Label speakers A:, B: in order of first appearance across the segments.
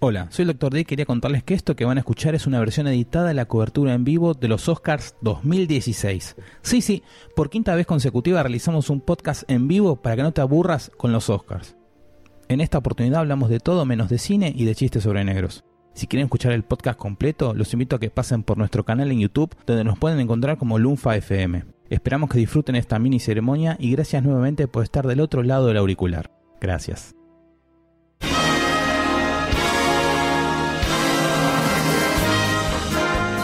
A: Hola, soy el Dr. D y quería contarles que esto que van a escuchar es una versión editada de la cobertura en vivo de los Oscars 2016. Sí, sí, por quinta vez consecutiva realizamos un podcast en vivo para que no te aburras con los Oscars. En esta oportunidad hablamos de todo menos de cine y de chistes sobre negros. Si quieren escuchar el podcast completo, los invito a que pasen por nuestro canal en YouTube, donde nos pueden encontrar como Lunfa FM. Esperamos que disfruten esta mini ceremonia y gracias nuevamente por estar del otro lado del auricular. Gracias.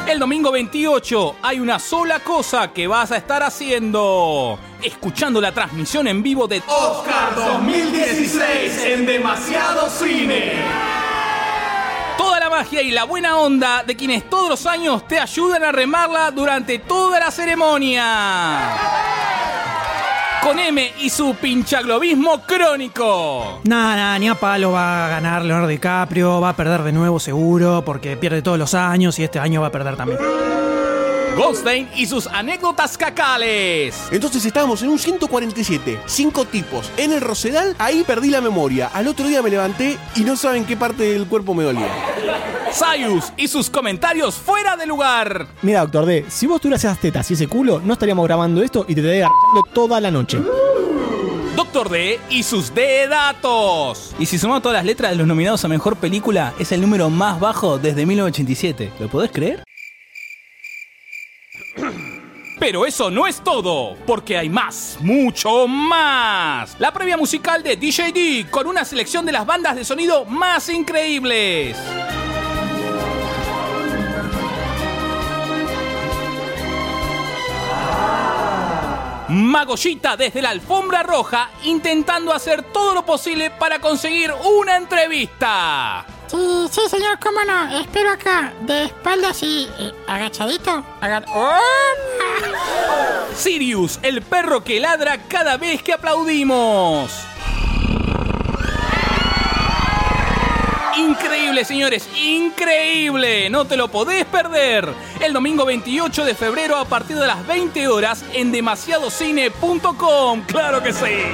B: El domingo 28 hay una sola cosa que vas a estar haciendo. Escuchando la transmisión en vivo de
C: Oscar 2016 en demasiado cine.
B: Toda la magia y la buena onda de quienes todos los años te ayudan a remarla durante toda la ceremonia. Con M y su pinchaglobismo crónico.
D: Nada, nada, ni a palo va a ganar Leonardo DiCaprio, va a perder de nuevo seguro, porque pierde todos los años y este año va a perder también.
B: Goldstein y sus anécdotas cacales.
E: Entonces estábamos en un 147, cinco tipos, en el Rosedal, ahí perdí la memoria. Al otro día me levanté y no saben qué parte del cuerpo me dolía.
B: Sayus y sus comentarios fuera de lugar.
F: Mira, doctor D, si vos tuvieras esas tetas y ese culo, no estaríamos grabando esto y te estaría agarrando toda la noche.
B: Doctor D y sus D datos.
A: Y si sumamos todas las letras de los nominados a mejor película, es el número más bajo desde 1987. ¿Lo podés creer?
B: Pero eso no es todo, porque hay más, mucho más. La previa musical de DJD con una selección de las bandas de sonido más increíbles. Magollita desde la alfombra roja intentando hacer todo lo posible para conseguir una entrevista.
G: Sí, sí, señor, cómo no. Espero acá, de espaldas y eh, agachadito. Aga- ¡Oh!
B: Sirius, el perro que ladra cada vez que aplaudimos. Increíble, señores, increíble. No te lo podés perder. El domingo 28 de febrero a partir de las 20 horas en demasiadocine.com. Claro que sí.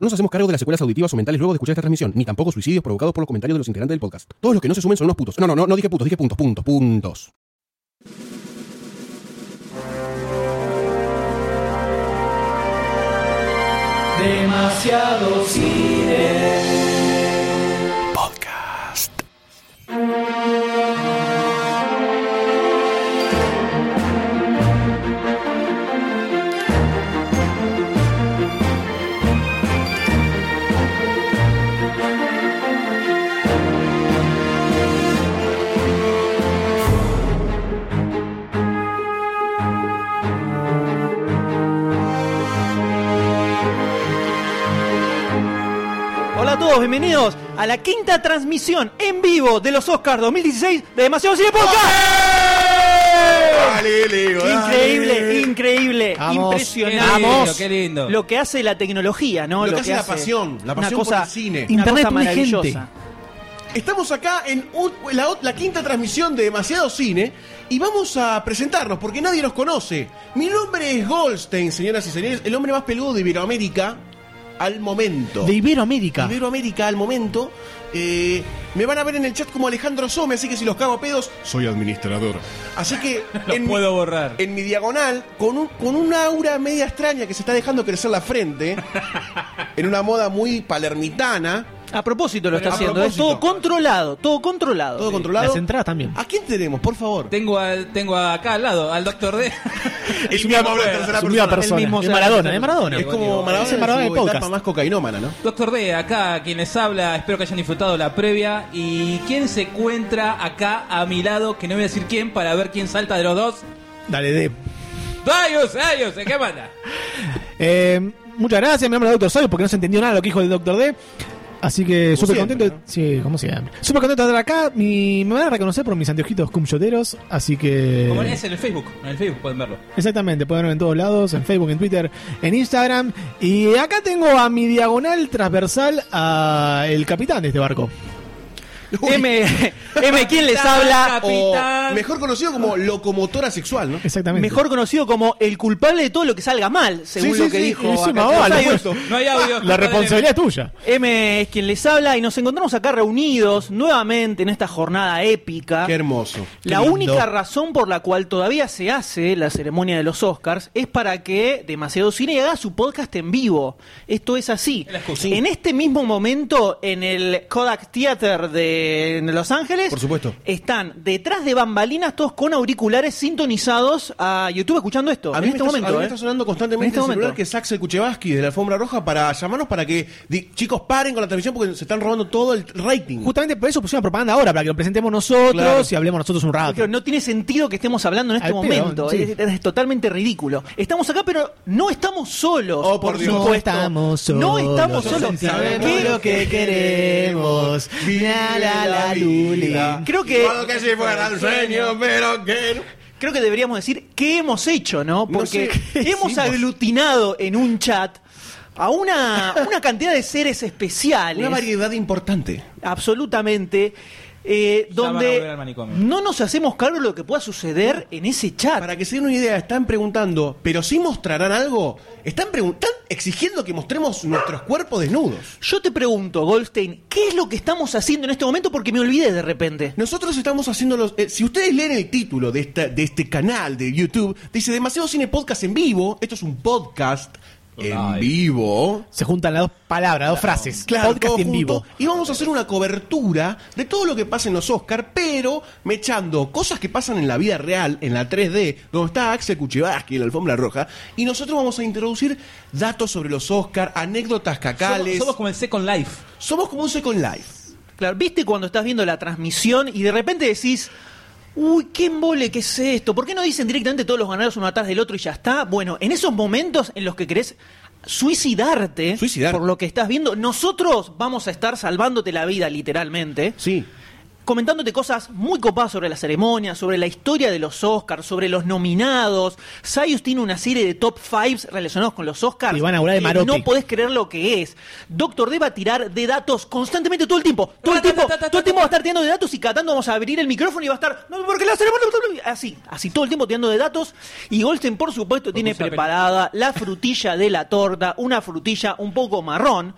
E: No nos hacemos cargo de las secuelas auditivas o mentales luego de escuchar esta transmisión, ni tampoco suicidios provocados por los comentarios de los integrantes del podcast. Todos los que no se sumen son unos putos. No, no, no, no dije putos, dije puntos, puntos, puntos.
C: Demasiado cine.
H: Hola a todos, bienvenidos a la quinta transmisión en vivo de los Oscars 2016 de Demasiado Cine Podcast. Increíble, increíble,
F: Vamos.
H: impresionante.
A: qué lindo.
H: Lo que hace la tecnología, ¿no?
E: Lo que hace la pasión, la pasión
H: una cosa,
E: por el cine.
H: una
F: Internet
H: cosa
F: inteligente.
H: maravillosa.
E: Estamos acá en un- la, ot- la quinta transmisión de Demasiado Cine y vamos a presentarnos porque nadie nos conoce. Mi nombre es Goldstein, señoras y señores, el hombre más peludo de Iberoamérica al momento.
F: De Iberoamérica.
E: Iberoamérica al momento. Eh, me van a ver en el chat como Alejandro Some, así que si los cago a pedos, soy administrador. Así que en, mi-
B: borrar.
E: en mi diagonal, con, un, con una aura media extraña que se está dejando crecer la frente, en una moda muy palermitana,
H: A propósito lo está
E: A
H: haciendo, es
E: propósito.
H: todo controlado, todo controlado.
E: todo controlado.
F: Las entradas también.
E: ¿A quién tenemos, por favor?
B: Tengo, tengo acá al lado, al doctor D.
E: Es una palabra de tercera
F: Subida
E: persona.
F: persona.
H: El mismo
F: de
H: ser.
F: Maradona, de Maradona.
E: Es como Maradona,
F: Ese Maradona
E: en
F: del
E: su
F: podcast.
E: etapa más cocainómana, ¿no?
B: Doctor D, acá quien les habla, espero que hayan disfrutado la previa. ¿Y quién se encuentra acá a mi lado? Que no voy a decir quién para ver quién salta de los dos.
F: Dale, de.
B: ¡Dayos, Dayos! ¿Qué manda?
F: Eh, muchas gracias, mi nombre es Doctor Sayos porque no se entendió nada de lo que dijo el Doctor D. Así que
E: Como
F: súper
E: siempre,
F: contento.
E: ¿no?
F: Sí, como siempre. Súper contento de estar acá. Mi- me van a reconocer por mis anteojitos cumchoteros. Así que.
B: Como es en el Facebook, en el Facebook pueden verlo.
F: Exactamente, pueden verlo en todos lados, en Facebook, en Twitter, en Instagram. Y acá tengo a mi diagonal transversal a el capitán de este barco.
H: M, M ¿quién les habla?
E: O mejor conocido como locomotora sexual, ¿no?
F: Exactamente.
H: Mejor conocido como el culpable de todo lo que salga mal, según
E: Sí, sí,
H: lo que
E: sí,
H: dijo.
F: encima
H: acá.
F: vale,
H: Hay un-
F: pues.
A: No hay audio.
F: La responsabilidad es tuya.
H: M es quien les habla y nos encontramos acá reunidos nuevamente en esta jornada épica.
E: Qué hermoso.
H: La
E: Qué lindo.
H: única razón por la cual todavía se hace la ceremonia de los Oscars es para que Demasiado Cine haga su podcast en vivo. Esto es así. En este mismo momento, en el Kodak Theater de en Los Ángeles,
E: Por supuesto.
H: están detrás de bambalinas todos con auriculares sintonizados a YouTube escuchando esto.
E: A
H: en
E: mí, me,
H: este
E: está, a
H: momento,
E: mí me
H: ¿eh?
E: está sonando constantemente
H: En este
E: el celular
H: momento.
E: que es Axel Kuchevaski de la alfombra roja para llamarnos para que di- chicos paren con la transmisión porque se están robando todo el rating.
F: Justamente por eso pusieron propaganda ahora, para que lo presentemos nosotros
E: Claro.
F: y hablemos nosotros un
A: Ah,
F: rato.
H: Porque no tiene sentido que estemos hablando en este
F: Al pedo,
H: momento.
F: sí.
H: es, es totalmente ridículo. Estamos acá, pero no estamos solos.
E: Oh, por Dios.
F: No estamos solos.
H: No estamos solos.
E: Sabemos
H: ¿Qué?
E: lo que queremos.
F: La, la, la, luli.
H: Creo que-
E: Todo que si fuera un sueño, pero que no.
H: Creo que deberíamos decir qué hemos hecho, ¿no?
E: No
H: Porque
E: sé, ¿qué
H: hemos
E: hicimos?
H: aglutinado en un chat a una, una cantidad de seres especiales.
E: Una variedad importante.
H: absolutamente. eh,
A: van a volver
H: donde
A: al manicomio.
H: no nos hacemos cargo de lo que pueda suceder en ese chat.
E: Para que se den una idea, están preguntando, pero si mostrarán algo, están, pregun- están exigiendo que mostremos nuestros cuerpos desnudos.
H: Yo te pregunto, Goldstein, ¿qué es lo que estamos haciendo en este momento? Porque me olvidé de repente.
E: Nosotros estamos haciendo los... eh, si ustedes leen el título de, esta, de este canal de YouTube, dice Demasiado Cine Podcast en vivo. Esto es un podcast en vivo.
F: Se juntan las dos palabras, dos frases.
E: Claro,
F: Podcast
E: todo
F: y en
E: junto.
F: vivo.
E: Y vamos a hacer una cobertura de todo lo que pasa en los Oscar, pero mechando cosas que pasan en la vida real, en la 3D, donde está Axel Kuchevaski en la alfombra roja, y nosotros vamos a introducir datos sobre los Oscar, anécdotas
A: Somos,
E: cacales.
A: somos como el Second Life.
E: Somos como un Second Life.
H: Claro, ¿viste cuando estás viendo la transmisión y de repente decís, uy, qué embole que es esto? ¿Por qué no dicen directamente todos los ganadores uno atrás del otro y ya está? Bueno, en esos momentos en los que querés suicidarte,
E: Suicidar.
H: por lo que estás viendo, nosotros vamos a estar salvándote la vida literalmente
E: Sí.
H: comentándote cosas muy copadas sobre la ceremonia, sobre la historia de los Oscars, sobre los nominados. Sayus tiene una serie de top fives relacionados con los Oscars.
F: Y van a hablar de
H: que
F: Marotti.
H: No podés creer lo que es. Doctor D va a tirar de datos constantemente todo el tiempo. Todo el
A: Ta, ta,
H: tiempo,
A: ta, ta, ta,
H: todo
A: ta,
H: el tiempo va a
A: ta.
H: estar tirando de datos y cada tanto vamos a abrir el micrófono y va a estar. No, porque la ceremonia. bla, bla, bla", Así, así todo el tiempo tirando de datos. Y Goldstein, por supuesto, tiene
A: puse la
H: preparada la frutilla de la torta, una frutilla un poco marrón.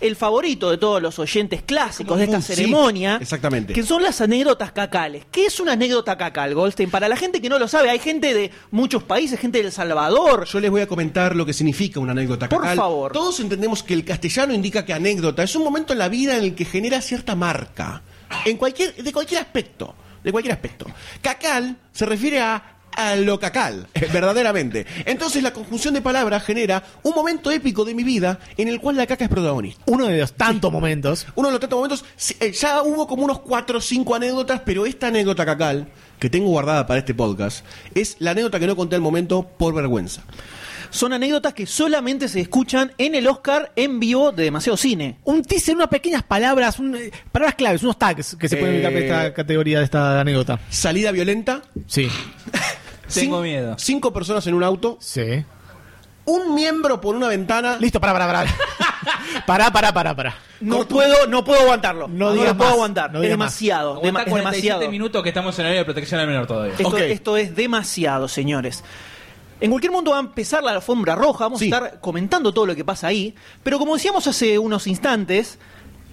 H: El favorito de todos los oyentes clásicos de esta
E: Uh, sí,
H: ceremonia.
E: exactamente.
H: Que son las anécdotas cacales. ¿Qué es una anécdota cacal, Goldstein? Para la gente que no lo sabe, hay gente de muchos países, gente del Salvador.
E: Yo les voy a comentar lo que significa una anécdota
H: Por
E: cacal.
H: favor.
E: Todos entendemos que el castellano indica que anécdota es un momento en la vida en el que genera cierta marca. En cualquier, de cualquier aspecto. De cualquier aspecto. Cacal se refiere a, a lo cacal, verdaderamente. Entonces la conjunción de palabras genera un momento épico de mi vida en el cual la caca es protagonista.
F: Uno de los tantos momentos.
E: Uno de los tantos momentos, sí, eh, ya hubo como unos 4 o 5 anécdotas, pero esta anécdota cacal, que tengo guardada para este podcast, es la anécdota que no conté al momento por vergüenza.
H: Son anécdotas que solamente se escuchan en el Oscar en vivo de Demasiado Cine.
F: Un teaser, unas pequeñas palabras, un- eh, palabras claves, unos tags que se
E: Eh,
F: pueden ubicar para esta categoría de esta anécdota.
E: Salida violenta.
F: Sí.
A: Tengo
E: cin-
A: miedo.
E: Cinco personas en un auto.
F: Sí.
E: Un miembro por una ventana.
F: Listo, pará, pará, pará. pará, pará, pará, pará.
H: No puedo, no puedo aguantarlo.
F: No
H: lo
F: digas
H: puedo
F: más,
H: aguantar.
F: no
H: es
F: digas más.
H: demasiado.
A: Aguanta
H: dema- es
A: 47
H: demasiado.
A: minutos que estamos en área de protección al menor todavía.
H: Esto,
E: Ok.
H: esto es demasiado, señores. En cualquier momento va a empezar la alfombra roja, vamos
E: Sí.
H: a estar comentando todo lo que pasa ahí, pero como decíamos hace unos instantes,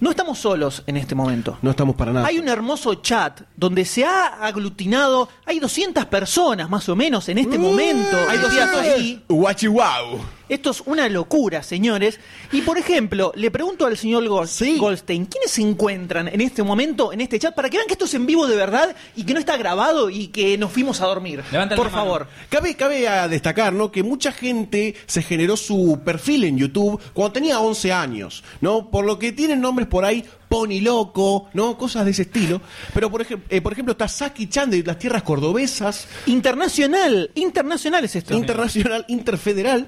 H: no estamos solos en este momento.
E: No estamos para nada.
H: Hay un hermoso chat donde se ha aglutinado, hay 200 personas más o menos en
F: Mm.
H: este momento.
E: Hay
H: metidas
E: 200
H: ahí.
E: Guachi wow.
H: Esto es una locura, señores. Y por ejemplo, le pregunto al señor Gol-
E: Sí.
H: Goldstein, ¿quiénes se encuentran en este momento en este chat para que vean que esto es en vivo de verdad y que no está grabado y que nos fuimos a dormir?
A: Levanta la
H: por
A: mano.
H: favor.
E: Cabe, cabe a destacar, ¿no? Que mucha gente se generó su perfil en YouTube cuando tenía 11 años, ¿no? Por lo que tienen nombres por ahí, Pony Loco, ¿no? Cosas de ese estilo. Pero, por, ejem- eh, por ejemplo, está Saki Chan de las tierras cordobesas,
H: Internacional, internacional es esto.
E: internacional, interfederal.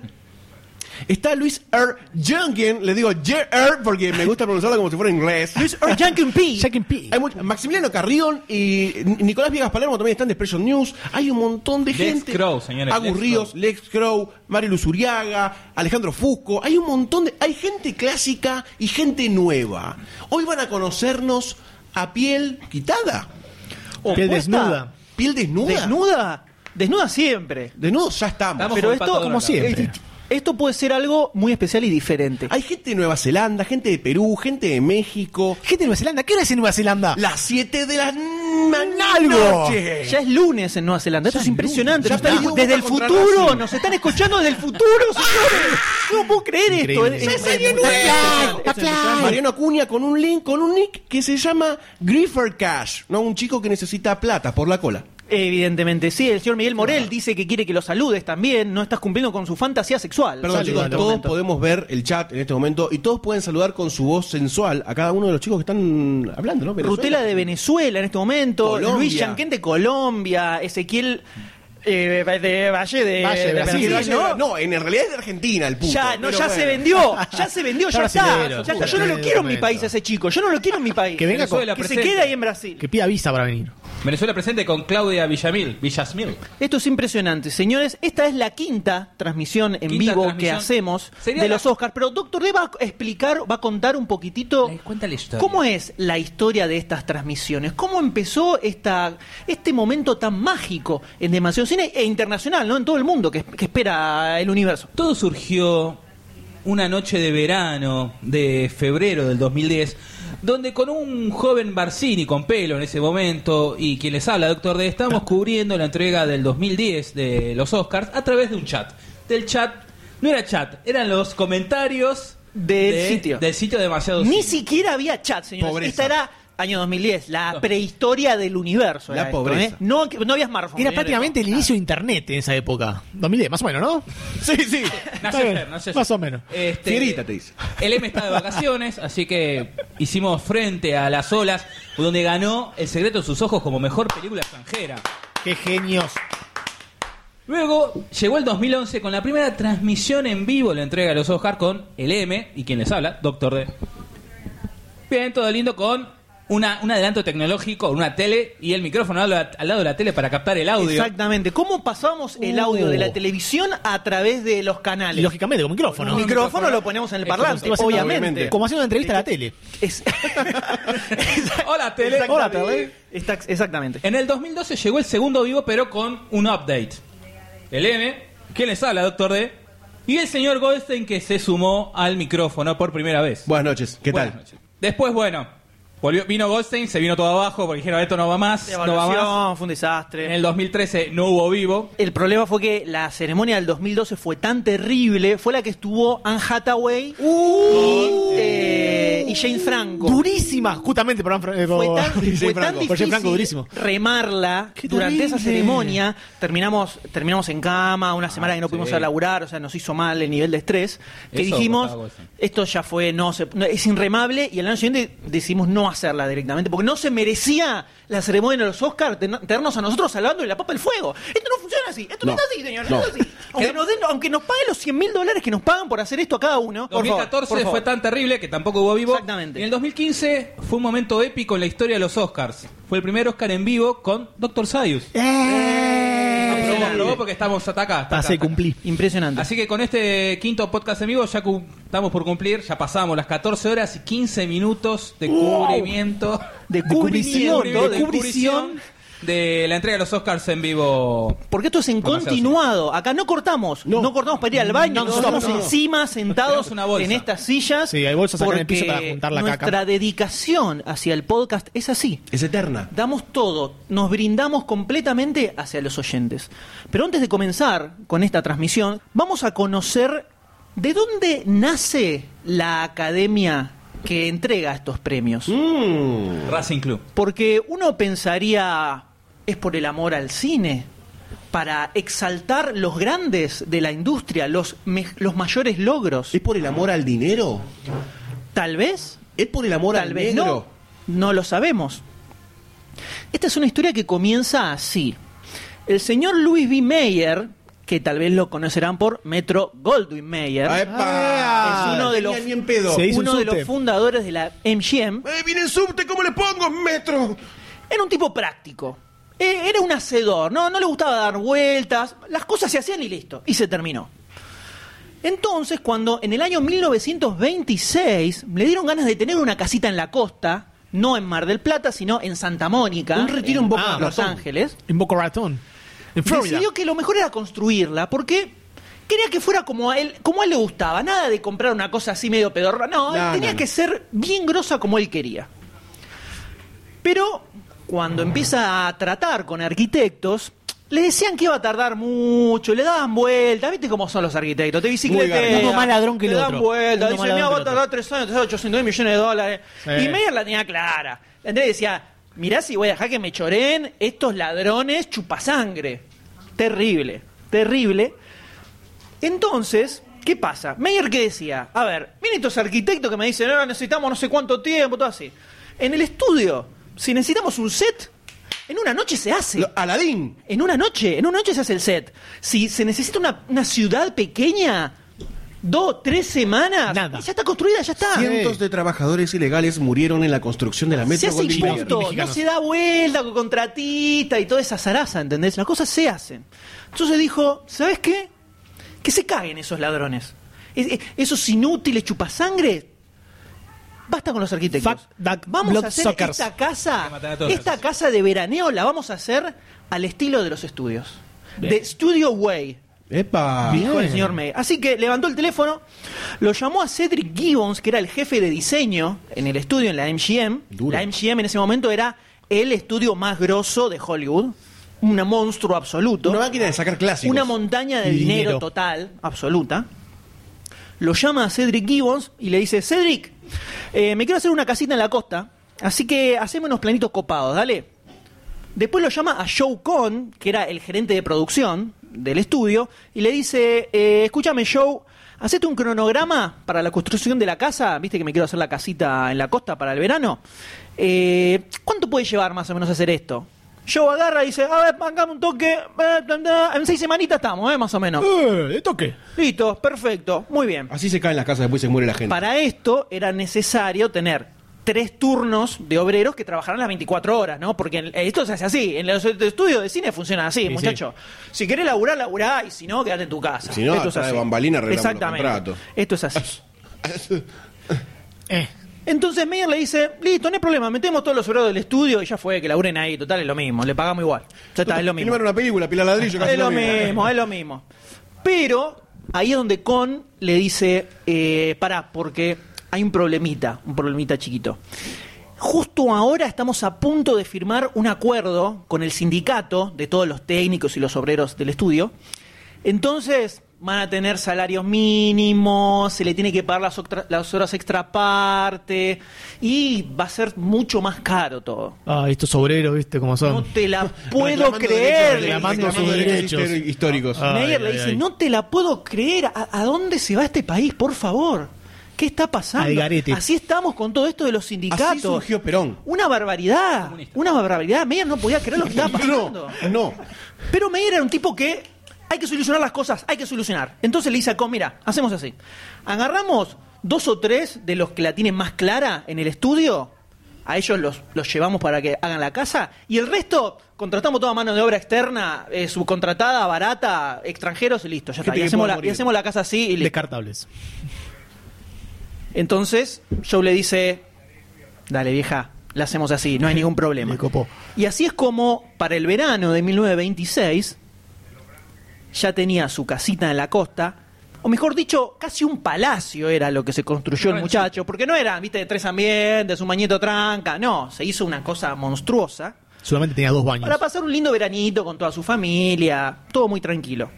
E: Está Luis R. Junkin, le digo J.R. porque me gusta pronunciarlo como si fuera inglés.
H: Luis Arjankin P.
F: Jack and P.
E: Hay mucho- Maximiliano Carrión y N- Nicolás Viegas Palermo también están de Expression News. Hay un montón de
A: Lex
E: gente.
A: Crow, señores,
E: Agus
A: Lex
E: Ríos,
A: Crow.
E: Lex Crow, Mario Luz Uriaga, Alejandro Fusco. Hay un montón de. Hay gente clásica y gente nueva. Hoy van a conocernos a piel quitada. O
F: Piel
E: puesta-
F: desnuda.
E: Piel desnuda.
H: ¿Desnuda? Desnuda siempre.
E: Desnudo ya estamos.
A: Estamos
H: Pero
A: con el
H: esto, Eh,
A: pato
F: como
A: Donald.
F: siempre.
H: esto puede ser algo muy especial y diferente.
E: Hay gente de Nueva Zelanda, gente de Perú, gente de México.
F: Gente de Nueva Zelanda, ¿qué hora es en Nueva Zelanda?
E: Las 7 de la
F: algo.
E: noche.
H: Ya es lunes en Nueva Zelanda. Esto es impresionante.
E: Oh. Ya
H: Nos están-
E: perdió
H: desde el
E: Boca contra
H: futuro.
E: Racing.
H: Nos están escuchando desde el futuro, señores. No puedo creer
F: Increíble.
H: esto. ¿eh?
F: Ya
G: salió
H: muy
G: nuevo.
H: impresionante.
G: Papá.
E: Mariano Acuña con un link, con un nick que se llama Griffer Cash. No, un chico que necesita plata por la cola.
H: Evidentemente, sí. El señor Miguel Morel dice que quiere que lo saludes también. No estás cumpliendo con su fantasía sexual.
E: Perdón,
H: Salud,
E: chicos,
H: en este
E: todos
H: momento.
E: podemos ver el chat en este momento y todos pueden saludar con su voz sensual a cada uno de los chicos que están hablando, ¿no? Venezuela.
H: Rutela de Venezuela en este momento.
E: Colombia.
H: Luis Yanquén de Colombia. Ezequiel eh, de Valle de,
F: Valle de Brasil,
E: Sí, Valle de-
H: ¿no?
E: ¿no? en realidad es de Argentina el punto.
H: Ya, no,
E: pero
H: ya
E: bueno.
H: se vendió, ya se vendió, ya
F: Está
H: está,
F: brasilero,
H: ya está. Yo no lo
F: brasilero,
H: quiero en mi
F: momento.
H: país a ese chico, yo no lo quiero en mi país.
F: Que venga con-
H: que
A: Venezuela
H: se
A: presente.
H: quede ahí en Brasil.
F: Que pida visa para venir.
A: Venezuela presente con Claudia Villamil. Villasmil.
H: Esto es impresionante, señores. Esta es la quinta transmisión en
A: Quinta
H: vivo
A: transmisión.
H: que hacemos
A: Sería
H: de
A: la-
H: los Oscars. Pero Doctor D va a explicar, va a contar un poquitito
A: Le- Cuéntale esto.
H: cómo es la historia de estas transmisiones, cómo empezó esta, este momento tan mágico en demasiado cine e internacional, ¿no? En todo el mundo que, que espera el universo.
A: Todo surgió una noche de verano de febrero del 2010, donde con un joven Barcini con pelo en ese momento y quien les habla, doctor D, estamos cubriendo la entrega del 2010 de los Oscars a través de un chat. Del chat, no era chat, eran los comentarios
H: Del
A: de-
H: sitio.
A: Del sitio demasiado Cine.
H: Ni siquiera había chat, señores.
E: Pobreza.
H: Esta era año 2010, la prehistoria del universo. era
E: La
H: esto,
E: pobreza.
H: ¿eh? no, no había smartphone.
F: Era
H: señores.
F: prácticamente el inicio de internet en esa época. 2010, más o menos, ¿no? Sí, sí.
A: Nació ayer, nació ayer.
F: Más o menos.
A: Este,
E: Fierita te dice.
A: El M está de vacaciones, así que hicimos frente a las olas, donde ganó El secreto de sus ojos como mejor película extranjera.
F: Qué genios.
A: Luego llegó el 2011 con la primera transmisión en vivo de la entrega de los Oscar con el M y quien les habla, Doctor D. Bien, todo lindo con una, un adelanto tecnológico, una tele y el micrófono al, al lado de la tele para captar el audio.
H: Exactamente. ¿Cómo pasamos el audio
F: Uh.
H: de la televisión a través de los canales?
F: Lógicamente, con
H: el
F: micrófono.
H: micrófono lo ponemos en el
A: Esto
H: parlante,
F: Iba haciendo-
H: obviamente. Este-
F: Como haciendo una entrevista a la tele.
H: Es-
A: Hola, tele.
H: Hola, tele. Está- Exactamente.
A: En el 2012 llegó el segundo vivo, pero con un update. El M, ¿quién les habla, Doctor D? Y el señor Goldstein que se sumó al micrófono por primera vez.
E: Buenas noches, ¿qué
A: Buenas
E: tal?
A: noches. Después, bueno, volvió, vino Goldstein, se vino todo abajo porque dijeron esto no va más, no va más.
H: Evaluación, fue un desastre.
A: En el 2013 no hubo vivo.
H: El problema fue que la ceremonia del 2012 fue tan terrible, fue la que estuvo Anne Hathaway
A: Uh.
H: y, eh, y Jane Franco.
F: Durísima, justamente por, Anfra- eh,
H: Fue
F: por-
H: tan,
F: por
H: fue
F: Jane
H: tan
F: Franco. Por
H: difícil
F: Jane Franco, durísimo.
H: remarla
F: Qué
H: durante esa
F: terrible.
H: ceremonia. Terminamos, terminamos en cama,
A: Ah,
H: una semana que no pudimos ir a laburar, o sea, nos hizo mal el nivel de estrés. Que
A: Eso
H: dijimos,
A: costaba bolsa.
H: esto ya fue, no, se- no, es inremable. Y al año siguiente decidimos no hacerla directamente, porque no se merecía la ceremonia de los Oscars ten- tenernos a nosotros salvando de la papa del fuego. Esto no funciona así, esto no,
E: No,
H: está así, señor.
E: no.
H: no está así. Aunque, nos den- aunque nos paguen los 100 mil dólares que nos pagan por hacer esto a cada uno. por favor,
A: 2014
H: por favor.
A: fue tan terrible que tampoco hubo vivo.
H: Exactamente.
A: Y en el 2015 fue un momento épico en la historia de los Oscars. Fue el primer Oscar en vivo con Doctor Sayus.
H: Eh.
A: Aprobó, aprobó porque estamos hasta acá. hasta acá,
F: Pasé,
A: hasta acá.
F: cumplí.
H: Impresionante.
A: Así que con este quinto podcast en vivo ya cum- estamos por cumplir, ya pasamos las 14 horas y 15 minutos de cubrimiento.
H: De cubrimiento,
A: cubrimiento,
H: de
A: de cubrición de la entrega de los Oscars en vivo.
H: Porque esto es en
A: Demasiado
H: continuado. Acá no cortamos. No, cortamos para ir al baño.
F: No,
H: nos
F: no,
H: estamos
F: no.
H: encima sentados
A: Tenemos una bolsa.
H: en estas sillas.
F: Sí, hay bolsas acá en el
H: porque
F: piso para juntar la
H: nuestra
F: caca.
H: dedicación hacia el podcast es así.
E: Es eterna.
H: Damos todo, nos brindamos completamente hacia los oyentes. Pero antes de comenzar con esta transmisión, vamos a conocer de dónde nace la academia que entrega estos premios.
A: Racing Club.
H: Porque uno pensaría, es por el amor al cine, para exaltar los grandes de la industria, los, me- los mayores logros.
E: ¿Es por el amor al dinero?
H: Tal vez,
E: ¿Es por el amor
H: tal
E: al
H: vez no,
E: negro?
H: no lo sabemos. Esta es una historia que comienza así. El señor Louis B. Mayer, que tal vez lo conocerán por Metro Goldwyn Mayer,
E: Ah, ¡Epa!
H: Es uno de los-
E: Genial, bien pedo.
F: Se hizo
H: uno
F: un
H: de los
F: subte.
H: fundadores de la MGM,
E: ¡Eh, viene el subte! ¿Cómo le pongo, metro?
H: Era un tipo práctico. E- Era un hacedor, ¿no? No le gustaba dar vueltas. Las cosas se hacían y listo. Y se terminó. Entonces, cuando en el año 1926 le dieron ganas de tener una casita en la costa, no en Mar del Plata, sino en Santa Mónica, Ah,
E: Un retiro en Boca
H: Los
E: Ratón.
H: Ángeles,
F: En Boca Raton. En Florida.
H: decidió que lo mejor era construirla, porque quería que fuera como a él, como a él le gustaba, nada de comprar una cosa así medio pedorra, no,
E: No,
H: tenía
E: no,
H: que ser bien grosa como él quería. Pero cuando empieza a tratar con arquitectos, le decían que iba a tardar mucho, le daban vueltas, viste cómo son los arquitectos, te bicicleta,
F: garganta. Uno más ladrón que el
H: le dan
F: otro.
H: vueltas,
F: Uno
H: dicen,
F: más ladrón
H: "Mirá,
F: que
H: va a
F: el otro".
H: tardar tres años, te da 800 mil millones de dólares.
F: Sí.
H: Y Meyer la tenía clara. La tenía y decía, mirá si voy a dejar que me choren estos ladrones chupasangre. Terrible, terrible. Entonces, ¿qué pasa? Meyer que decía, a ver, miren estos arquitectos que me dicen, "Ah, necesitamos no sé cuánto tiempo, todo así. En el estudio, si necesitamos un set, en una noche se hace.
E: Lo- Aladín.
H: En una noche, en una noche se hace el set. Si se necesita una, una ciudad pequeña, dos, tres semanas,
F: Nada.
H: y ya está construida, ya está.
E: Cientos de trabajadores ilegales murieron en la construcción de la
H: Ah, eh. se
E: metro
H: hace y
E: Golden Mayer.
H: punto, no se da vuelta con contratista y toda esa zaraza, ¿entendés? Las cosas se hacen. Entonces dijo, ¿sabes qué? Que se caguen esos ladrones. Es- es- esos inútiles chupasangre. Basta con los arquitectos.
F: Fuck that
H: Vamos a hacer
F: bloodsuckers.
H: esta casa,
B: matar a todos
H: esta
B: esos.
H: casa de veraneo la vamos a hacer al estilo de los estudios. De Studio Way.
E: ¡Epa!
H: Dijo el señor May. Así que levantó el teléfono, lo llamó a Cedric Gibbons, que era el jefe de diseño en el estudio, en la MGM.
E: Duro.
H: La MGM en ese momento era el estudio más grosso de Hollywood. Un monstruo absoluto.
E: Una máquina de sacar clásicos.
H: Una montaña de
F: Y
H: dinero,
F: dinero.
H: total, absoluta. Lo llama a Cedric Gibbons y le dice, Cedric, eh, me quiero hacer una casita en la costa, así que hacemos unos planitos copados, dale. Después lo llama a Joe Cohn, que era el gerente de producción del estudio, y le dice, eh, escúchame Joe, hacete un cronograma para la construcción de la casa, viste que me quiero hacer la casita en la costa para el verano. Eh, ¿Cuánto puede llevar más o menos hacer esto? Joe agarra y dice, a ver, pangame un toque, eh, bla, bla, en seis semanitas estamos, eh, más o menos.
F: Eh, ¿de toque.
H: Listo, perfecto, muy bien.
E: Así se caen las casas, después se muere la gente.
H: Para esto era necesario tener tres turnos de obreros que trabajaran las 24 horas, ¿no? Porque en- esto se hace así. En los estudios de cine funciona así, muchacho. Si querés laburar, laburá, y si no, quédate en tu casa.
E: Si no,
H: Esto
E: atrás de bambalina arreglamos los
H: Exactamente.
E: contratos.
H: Esto es así. Entonces Meyer le dice, listo, no hay problema, metemos todos los obreros del estudio y ya fue, que laburen ahí, total, es lo mismo, le pagamos igual. Ya está, es lo mismo.
E: Filmar una película, pila ladrillo, casi
H: Es lo mismo, es lo mismo. Pero ahí es donde Con le dice, eh, pará, porque hay un problemita, un problemita chiquito. Justo ahora estamos a punto de firmar un acuerdo con el sindicato de todos los técnicos y los obreros del estudio. Entonces van a tener salarios mínimos, se le tiene que pagar las, octra- las horas extra aparte y va a ser mucho más caro todo.
F: Ah, estos obreros, viste cómo son.
H: No te la puedo creer. le
F: Reclamando
H: dice
F: sus
H: Meyer.
F: derechos.
E: históricos.
F: Ah.
H: Meyer
F: Ay,
H: le
F: ay,
H: dice,
F: ay.
H: no te la puedo creer, ¿A, a dónde se va este país, por favor? ¿Qué está pasando?
F: Al garete.
H: Así estamos con todo esto de los sindicatos.
E: Así surgió Perón.
H: Una barbaridad, una barbaridad. Meyer no podía
F: ah,
H: creer lo que estaba pasando.
E: No, no.
H: Pero Meyer era un tipo que hay que solucionar las cosas, hay que solucionar. Entonces le dice a Con, mira, hacemos así. Agarramos dos o tres de los que la tienen más clara en el estudio, a ellos los, los llevamos para que hagan la casa, y el resto contratamos toda mano de obra externa, eh, subcontratada, barata, extranjeros y listo, ya está.
E: Gente
H: Y
E: que
H: hacemos,
E: pueda
H: la, y
E: morir.
H: hacemos la casa así y listo.
F: Descartables.
H: Entonces Joe le dice, dale vieja, la hacemos así, no hay ningún problema.
F: Le copó.
H: Y así es como para el verano de 1926 ya tenía su casita en la costa, o mejor dicho, casi un palacio era lo que se construyó el muchacho, porque no era, viste, de tres ambientes, un bañito tranca, no, se hizo una cosa monstruosa
F: Solamente tenía dos baños.
H: para pasar un lindo veranito con toda su familia, todo muy tranquilo.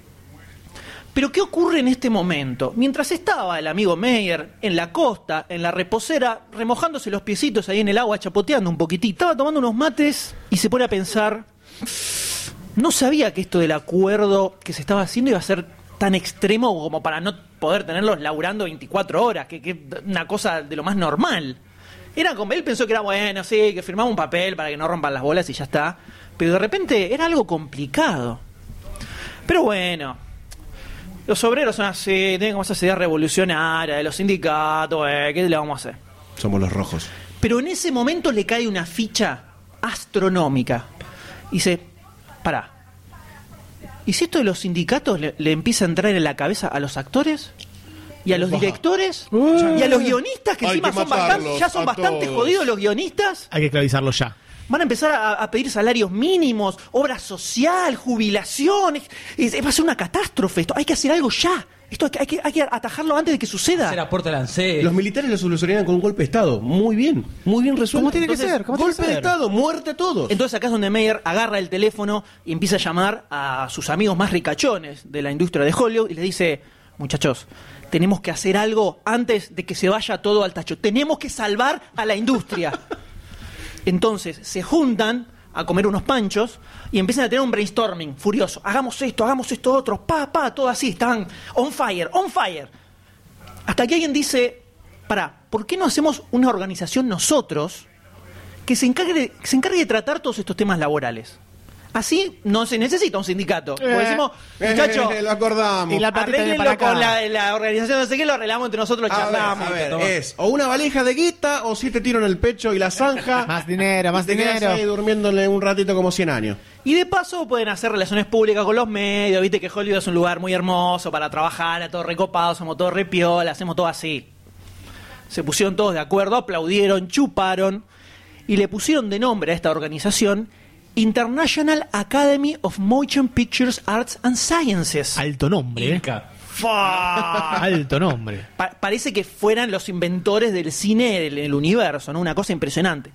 H: Pero ¿qué ocurre en este momento? Mientras estaba el amigo Meyer en la costa, en la reposera, remojándose los piecitos ahí en el agua, chapoteando un poquitito, estaba tomando unos mates y se pone a pensar, no sabía que esto del acuerdo que se estaba haciendo iba a ser tan extremo como para no poder tenerlos laburando 24 horas, que es una cosa de lo más normal. Era como, él pensó que era bueno, sí, que firmaba un papel para que no rompan las bolas y ya está. Pero de repente era algo complicado. Pero bueno, los obreros son así, tienen como esa idea revolucionaria de los sindicatos, eh, ¿qué le vamos a hacer?
E: Somos los rojos.
H: Pero en ese momento le cae una ficha astronómica. Dice, pará. ¿Y si esto de los sindicatos le, le empieza a entrar en la cabeza a los actores? y a los directores y a los guionistas, que
E: Hay
H: encima
E: que
H: son bastante,
E: ¡Eh! matarlos
H: ya son
E: a
H: bastante
E: todos.
H: jodidos los guionistas.
F: Hay que esclavizarlo ya.
H: Van a empezar a, a pedir salarios mínimos, obra social, jubilaciones. Es- es- va a ser una catástrofe esto. Hay que hacer algo ya. Esto hay que, hay que- hay que atajarlo antes de que suceda.
A: Hacer aporte al ANSES.
E: Los militares lo solucionaron con un golpe de Estado. Muy bien, muy bien resuelto.
F: ¿Cómo tiene que ser? ¿Cómo tiene
E: golpe
F: que ser?
E: de Estado, muerte a todos.
H: Entonces acá es donde Meyer agarra el teléfono y empieza a llamar a sus amigos más ricachones de la industria de Hollywood y les dice, muchachos, tenemos que hacer algo antes de que se vaya todo al tacho. Tenemos que salvar a la industria. Entonces se juntan a comer unos panchos y empiezan a tener un brainstorming furioso. Hagamos esto, hagamos esto, otro, pa, pa, todo así. Están on fire, on fire. Hasta que alguien dice, pará, ¿por qué no hacemos una organización nosotros que se encargue de, que se encargue de tratar todos estos temas laborales? Así no se necesita un sindicato. Porque
F: Eh,
H: decimos,
E: Eh,
H: muchachos,
E: lo acordamos.
F: Y la patita viene para
H: arréglenlo
F: acá.
H: con la, la organización, no sé qué, lo arreglamos entre nosotros, lo
E: A ver,
H: charlamos.
E: a ver,
A: toma.
E: es o una valija de guita o siete tiros en el pecho y la zanja.
F: Más dinero, más
E: Y te quedas
F: dinero.
E: ahí durmiéndole un ratito como 100 años.
H: Y de paso pueden hacer relaciones públicas con los medios, viste que Hollywood es un lugar muy hermoso para trabajar, a todos recopados, somos todos repiola, hacemos todo así. Se pusieron todos de acuerdo, aplaudieron, chuparon y le pusieron de nombre a esta organización International Academy of Motion Pictures Arts and Sciences.
F: Alto nombre, eh.
A: Inca.
H: Fa-
F: Alto nombre.
H: Pa- parece que fueran los inventores del cine del, del universo, ¿no? Una cosa impresionante.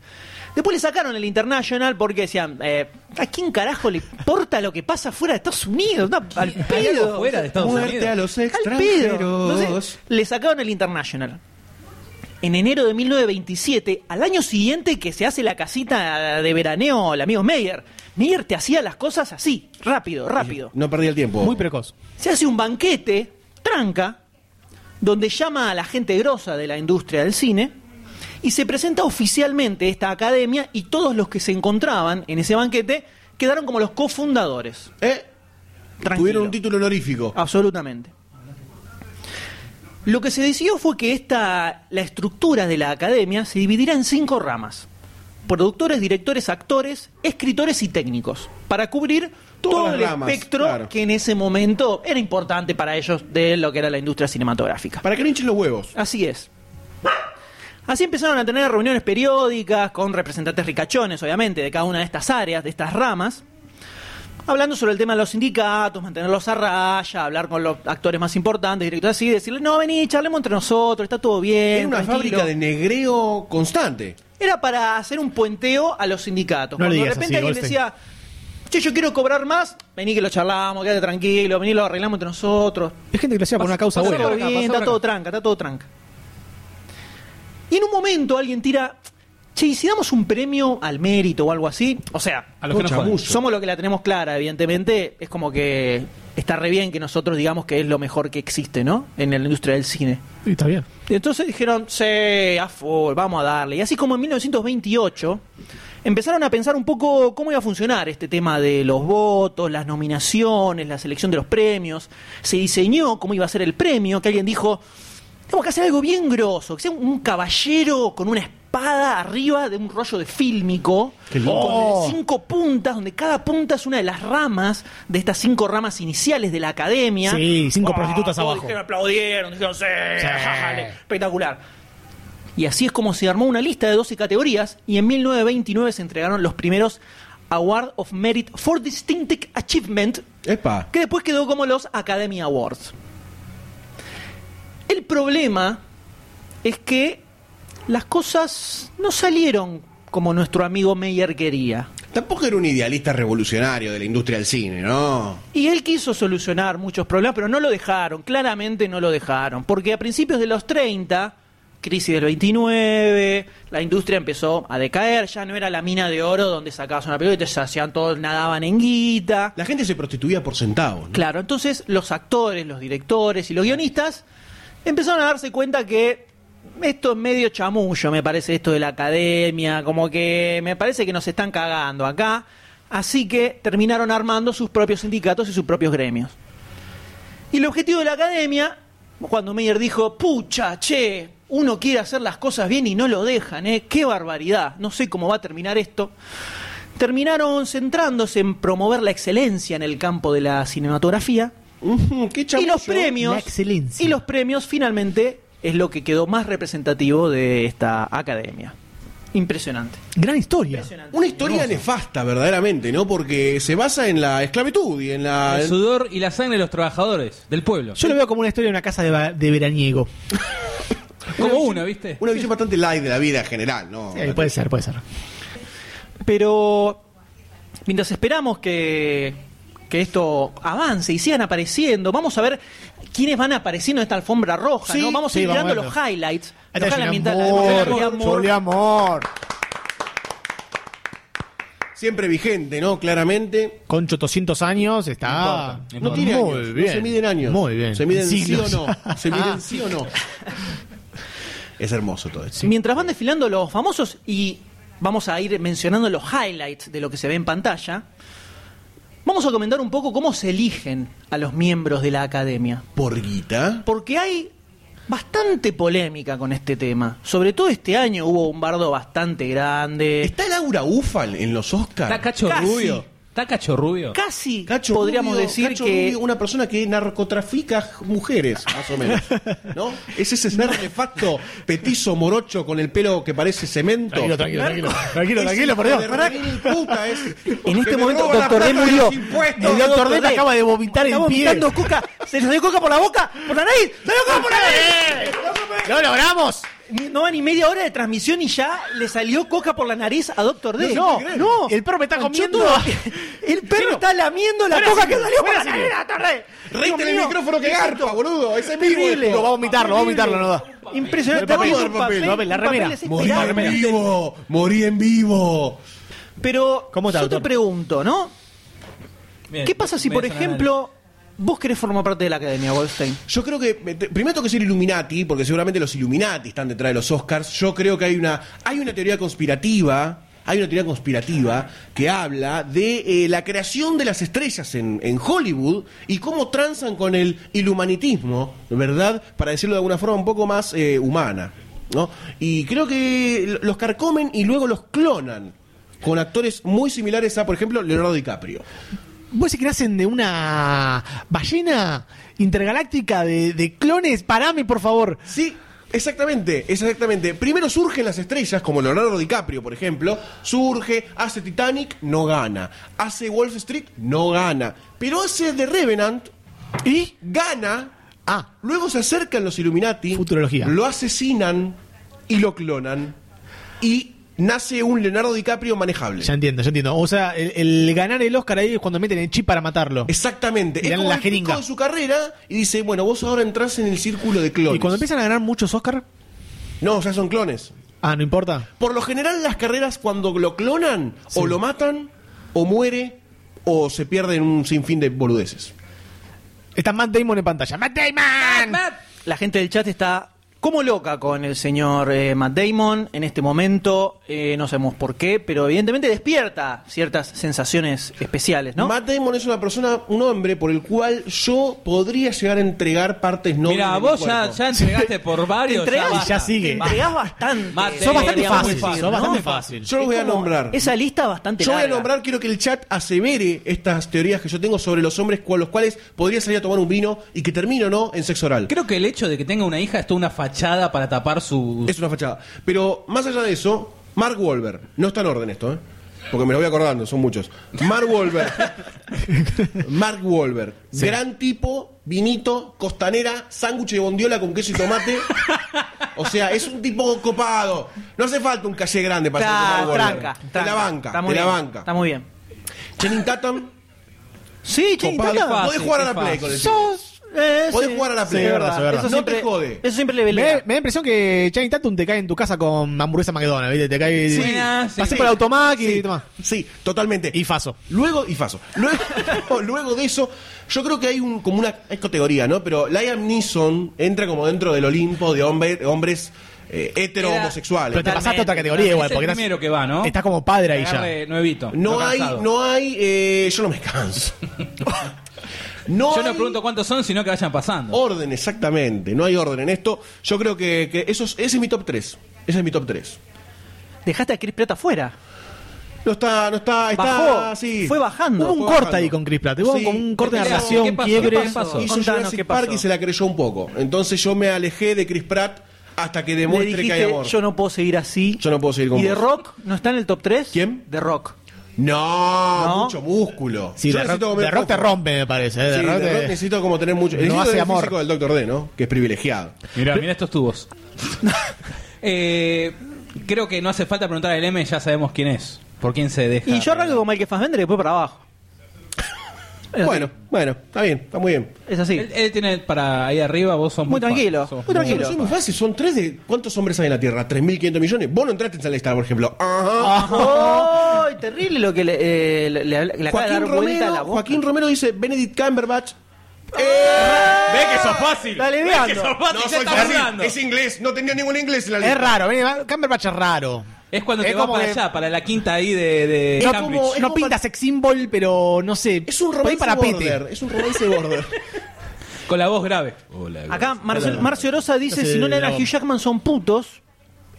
H: Después le sacaron el International porque decían, eh, ¿a quién carajo le importa lo que pasa fuera de Estados Unidos? No, al
A: Hay algo
H: pedo.
A: fuera de Estados
E: Muerte
A: Unidos.
E: a los
H: Al pedo.
E: extranjeros.
H: Entonces, le sacaron el International. En enero de 1927, al año siguiente que se hace la casita de veraneo, el amigo Meyer, Meyer te hacía las cosas así, rápido, rápido.
E: No perdí el tiempo.
F: Muy precoz.
H: Se hace un banquete, tranca, donde llama a la gente grosa de la industria del cine y se presenta oficialmente esta academia y todos los que se encontraban en ese banquete quedaron como los cofundadores.
E: ¿Eh?
H: Tranquilo.
E: Tuvieron un título honorífico.
H: Absolutamente. Lo que se decidió fue que esta, la estructura de la academia se dividirá en cinco ramas. Productores, directores, actores, escritores y técnicos. Para cubrir
E: Todas
H: todo
E: las
H: el
E: ramas,
H: espectro
E: claro.
H: que en ese momento era importante para ellos de lo que era la industria cinematográfica.
E: Para que no hinchen los huevos.
H: Así es. Así empezaron a tener reuniones periódicas con representantes ricachones, obviamente, de cada una de estas áreas, de estas ramas, hablando sobre el tema de los sindicatos, mantenerlos a raya, hablar con los actores más importantes, directores así, decirles, no, vení, charlemos entre nosotros, está todo bien.
E: Era una
H: tranquilo".
E: fábrica de negreo constante.
H: Era para hacer un puenteo a los sindicatos.
F: No le
H: Cuando de
F: digas
H: repente
F: así,
H: alguien
F: Goldstein.
H: decía, che, yo quiero cobrar más, vení que lo charlamos, quédate tranquilo, vení lo arreglamos entre nosotros.
F: Es gente que lo hacía por una causa
H: Pasa
F: buena.
H: todo
A: acá,
H: bien,
A: pasa por
H: está
A: acá.
H: todo tranca, está todo tranca. Y en un momento alguien tira, che, ¿y si damos un premio al mérito o algo así? O sea,
A: A los que no
E: Concha,
A: joden.
E: mucho.
H: somos los que la tenemos clara, evidentemente, es como que está re bien que nosotros digamos que es lo mejor que existe, ¿no? En la industria del cine.
F: Y está bien.
H: Y entonces dijeron, sí, a full, vamos a darle. Y así como en 1928, empezaron a pensar un poco cómo iba a funcionar este tema de los votos, las nominaciones, la selección de los premios. Se diseñó cómo iba a ser el premio, que alguien dijo, tenemos que hacer algo bien grosso, que sea un, un caballero con una espada arriba de un rollo de fílmico, con cinco puntas, donde cada punta es una de las ramas, de estas cinco ramas iniciales de la academia.
F: Sí, cinco
H: Ah,
F: prostitutas
H: todos
F: abajo.
H: dijeron, aplaudieron, dijeron, sí, jajale, espectacular. Y así es como se armó una lista de 12 categorías y en 1929 se entregaron los primeros Award of Merit for Distinctive Achievement,
E: Epa.
H: que después quedó como los Academy Awards. El problema es que las cosas no salieron como nuestro amigo Meyer quería.
E: Tampoco era un idealista revolucionario de la industria del cine, ¿no?
H: Y él quiso solucionar muchos problemas, pero no lo dejaron, claramente no lo dejaron, porque a principios de los 30, crisis del 29, la industria empezó a decaer, ya no era la mina de oro donde sacabas una película y te hacían todos, nadaban en guita.
E: La gente se prostituía por centavos, ¿no?
H: Claro, entonces los actores, los directores y los guionistas empezaron a darse cuenta que esto es medio chamullo, me parece, esto de la academia, como que me parece que nos están cagando acá. Así que terminaron armando sus propios sindicatos y sus propios gremios. Y el objetivo de la academia, cuando Meyer dijo, pucha, che, uno quiere hacer las cosas bien y no lo dejan, ¿eh? Qué barbaridad, no sé cómo va a terminar esto terminaron centrándose en promover la excelencia en el campo de la cinematografía
E: Ujú, qué
H: Y los
E: chamuyo.
F: La
H: premios.
F: excelencia.
H: Y los premios finalmente es lo que quedó más representativo de esta academia. Impresionante.
F: Gran historia.
E: Una historia nefasta, verdaderamente, ¿no? Porque se basa en la esclavitud y en la.
A: El sudor y la sangre de los trabajadores, del pueblo.
F: Yo lo veo como una historia de una casa de, va- de veraniego.
A: Como uno, ¿viste?
E: Una visión bastante light de la vida en general, ¿no?
F: Eh, puede ser, puede ser.
H: Pero mientras esperamos que, que esto avance y sigan apareciendo, vamos a ver quiénes van apareciendo en esta alfombra roja,
E: Sí,
H: ¿no? Vamos a
F: sí,
H: ir
F: vamos
H: mirando
F: viendo.
H: los highlights.
F: Ahí
H: los
F: está
H: highlights
F: Julián
H: ambientales, la mujer de
F: Moore,
H: amor.
F: Julián Moore.
E: Siempre vigente, ¿no? Claramente.
F: Con 800 años está.
A: importa,
E: Ah, No tiene
F: Muy
E: años,
F: bien.
E: no se miden años.
F: Muy bien.
E: Se miden
F: Siglos. Ah,
E: sí o no. Se miden sí o no. Es hermoso todo esto.
H: Mientras van desfilando los famosos y vamos a ir mencionando los highlights de lo que se ve en pantalla, vamos a comentar un poco cómo se eligen a los miembros de la academia.
E: Por guita.
H: porque hay bastante polémica con este tema. Sobre todo este año hubo un bardo bastante
F: Este
H: grande.
E: ¿Está Laura Ufal en los Oscars?
A: Está cacho
H: Casi.
A: rubio. Está cacho rubio.
H: Casi
E: Cacho
H: podríamos
E: Rubio,
H: decir
E: Cacho
H: que
E: Rubio, una persona que narcotrafica mujeres, más o menos. ¿No? Es ese ser nefasto, petizo, morocho, con el pelo que parece cemento.
F: Tranquilo, tranquilo, tranquilo. Tranquilo, tranquilo, por Dios.
H: en este momento Doctor D murió.
F: El doctor D
H: Doctor D.
F: acaba de vomitar el
H: estamos
F: pie.
H: vomitando coca. Se nos dio coca por la boca, por la nariz. Se nos dio coca por la nariz.
F: ¡Lo logramos!
H: Ni- No va ni media hora de transmisión y ya le salió coca por la nariz a Doctor D.
F: No, no. El perro me está
H: Manchó
F: comiendo.
H: todo. El perro
F: Ciro.
H: está lamiendo la
F: Fuera,
H: coca
F: Ciro.
H: que salió por
F: Fuera,
H: la nariz
F: Ciro.
H: a Doctor D.
E: Reíte
H: Dios
E: el
H: mío.
E: micrófono que garpa, boludo. Ese es
H: Terrible.
E: mi
F: Lo va a vomitar, lo va a vomitar, lo va a vomitar.
H: Impresionante.
F: El papel,
H: Está
E: el
H: viendo
E: papel,
H: un
F: el papel, la
H: un
F: remera.
H: desesperante.
E: Morí en vivo, morí en vivo.
H: Pero
F: ¿Cómo está,
H: yo te
F: doctor?
H: pregunto, ¿no?
A: Bien,
H: ¿Qué pasa si,
A: me
H: por
A: dejan
H: ejemplo, vos querés formar parte de la academia, Goldstein?
E: Yo creo que me- te- primero tengo que ser Illuminati, porque seguramente los Illuminati están detrás de los Oscars. Yo creo que hay una hay una teoría conspirativa, hay una teoría conspirativa que habla de eh, la creación de las estrellas en, en Hollywood y cómo transan con el ilumanitismo, ¿verdad? Para decirlo de alguna forma un poco más eh, humana, ¿no? Y creo que l- los carcomen y luego los clonan con actores muy similares a, por ejemplo, Leonardo DiCaprio.
F: ¿Vos decís que nacen de una ballena intergaláctica de, de clones? Parame, por favor.
E: Sí, exactamente, es exactamente. Primero surgen las estrellas, como Leonardo DiCaprio, por ejemplo. Surge, hace Titanic, no gana. Hace Wolf Street, no gana. Pero hace The Revenant y gana.
F: Ah.
E: Luego se acercan los Illuminati.
F: Futurología.
E: Lo asesinan y lo clonan. Y nace un Leonardo DiCaprio manejable.
F: Ya entiendo, ya entiendo. O sea, el, el ganar el Oscar ahí es cuando meten el chip para matarlo.
E: Exactamente.
F: Le
E: Es
F: dan
E: como
F: la
E: el pico
F: jeringa.
E: de su carrera y dice, bueno, vos ahora entrás en el círculo de clones.
F: Y cuando empiezan a ganar muchos Oscar,
E: No, ya son clones.
F: ah, no importa.
E: Por lo general las carreras cuando lo clonan o lo matan o muere o se pierde en un sinfín de boludeces.
F: Está Matt Damon en pantalla. ¡Matt Damon!
H: La gente del chat está como loca con el señor eh, Matt Damon en este momento. Eh, no sabemos por qué, pero evidentemente despierta ciertas sensaciones especiales, ¿no?
E: Matt Damon es una persona, un hombre por el cual yo podría llegar a entregar partes no.
A: Mira, vos ya, ya entregaste por varios.
H: Entregás y
A: basta.
F: ya sigue.
H: Te entregás bastante.
A: Matt
H: Sos
A: Damon,
H: bastante
A: digamos,
H: fácil.
A: muy fácil,
H: ¿no?
F: sos bastante fácil.
E: Yo los voy a
H: Es como-
E: nombrar.
H: Esa lista bastante
E: Yo voy a
H: larga.
E: nombrar, quiero que el chat asevere estas teorías que yo tengo sobre los hombres con los cuales podría salir a tomar un vino y que termino no en sexo oral.
A: Creo que el hecho de que tenga una hija es toda una fachada para tapar su.
E: Es una fachada. Pero más allá de eso, Mark Wahlberg. No está en orden esto, ¿eh? Porque me lo voy acordando, son muchos. Mark Wahlberg. Mark Wahlberg. Gran tipo, vinito, costanera, sándwich de bondiola con queso y tomate. O sea, es un tipo copado. No hace falta un calle grande para ser como
H: Está
E: Mark Wahlberg.
H: tranca,
E: de la
H: tranca.
E: banca,
H: Está muy
E: de la
H: bien,
E: banca.
H: Está muy bien.
E: Channing Tatum,
H: Sí, che,
E: copado.
H: Italia,
A: fácil,
E: Podés jugar a
A: es
E: la play
A: fácil.
E: con el tipo.
H: Sos, eh,
E: Podés
H: sí.
E: jugar a la
F: Sí,
E: play.
F: es verdad, es verdad.
E: Eso no te jode.
H: Eso siempre le
F: Me,
H: velea.
F: me da la impresión que Channing Tatum te cae en tu casa con hamburguesa McDonald's, ¿viste? Te cae.
A: Sí,
F: pasás
A: sí.
F: por el automac y
E: Sí,
F: tomás.
E: sí, totalmente.
F: Y Faso.
E: Luego, y Faso. Luego, luego de eso, yo creo que hay un, como una hay categoría, ¿no? Pero Liam Neeson entra como dentro del Olimpo de hombre- hombres eh, hetero
A: Era-
F: Pero
E: homosexuales.
F: te
A: Totalmente.
F: pasaste a otra categoría igual,
A: Es el
F: porque Este- estás-
A: primero que va, ¿no?
F: Estás como padre ahí ya.
A: Agarre nuevito.
E: No
A: está
E: hay,
A: cansado.
E: no hay, eh, yo no me canso. No
A: Yo no
E: hay
A: pregunto cuántos son, sino que vayan pasando.
E: orden, exactamente. No hay orden en esto. Yo creo que, que eso es- ese es mi top 3. Ese es mi top 3.
H: Dejaste a Chris Pratt afuera.
E: No está, no está, está
H: Bajó,
E: sí.
H: fue bajando.
F: Hubo un
E: Fue
F: corte
E: bajando.
F: ahí con Chris Pratt. Hubo
E: Sí.
F: como un corte de
E: ¿Qué pasó?
F: narración,
A: ¿Qué pasó?
F: quiebre.
A: ¿Qué pasó?
E: Hizo
H: Contanos
E: Jurassic
H: qué pasó.
E: Park y se la creyó un poco. Entonces yo me alejé de Chris Pratt hasta que
H: Le
E: demuestre que hay
H: dijiste,
E: amor.
H: yo no puedo seguir así.
E: Yo no puedo seguir con
H: ¿Y de
E: vos.
H: Rock no está en el top 3?
E: ¿Quién? Ah,
H: De Rock.
E: No,
H: ¿No?
E: mucho músculo.
F: Sí,
E: Yo
F: de rock,
E: necesito comer
F: de Rock te
E: poco.
F: rompe, me parece. eh, de
E: Sí,
F: Rock
E: de
F: te-
E: rock necesito como tener mucho.
F: No
E: necesito
F: hace
E: el
F: amor.
E: físico del Doctor D, ¿no? Que es privilegiado.
A: Mira, mira estos tubos. Eh, creo que no hace falta preguntar al M, ya sabemos quién es. ¿Por quién se deja?
H: Y yo arranco con Michael Fassbender y después para abajo. Es así.
E: Bueno, bueno, está bien, está muy bien.
H: Es así.
A: Él, él tiene para ahí arriba, vos sos
H: Muy
A: fan,
H: tranquilo,
A: sos
H: muy
E: Bueno,
H: tranquilo.
E: es muy fácil, son tres de. ¿Cuántos hombres hay en la Tierra? ¿3.500 millones? Vos no entraste en Sally Star, por ejemplo. Ajá.
F: Ah.
H: ¡Ay, terrible lo que le, eh, le- le- le acaba de
E: Joaquín
H: dar vuelta a la
E: Romero,
H: boca!
E: Joaquín Romero dice Benedict Cumberbatch.
H: ¡Eh!
I: Ve que sos fácil.
H: Está aliviando.
I: Ve que sos fácil, ya está
E: fácil,
I: burlando.
E: es inglés, no tenía ningún inglés en la
F: Es
E: lista.
F: raro, vení, va- Cumberbatch es raro.
A: Es cuando
F: Es
A: te vas
F: como
A: para
F: que-
A: allá, para la quinta ahí de, de
F: No,
A: Cambridge.
E: como- es
F: no pinta
E: para-
F: sex symbol, pero no sé.
E: Es un
F: por ahí
E: romance
F: para
E: border.
F: Pete.
E: Es un romance border.
A: Con la voz grave. Hola,
H: Acá Marcio, Marcio Rosa dice,
F: Sí,
H: si no le dan a
F: no.
H: Hugh Jackman son putos.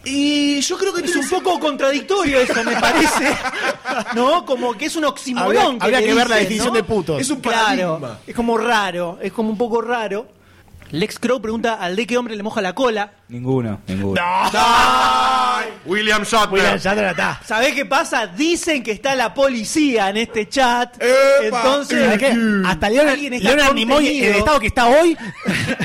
E: Y yo creo que
H: Es
E: tiene
H: un poco contradictorio eso, me parece. ¿No? Como que es un oxímoron.
F: Habría- habría que ver la definición de
H: putos.
F: putos.
H: Es
E: Es
H: un
E: un
H: claro.
E: paradigma.
H: Es como raro, es como un poco raro. Lex Crow pregunta al de qué hombre le moja la cola.
A: Ninguno. Ninguno.
I: William Shatner.
F: Mira, ya te la está.
H: ¿Sabés qué pasa? Dicen que está la policía en este chat.
E: ¡Epa!
H: Entonces,
F: ¿Sabés qué? Hasta Leonard,
H: Alguien está
F: Leonard Nimoy,
H: contenido.
F: el estado que está hoy,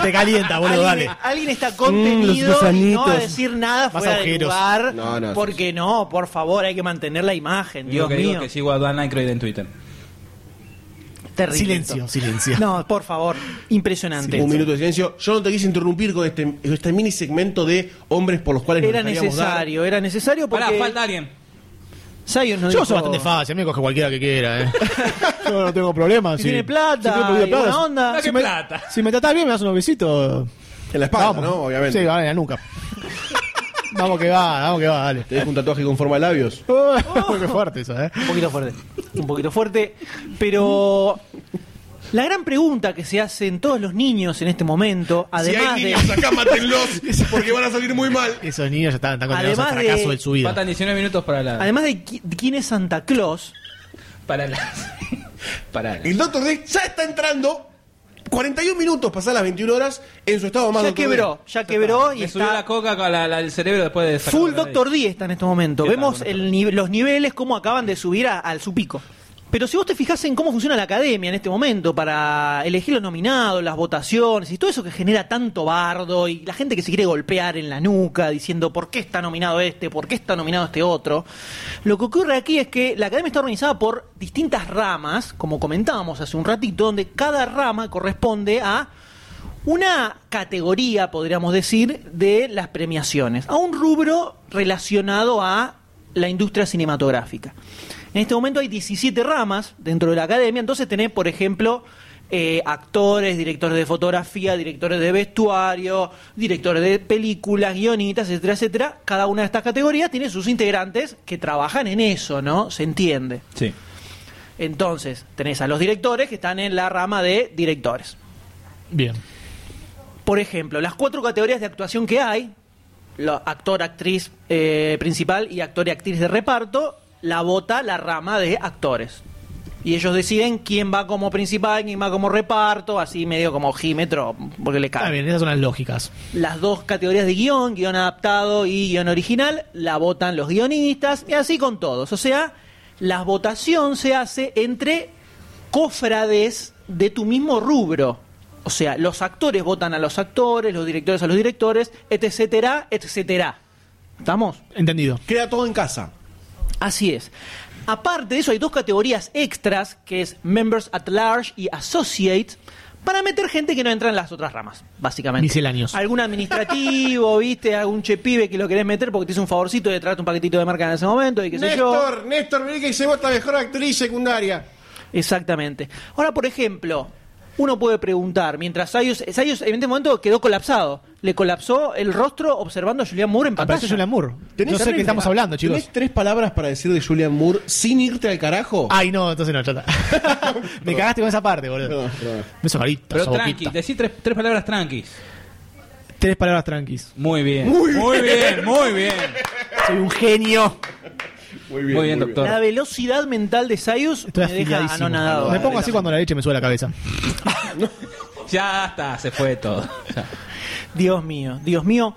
F: te calienta, boludo,
H: alguien,
F: Ah, dale.
H: alguien está contenido y no va a decir nada
F: Más
H: fuera de
F: agujeros.
H: lugar.
E: No, no,
H: porque no, por favor, hay que mantener la imagen,
A: Digo
H: Dios
A: que digo
H: mío.
A: que sigo a Dan Aykroyd en Twitter.
H: Terrible
F: Silencio,
H: esto.
F: silencio.
H: No, por favor, impresionante.
E: Un minuto de silencio. Yo no te quise interrumpir con este, este mini segmento de hombres por los cuales nos
H: Era
E: dejaríamos
H: necesario, era necesario porque
A: Pará, falta alguien.
H: Zion no
F: Yo
H: dijo-
F: soy bastante fácil, a mí me coge cualquiera que quiera, eh. Yo no tengo problema.
H: Si tiene plata, y buena onda.
A: Ah,
F: Si
A: qué
F: me,
A: plata.
F: si me tratás bien, me das unos besitos.
E: dar. En la espalda,
F: Vamos.
E: ¿no? Obviamente.
F: Sí, va, en la nuca. vamos que va, vamos que va, dale.
E: Tenés un tatuaje con forma de labios.
F: Qué fuerte eso, eh.
H: Un poquito fuerte. Un poquito fuerte. Pero la gran pregunta que se hacen todos los niños en este momento, además
E: si hay
H: de.
E: niños acá, mátenlos, porque van a salir muy mal.
F: Esos niños ya están tan condenados al
H: Además de-
F: fracaso de su vida.
A: Faltan 19 minutos para la.
H: Además de qui- quién es Santa Claus,
A: Para la. para la.
E: El Doctor D ya está entrando. 41 minutos pasadas las 21 horas en su estado más
H: ya
E: Dr. D.
H: quebró, ya quebró y
A: Me subió la
H: está
A: coca con la, la- el cerebro después de sacarlo
H: full
A: de ahí.
H: Doctor D está en este momento.
A: ¿Qué tal?
H: Vemos
A: Buenas
H: el nive- los niveles, cómo acaban de subir a- al su pico. Pero si vos te fijas en cómo funciona la academia en este momento para elegir los nominados, las votaciones y todo eso que genera tanto bardo y la gente que se quiere golpear en la nuca diciendo por qué está nominado este, por qué está nominado este otro, lo que ocurre aquí es que la academia está organizada por distintas ramas, como comentábamos hace un ratito, donde cada rama corresponde a una categoría, podríamos decir, de las premiaciones, a un rubro relacionado a la industria cinematográfica. En este momento hay 17 ramas dentro de la academia, entonces tenés, por ejemplo, eh, actores, directores de fotografía, directores de vestuario, directores de películas, guionistas, etcétera, etcétera. Cada una de estas categorías tiene sus integrantes que trabajan en eso, ¿no? Se entiende.
A: Sí.
H: Entonces, tenés a los directores que están en la rama de directores.
F: Bien.
H: Por ejemplo, las cuatro categorías de actuación que hay, la actor, actriz eh, principal y actor y actriz de reparto, la vota la rama de actores. Y ellos deciden quién va como principal, quién va como reparto, así medio como jímetro, porque le
F: Está
H: cae.
F: bien, esas son las lógicas.
H: Las dos categorías de guión, guión adaptado y guión original, la votan los guionistas y así con todos. O sea, la votación se hace entre cofrades de tu mismo rubro. O sea, los actores votan a los actores, los directores a los directores, etcétera, etcétera. ¿Estamos?
F: Entendido.
E: Queda todo en casa.
H: Así es. Aparte de eso, hay dos categorías extras, que es Members at Large y Associates, para meter gente que no entra en las otras ramas, básicamente.
F: Misceláneos.
H: Algún administrativo, viste, algún chepibe que lo querés meter porque te hizo un favorcito de traerte un paquetito de marca en ese momento y qué sé yo.
E: Néstor, Néstor, vení que se vota mejor actriz secundaria.
H: Exactamente. Ahora, por ejemplo, uno puede preguntar, mientras Sayus, Sayus en este momento quedó colapsado, le colapsó el rostro observando a Julian Moore en
F: Aparece
H: pantalla.
F: Julian Moore.
E: ¿Tenés
F: No sé de qué
E: tres-
F: estamos hablando, chicos.
E: ¿Tenés tres palabras para decir de Julian Moore sin irte al carajo?
F: Ay, no, entonces no, chata. Me cagaste con esa parte, boludo.
E: Perdón, perdón.
F: Me sobarita,
A: Pero
F: esa
A: tranqui,
F: boquita.
A: decí tres, tres palabras tranquis.
F: Tres palabras tranquis.
A: Muy bien. Muy bien, muy bien.
F: Soy un genio.
E: Muy
A: Muy bien, doctor.
H: La velocidad mental de Sayus
F: Estoy
H: me deja
F: afiliadísimo.
H: anonadado.
F: Me pongo así cuando la leche me sube la cabeza.
A: Ya está, se fue todo.
H: Dios mío, Dios mío.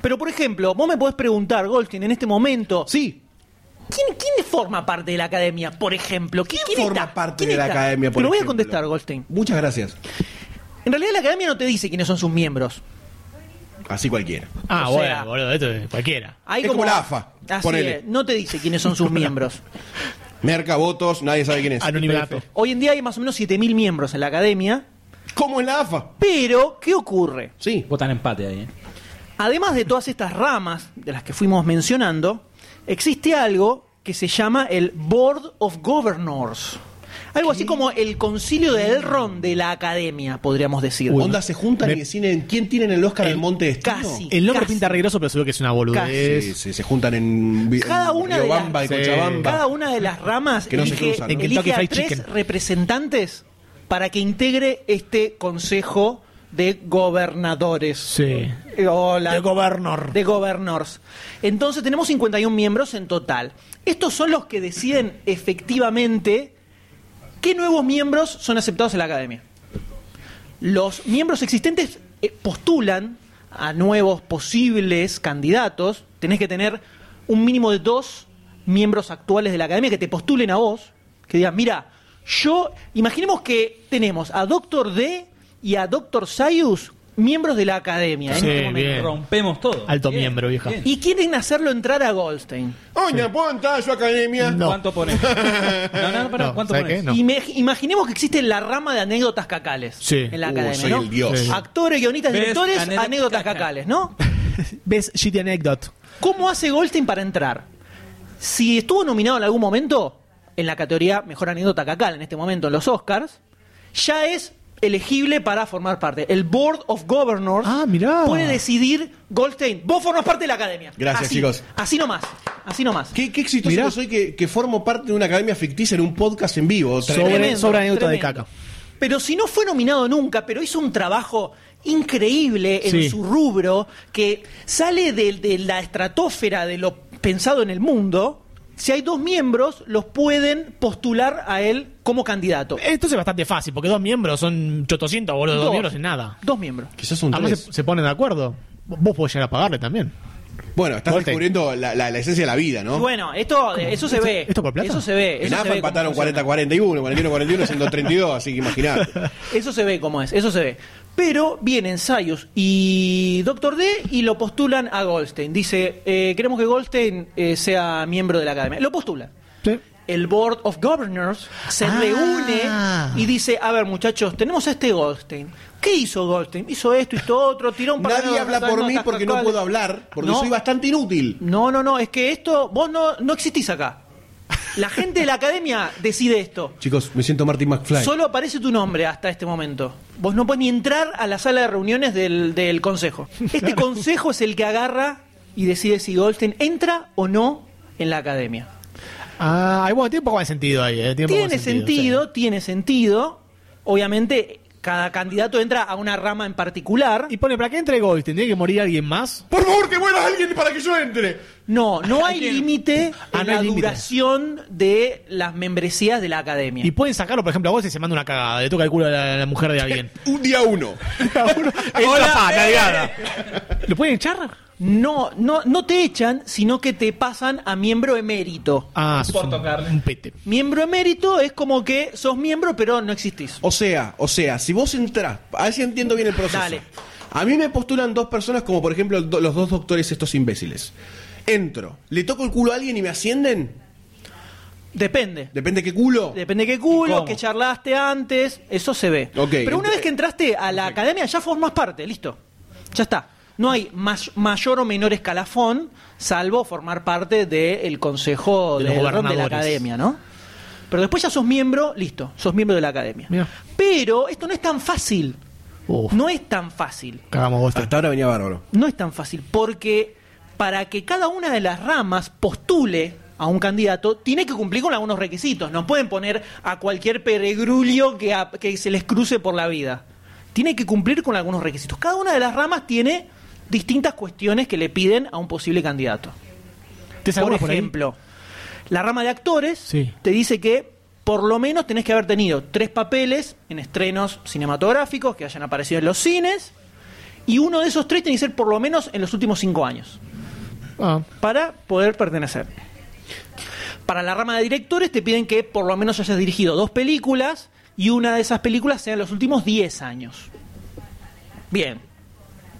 H: Pero, por ejemplo, vos me podés preguntar, Goldstein, en este momento,
E: Sí,
H: ¿quién, quién forma parte de la academia, por ejemplo? ¿Qui- ¿Quién,
E: forma
H: está?
E: parte
H: ¿Quién
E: de la
H: está?
E: academia, por
H: Te lo voy a
E: ejemplo?
H: contestar, Goldstein.
E: muchas gracias.
H: En realidad la academia no te dice quiénes son sus miembros.
E: Así cualquiera.
F: Ah,
H: O
F: bueno,
H: sea-
F: boludo, esto es cualquiera.
H: Hay
E: Es como la AFA,
H: Así
E: ponele.
H: es, no te dice quiénes son sus miembros.
E: Merca, votos, nadie sabe quién es.
F: Anonimato.
H: Hoy en día hay más o menos 7.000 miembros en la academia,
E: ¿Cómo en la AFA?
H: pero ¿qué ocurre?
E: Sí.
A: Votan empate ahí, ¿eh?
H: Además de todas estas ramas de las que fuimos mencionando, existe algo que se llama el Board of Governors. Algo así como el concilio de Elrond de la academia, podríamos decir.
F: Uy,
E: Onda se juntan
F: Me-
E: y deciden quién tienen el Oscar del Monte de Destino.
H: casi.
F: El nombre
H: Casi.
F: pinta regroso, pero seguro que es una boludez.
E: Sí, sí, se juntan en, Vi-
H: Cada
E: en
H: una
E: Río
H: de las-
E: Bamba y
F: Sí.
E: Cochabamba.
H: Cada una de las ramas
E: Que no se
H: elige,
E: cruzan, ¿no?
F: En
H: elige
F: Kentucky
H: a
F: Fried
H: tres
F: Chicken.
H: representantes para que integre este consejo de gobernadores.
F: Sí.
H: Eh, o la-
F: De governor.
H: De governors. Entonces tenemos 51 miembros en total. Estos son los que deciden efectivamente qué nuevos miembros son aceptados en la academia. Los miembros existentes eh, postulan a nuevos posibles candidatos. Tenés que tener un mínimo de dos miembros actuales de la academia que te postulen a vos, que digan, mira, yo, imaginemos que tenemos a Doctor D y a Doctor Sayus, miembros de la academia. en
F: Sí,
H: este momento.
F: bien.
A: Rompemos todo.
F: Alto miembro, vieja.
A: bien.
H: Y quieren hacerlo entrar a Goldstein.
E: Oña, ponta, yo academia.
F: No.
A: ¿Cuánto pones? No, no, no, pará,
F: No,
A: ¿cuánto
F: ¿sabe
A: pones?
F: qué? No.
H: Ime- imaginemos que existe la rama de anécdotas cacales
F: Sí.
H: en la
E: Uh,
H: academia.
E: soy
H: ¿no?
E: el dios.
F: Sí.
H: Actores, guionistas,
A: Ves,
H: directores,
A: anécdotas
H: anécdotas,
A: caca.
H: cacales, ¿no?
F: Best shitty anecdote.
H: ¿Cómo hace Goldstein para entrar? Si estuvo nominado en algún momento en la categoría Mejor Anécdota Cacal, en este momento en los Oscars, ya es elegible para formar parte. El Board of Governors
F: Ah, mirá.
H: puede decidir, Goldstein, vos formas parte de la academia.
E: Gracias,
H: Así,
E: chicos.
H: Así nomás, así nomás.
E: Qué, qué exitoso
F: Mirá.
E: que soy que, que formo parte de una academia ficticia en un podcast en vivo.
F: Sobre- sobre anécdota de caca.
H: Pero si no fue nominado nunca, pero hizo un trabajo increíble en
F: Sí.
H: su rubro, que sale de, de la estratosfera de lo pensado en el mundo, si hay dos miembros, los pueden postular a él como candidato.
F: Esto es bastante fácil, porque dos miembros son 800, boludo. Eh, Dos,
H: Dos.
F: miembros es nada.
H: Dos miembros.
E: Quizás un
F: Además,
E: tres.
F: se, se ponen de acuerdo. Vos podés llegar a pagarle también.
E: Bueno, estás
F: Volte.
E: descubriendo la, la- la esencia de la vida, ¿no?
H: Y Bueno, esto, eh, eso se ve.
F: ¿Esto por plata?
H: Eso se ve.
E: en
H: eso se
E: AFA
H: ve cómo
E: empataron
H: funciona.
E: 40-41, 41-41, 132, así que imaginate.
H: Eso se ve como es, eso se ve. Pero vienen Sayus y Doctor D y lo postulan a Goldstein. Dice, eh, queremos que Goldstein eh, sea miembro de la academia. Lo postulan.
F: Sí.
H: El Board of Governors se
F: Ah.
H: reúne y dice, a ver muchachos, tenemos a este Goldstein. ¿Qué hizo Goldstein? Hizo esto, hizo otro, tiró un par de
E: Nadie
H: notas,
E: habla
H: notas,
E: por mí
H: notas,
E: porque no
H: notas.
E: puedo hablar, porque
H: No.
E: soy bastante inútil.
H: No, no, no, es que esto, vos no, no existís acá. La gente de la academia decide esto.
E: Chicos, me siento Martin McFly.
H: Solo aparece tu nombre hasta este momento. Vos no podés ni entrar a la sala de reuniones del, del consejo. Este consejo es el que agarra y decide si Goldstein entra o no en la academia.
F: Ah, hay bueno, tiene un poco más de sentido ahí. eh, tiene un poco
H: Tiene
F: más de
H: sentido, tiene sentido. Obviamente, cada candidato entra a una rama en particular.
F: sí. Y pone, ¿para qué entre Goldstein? ¿Tiene que morir alguien más?
E: Por favor, que muera alguien para que yo entre.
H: No, no hay límite
F: Ah,
H: en
F: no hay
H: la
F: límite.
H: duración de las membresías de la academia.
F: Y pueden sacarlo, por ejemplo, a Goldstein se manda una cagada. Le toca el culo a la, a la mujer de alguien.
E: Un día uno.
F: Hola, pa, nalgada. ¿Lo pueden echar?
H: No, no, no te echan, sino que te pasan a miembro emérito.
F: Ah, sos un,
A: tocarle.
F: un pete.
H: Miembro emérito es como que sos miembro, pero no existís.
E: O sea, o sea, si vos entrás, a ver si entiendo bien el proceso.
H: Dale.
E: A mí me postulan dos personas como por ejemplo do- los dos doctores estos imbéciles. Entro, le toco el culo a alguien y me ascienden.
H: Depende.
E: Depende qué culo.
H: Depende qué culo,
A: ¿Cómo?
H: que charlaste antes, eso se ve.
E: Ok,
H: pero una
E: ent-
H: vez que entraste a la academia ya formas parte, listo. Ya está. No hay mas- mayor o menor escalafón, salvo formar parte del consejo
F: De los
H: de, de la
F: gobernadores.
H: academia, ¿no? Pero después ya sos miembro, listo, sos miembro de la academia.
F: Mirá.
H: Pero esto no es tan fácil.
F: Uf.
H: No es tan fácil.
F: Cagamos Goldstein.
E: Hasta ahora venía bárbaro.
H: No es tan fácil, porque para que cada una de las ramas postule a un candidato, tiene que cumplir con algunos requisitos. No pueden poner a cualquier peregrulio que, a- que se les cruce por la vida. Tiene que cumplir con algunos requisitos. Cada una de las ramas tiene distintas cuestiones que le piden a un posible candidato.
F: ¿Te
H: Por
F: salvas ahí?
H: ejemplo, la rama de actores
F: Sí.
H: te dice que por lo menos tenés que haber tenido tres papeles en estrenos cinematográficos que hayan aparecido en los cines y uno de esos tres tiene que ser por lo menos en los últimos cinco años
F: Ah,
H: para poder pertenecer. Para la rama de directores te piden que por lo menos hayas dirigido dos películas y una de esas películas sea en los últimos 10 años. Bien,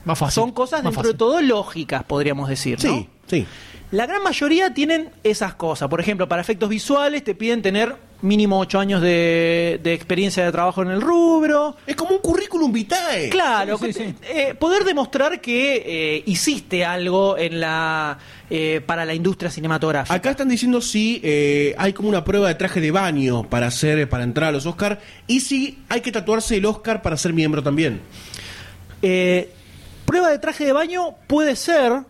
F: más fácil.
H: son cosas
F: más
H: dentro de
F: fácil.
H: todo lógicas, podríamos decir. ¿no?
E: Sí, sí.
H: La gran mayoría tienen esas cosas. Por ejemplo, para efectos visuales te piden tener mínimo 8 años de, de experiencia de trabajo en el rubro.
E: Es como un currículum vitae.
H: Claro,
A: Sí, sí,
H: que-
A: sí.
H: eh, poder demostrar que eh, hiciste algo en la eh, para la industria cinematográfica.
E: Acá están diciendo si eh, hay como una prueba de traje de baño para hacer, eh, para entrar a los Oscar y si hay que tatuarse el Oscar para ser miembro también.
H: Eh, prueba de traje de baño puede ser,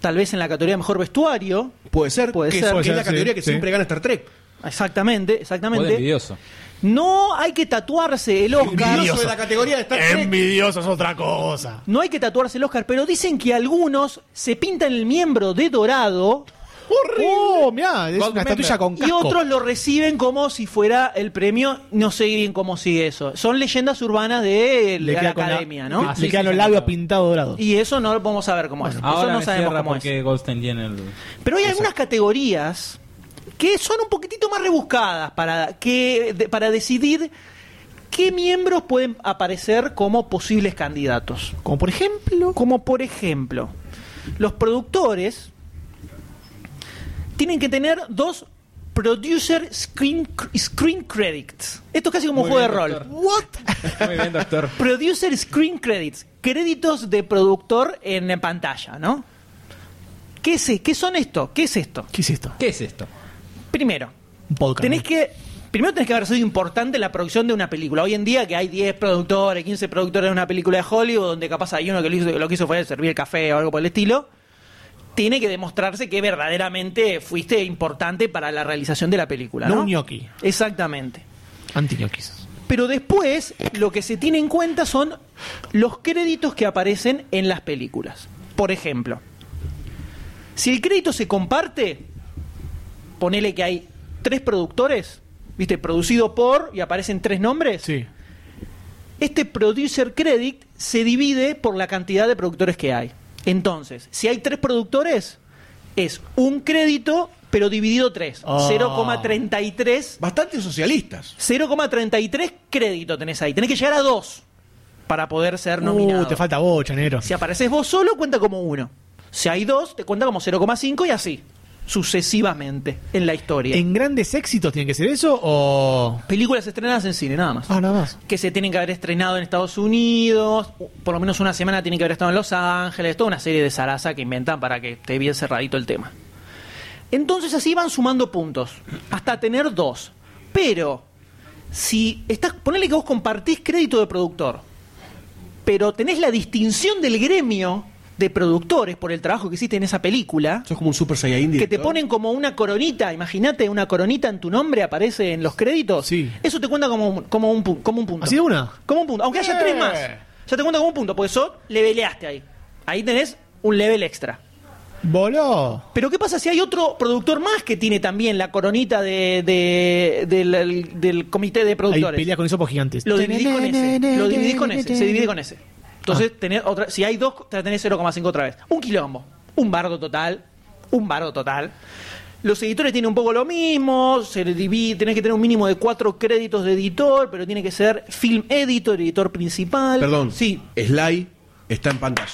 H: tal vez en la categoría de mejor vestuario.
E: Puede ser,
H: Puede
E: que,
H: ser.
E: que
H: Puede
E: es
H: ser,
E: la categoría
F: sí,
E: que
F: sí.
E: siempre gana Star Trek.
H: Exactamente,
A: Joder,
H: exactamente.
A: envidioso.
H: No hay que tatuarse el Oscar.
E: Envidioso de la categoría de Star
H: Em.
E: Trek.
F: Envidioso es otra cosa.
H: No hay que tatuarse el Oscar, pero dicen que algunos se pintan el miembro de dorado
F: Oh, mirá, es una estatuilla con
H: y
F: casco.
H: otros lo reciben como si fuera el premio. No sé bien cómo sigue eso. Son leyendas urbanas de
F: Le
H: la,
F: queda con la-
H: academia, ¿no?
F: Le,
A: Ah, sí,
F: le quedan
A: sí,
F: los
A: sí,
F: labios
A: sí.
F: pintados dorados.
H: Y eso no lo vamos a ver cómo es.
A: Ahora
H: eso no
A: me
H: sabemos
A: cierra
H: cómo es.
A: porque Goldstein tiene el...
H: Pero hay algunas categorías que son un poquitito más rebuscadas para, que, de- para decidir qué miembros pueden aparecer como posibles candidatos.
F: Como por ejemplo.
H: Como por ejemplo, los productores tienen que tener dos producer screen, screen credits. Esto es casi como un
A: Muy
H: juego
A: bien,
H: de rol.
A: doctor.
H: ¿What?
A: Muy bien, doctor.
H: Producer Screen Credits, créditos de productor en eh, pantalla, ¿no? ¿Qué, es, ¿Qué son esto? ¿Qué es esto?
F: ¿Qué es esto?
A: ¿Qué es esto?
H: Primero,
F: Un podcast.
H: tenés
F: ¿no?
H: que. Primero tenés que haber sido importante en la producción de una película. Hoy en día que hay 10 productores, 15 productores de una película de Hollywood, donde capaz hay uno que lo, hizo- lo que hizo fue servir café o algo por el estilo, tiene que demostrarse que verdaderamente fuiste importante para la realización de la película.
F: No
H: No,
F: un ñoqui.
H: Exactamente.
F: Antiñoquis.
H: Pero después, lo que se tiene en cuenta son los créditos que aparecen en las películas. Por ejemplo, si el crédito se comparte, ponele que hay tres productores, ¿viste? Producido por y aparecen tres nombres.
F: Sí.
H: Este producer credit se divide por la cantidad de productores que hay. Entonces, si hay tres productores, es un crédito, pero dividido tres.
F: Ah.
H: 0,33
E: Bastante socialistas.
H: 0,33 crédito tenés ahí. Tenés que llegar a 2 para poder ser nominado.
F: Uh, te falta bocha, negro.
H: Si apareces vos solo, cuenta como 1. Si hay 2, te cuenta como 0,5 y así, sucesivamente, en la historia.
F: ¿En grandes éxitos tiene que ser eso o.?
H: películas estrenadas en cine, nada más.
F: Ah, nada más.
H: Que se tienen que haber estrenado en Estados Unidos, por lo menos una semana tienen que haber estado en Los Ángeles, toda una serie de zaraza que inventan para que esté bien cerradito el tema. Entonces así van sumando puntos, hasta tener dos. Pero, si estás, ponele que vos compartís crédito de productor, pero tenés la distinción del gremio de productores por el trabajo que hiciste en esa película,
E: Sos como un super saiyajin
H: que te
E: director.
H: ponen como una coronita, imagínate, una coronita en tu nombre aparece en los créditos.
F: Sí.
H: Eso te cuenta como un, como un, pu- como un punto.
F: ¿Así de una?
H: Como un punto. Aunque haya
F: Eh.
H: tres más. Ya te cuenta como un punto, porque eso leveleaste ahí. Ahí tenés un level extra.
F: Voló.
H: Pero ¿qué pasa si hay otro productor más que tiene también la coronita de, de- del, del comité de
F: Ahí
H: productores?
F: peleas con esos gigantes.
H: Lo dividís con ese. Lo dividís con ese. Se divide con ese. Entonces, tenés otra, si hay dos, te tenés 0,5 otra vez. Un quilombo. Un bardo total. Un bardo total. Los editores tienen un poco lo mismo. Se divide, tenés que tener un mínimo de cuatro créditos de editor, pero tiene que ser film editor, editor principal.
E: Perdón.
H: Sí.
E: Sly está en pantalla.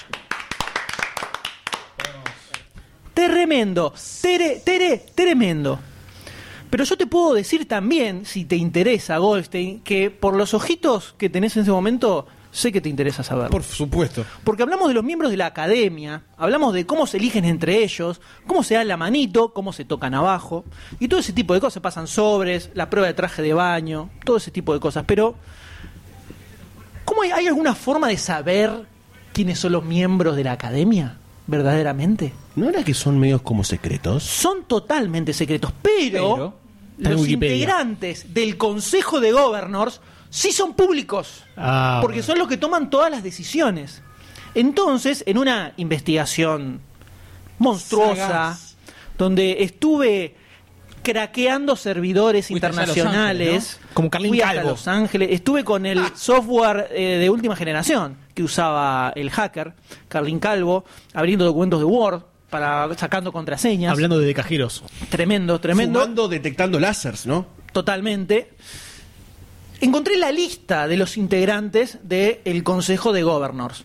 H: Tremendo. Tere, tere, tremendo. Pero yo te puedo decir también, si te interesa, Goldstein, que por los ojitos que tenés en ese momento, sé que te interesa saberlo.
E: Por supuesto.
H: Porque hablamos de los miembros de la academia, hablamos de cómo se eligen entre ellos, cómo se da la manito, cómo se tocan abajo, y todo ese tipo de cosas. Pasan sobres, la prueba de traje de baño, todo ese tipo de cosas. Pero, ¿cómo hay, hay alguna forma de saber quiénes son los miembros de la academia? ¿Verdaderamente?
E: ¿No era que son medios como secretos?
H: Son totalmente secretos, pero,
F: Está en
H: los
F: Wikipedia.
H: integrantes del Consejo de Governors sí son públicos
F: Ah,
H: porque
F: bueno.
H: son los que toman todas las decisiones. Entonces, en una investigación monstruosa, donde estuve craqueando servidores
A: Fuiste allá a Los
H: internacionales.
A: Ángeles,
F: Como Carlín
H: Fui hasta
F: Calvo. Ah.
H: Los Ángeles. Estuve con el software eh, de última generación que usaba el hacker, Carlin Calvo, abriendo documentos de Word para sacando contraseñas.
F: Hablando de cajeros.
H: Tremendo, tremendo.
E: Fumando, detectando lásers, ¿no?
H: totalmente. Encontré la lista de los integrantes del Consejo de Governors,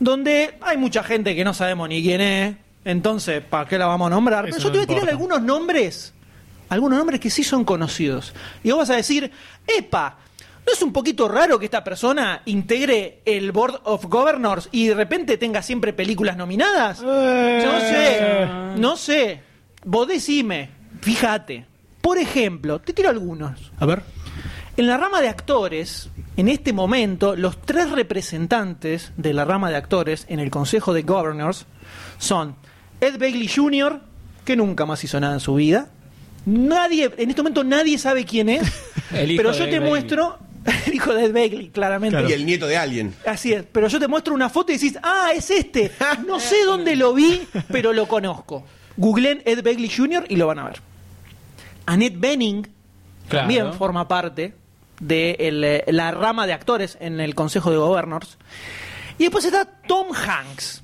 H: donde hay mucha gente que no sabemos ni quién es, entonces, ¿para qué la vamos a nombrar? Pero yo
F: Eso
H: te
F: no
H: voy a tirar
F: importa.
H: algunos nombres, algunos nombres que sí son conocidos. Y vos vas a decir, epa, ¿no es un poquito raro que esta persona integre el Board of Governors y de repente tenga siempre películas nominadas? No sé, no sé. Vos decime, fíjate. Por ejemplo, te tiro algunos.
F: A ver.
H: En la rama de actores, en este momento, los tres representantes de la rama de actores en el Consejo de Governors son Ed Begley Jr., que nunca más hizo nada en su vida. Nadie, en este momento nadie sabe quién es,
A: El hijo
H: pero
A: de
H: yo
A: Ed
H: te
A: Begley.
H: muestro, el hijo de Ed Begley, claramente.
E: Y el nieto de alguien.
H: Así es, pero yo te muestro una foto y decís, ah, es este. No sé dónde lo vi, pero lo conozco. Googleen Ed Begley Jr. y lo van a ver. Annette Benning
A: Claro.
H: también forma parte de el, eh, la rama de actores en el Consejo de Governors. Y después está Tom Hanks.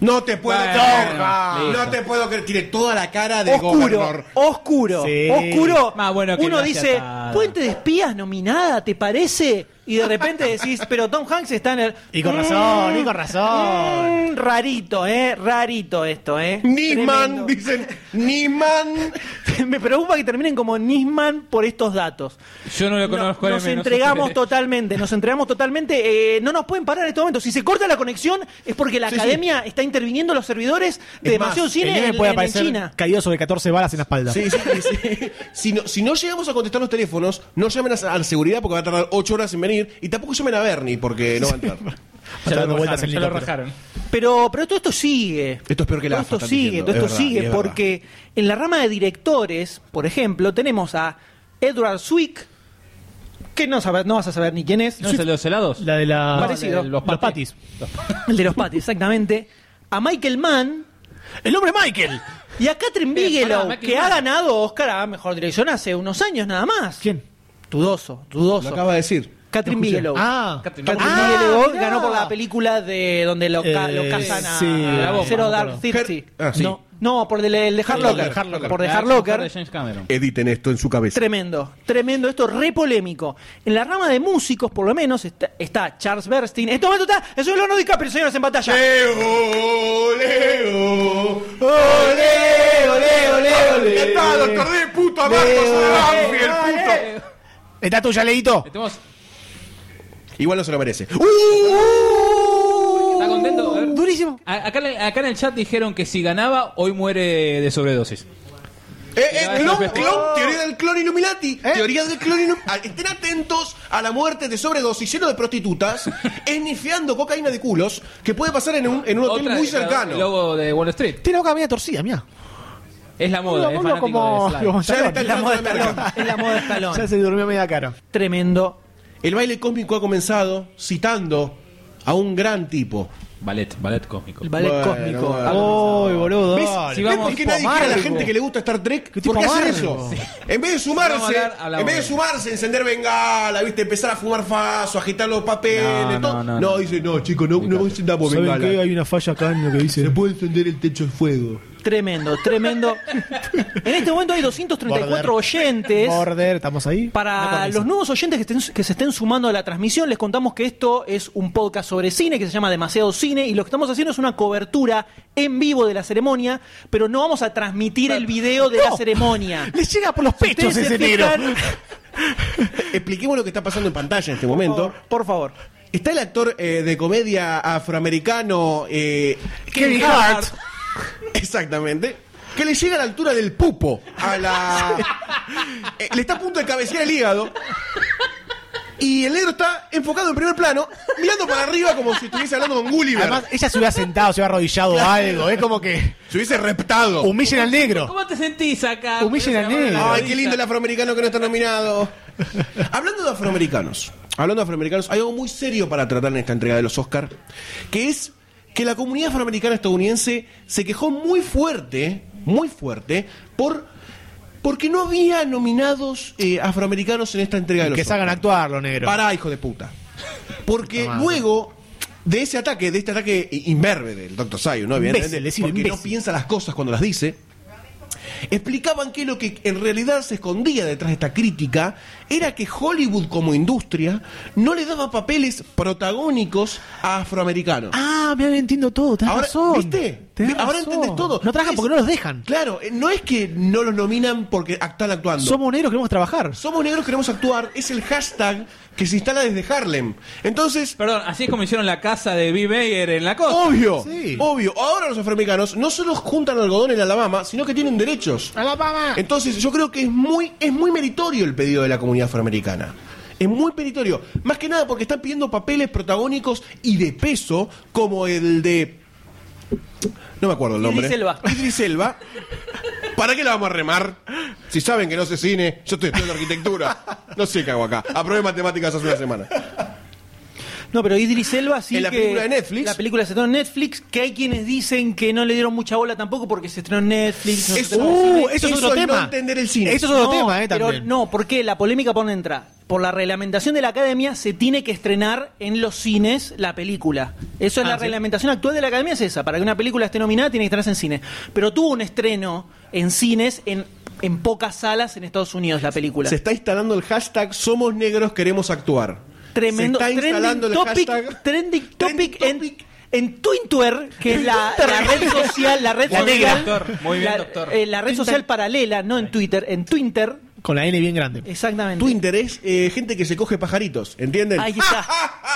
E: No te puedo
A: Bueno,
E: creer.
A: listo.
E: No te puedo creer. Tiene toda la cara de
H: Oscuro,
E: gobernador.
H: oscuro,
F: Sí. Ah,
H: oscuro.
A: Más bueno que
H: Uno
A: no hacía
H: dice,
A: nada.
H: puente de espías nominada, ¿te parece? Y de repente decís, pero Tom Hanks está en el...
F: Y con razón, y con razón.
H: Mm, rarito, ¿eh? Rarito esto, ¿eh?
E: Nisman,
H: Tremendo.
E: dicen. Nisman.
H: Me preocupa que terminen como Nisman por estos datos.
A: Yo no lo
H: No,
A: conozco.
H: nos entregamos totalmente, nos entregamos totalmente. eh, no nos pueden parar en este momento. Si se corta la conexión es porque la
E: Sí, sí.
H: academia está interviniendo los servidores de
E: más,
H: demasiado
F: El
H: cine
F: nene
H: en,
F: puede
H: en- en
F: aparecer
H: China.
F: caído sobre 14 balas en la espalda.
E: Sí, sí, sí. Si, no, si no llegamos a contestar los teléfonos, no llamen a, a la seguridad porque va a tardar 8 horas en venir. Y tampoco llamen a Bernie porque no va a entrar.
F: Está
A: Ya
F: dando
A: lo
F: vueltas
A: rajaron,
F: el
A: ya lo
F: helicóptero.
A: rajaron.
H: Pero, pero todo esto sigue.
E: Esto es peor que la
H: Todo
E: AFA,
H: esto
E: están
H: sigue,
E: diciendo.
H: todo esto
E: Es verdad,
H: sigue,
E: es verdad.
H: porque en la rama de directores, por ejemplo, tenemos a Edward Swick, que no, sabe- no vas a saber ni quién es,
A: ¿No es el de los helados?
F: La de la.
H: Parecido.
F: Los patis.
H: el de los patis, exactamente, a Michael Mann
F: ¡El hombre Michael!
H: y a Catherine
A: Eh,
H: Bigelow,
A: pará, Michael
H: que ha
A: Mann.
H: ganado Oscar a Mejor Dirección hace unos años nada más.
F: ¿Quién?
H: Dudoso,
E: Lo
H: dudoso.
E: acaba de decir.
H: Catherine
F: No escuché.
H: Bigelow.
F: Ah.
H: Catherine
F: Ah,
H: Bigelow
F: mirá.
H: ganó por la película de donde lo, ca-
F: Eh,
H: lo cazan a,
F: sí,
H: a la bomba.
F: sí,
H: Zero
F: no me
H: Dark
F: acuerdo.
H: Thirty.
E: Ah, sí.
H: No, no, por el de, el de Hard
E: El de
H: Locker.
E: Hard Locker.
H: Por de Hard
A: De
H: Locker.
A: James Cameron.
E: Editen esto en su cabeza.
H: Tremendo, tremendo, esto re polémico. En la rama de músicos, por lo menos, está, está Charles Bernstein. En este momento está, eso es Leonardo DiCaprio, señores, en batalla.
E: Leo, Leo.
H: Ole, ole, ole, ole.
E: ¿Qué tal, doctor D? Puto abajo, soy Banfield, puto.
F: Está tuya, Leito.
A: Metemos-
E: Igual no se lo merece.
A: ¿Está contento? A ver.
H: Durísimo.
A: A- Acá, en el- acá en el chat dijeron que si ganaba, hoy muere de sobredosis.
E: Eh, eh,
A: Mirá,
E: clon,
A: es un
E: clon, teoría del clon Illuminati. Teoría del clon Illuminati. Ah, Estén atentos a la muerte de sobredosis lleno de prostitutas, esnifeando cocaína de culos, que puede pasar en un, en un hotel
A: Otra-
E: muy
A: la- El
E: cercano.
A: logo de Wall Street.
F: Tiene la boca media torcida, mira.
A: Es la moda, es fanático de Slash.
E: Ya le está
H: La moda de
E: entrando
H: Stallone.
E: la merca.
H: Es la moda de Stallone.
F: Ya se durmió media cara.
H: Tremendo.
E: El baile cósmico ha comenzado citando a un gran tipo.
A: Ballet, ballet cósmico.
H: El ballet
E: Bueno,
H: cósmico. Oh,
E: bueno.
H: Algo
F: Uy, boludo.
E: ¿Ves?
F: dale.
A: Si
E: ¿Ves
A: vamos-
E: por qué
A: tipo
E: nadie quiere a la
A: amargo.
E: gente que le gusta Star Trek?
F: ¿Qué
E: ¿Por
F: tipo
E: qué hacen
F: amargo?
E: eso? En vez
A: Vamos
E: de
A: a
E: sumarse,
A: hablar- hablamos
E: en vez de
A: de-
E: sumarse, encender bengala, ¿viste? empezar a fumar faso, agitar los papeles,
A: No,
E: todo.
A: no, no, no.
E: dice, no, chicos, no, no encendamos
F: ¿Saben qué?
E: bengala.
F: Hay una falla acá en lo que dice.
E: Se puede encender el techo de fuego.
H: Tremendo, tremendo. En este momento hay 234
F: Border.
H: oyentes.
F: Border, estamos ahí. No
H: Para
F: parece.
H: los nuevos oyentes que, estén- que se estén sumando a la transmisión, les contamos que esto es un podcast sobre cine que se llama Demasiado Cine y lo que estamos haciendo es una cobertura en vivo de la ceremonia, pero no vamos a transmitir el video de la
F: No.
H: ceremonia.
F: Les llega por los
H: Ustedes
F: pechos
H: se
F: ese negro.
H: fijan-
E: Expliquemos lo que está pasando en pantalla en este momento.
H: Por favor.
E: Está el actor eh, de comedia afroamericano eh,
F: Kevin Hart.
E: Exactamente. Que le llega a la altura del pupo. A la. Eh, le está a punto de cabecear el hígado. Y el negro está enfocado en primer plano, mirando para arriba como si estuviese hablando con Gulliver.
F: Además, ella se hubiera sentado, se hubiera arrodillado o algo. Es como que
E: se hubiese reptado.
F: humillen al negro.
A: ¿Cómo te sentís acá?
F: Humillen al negro.
E: Ay, qué lindo el afroamericano que no está nominado. hablando de afroamericanos, hablando de afroamericanos, hay algo muy serio para tratar en esta entrega de los Oscar, que es que la comunidad afroamericana estadounidense se quejó muy fuerte, muy fuerte, por Porque no había nominados eh, afroamericanos en esta entrega de los
F: Que
E: Oscars.
F: salgan a actuar los negros.
E: Pará, hijo de puta. Porque
F: Tomá.
E: luego de ese ataque, de este ataque imberbe del Dr. Sayo, ¿no?
F: Imbécil,
E: Evidentemente,
F: decir
E: porque no
F: imbécil.
E: piensa las cosas cuando las dice. Explicaban que lo que en realidad se escondía detrás de esta crítica era que Hollywood como industria no le daba papeles protagónicos a afroamericanos.
F: Ah, me entiendo todo, tenés
E: Ahora,
F: razón.
E: ¿viste?
F: Tenés
E: Ahora
F: razón.
E: entendés todo.
F: No trabajan
E: Es-
F: porque no los dejan.
E: Claro, eh, no es que no los nominan porque están actuando.
F: Somos negros, queremos trabajar.
E: Somos negros, queremos actuar. Es el hashtag que se instala desde Harlem. Entonces,
A: Perdón, así es como hicieron la casa de B. Mayer en la costa.
E: obvio,
F: Sí.
E: obvio. Ahora los afroamericanos no solo juntan algodón en Alabama, sino que tienen derechos.
F: Alabama.
E: Entonces, yo creo que es muy, es muy meritorio el pedido de la comunidad afroamericana. Es muy meritorio. Más que nada porque están pidiendo papeles protagónicos y de peso, como el de. No me acuerdo el nombre.
H: Idris Elba.
E: Idris Elba. ¿Para qué la vamos a remar? Si saben que no sé cine, yo estoy estudiando arquitectura. No sé qué hago acá. Aprobé matemáticas hace una semana.
H: No, pero Idris Elba sí
E: En la
H: que-
E: película de Netflix.
H: La película se estrenó en Netflix, que hay quienes dicen que no le dieron mucha bola tampoco porque se estrenó en Netflix. no se
E: Eso-
H: estrenó en
F: Uh,
H: cine.
F: eso es
E: Eso es
F: otro
E: no
F: tema.
E: entender el cine.
F: Eso es otro
H: No,
F: tema, eh,
H: pero
F: también.
H: no, porque la polémica por dónde entra. Por la reglamentación de la academia se tiene que estrenar en los cines la película. Eso es
F: Ah,
H: la
F: sí.
H: reglamentación actual de la academia, es esa. Para que una película esté nominada tiene que estrenarse en cine. Pero tuvo un estreno en cines en, en pocas salas en Estados Unidos la película.
E: Se está instalando el hashtag Somos Negros Queremos Actuar.
H: Tremendo.
E: Se está instalando
H: trending,
E: el
H: topic,
E: hashtag.
H: trending
E: Trending
H: topic en-
E: topic.
H: en, Twitter, que es la, la red social, la red
A: La negra.
H: social,
A: Doctor, muy bien,
H: la-
A: doctor.
H: eh, la red social paralela, no en Twitter, en Twitter,
F: Con la N bien grande.
H: exactamente.
E: Twitter es eh, gente que se coge pajaritos, ¿entienden?
H: Ahí está.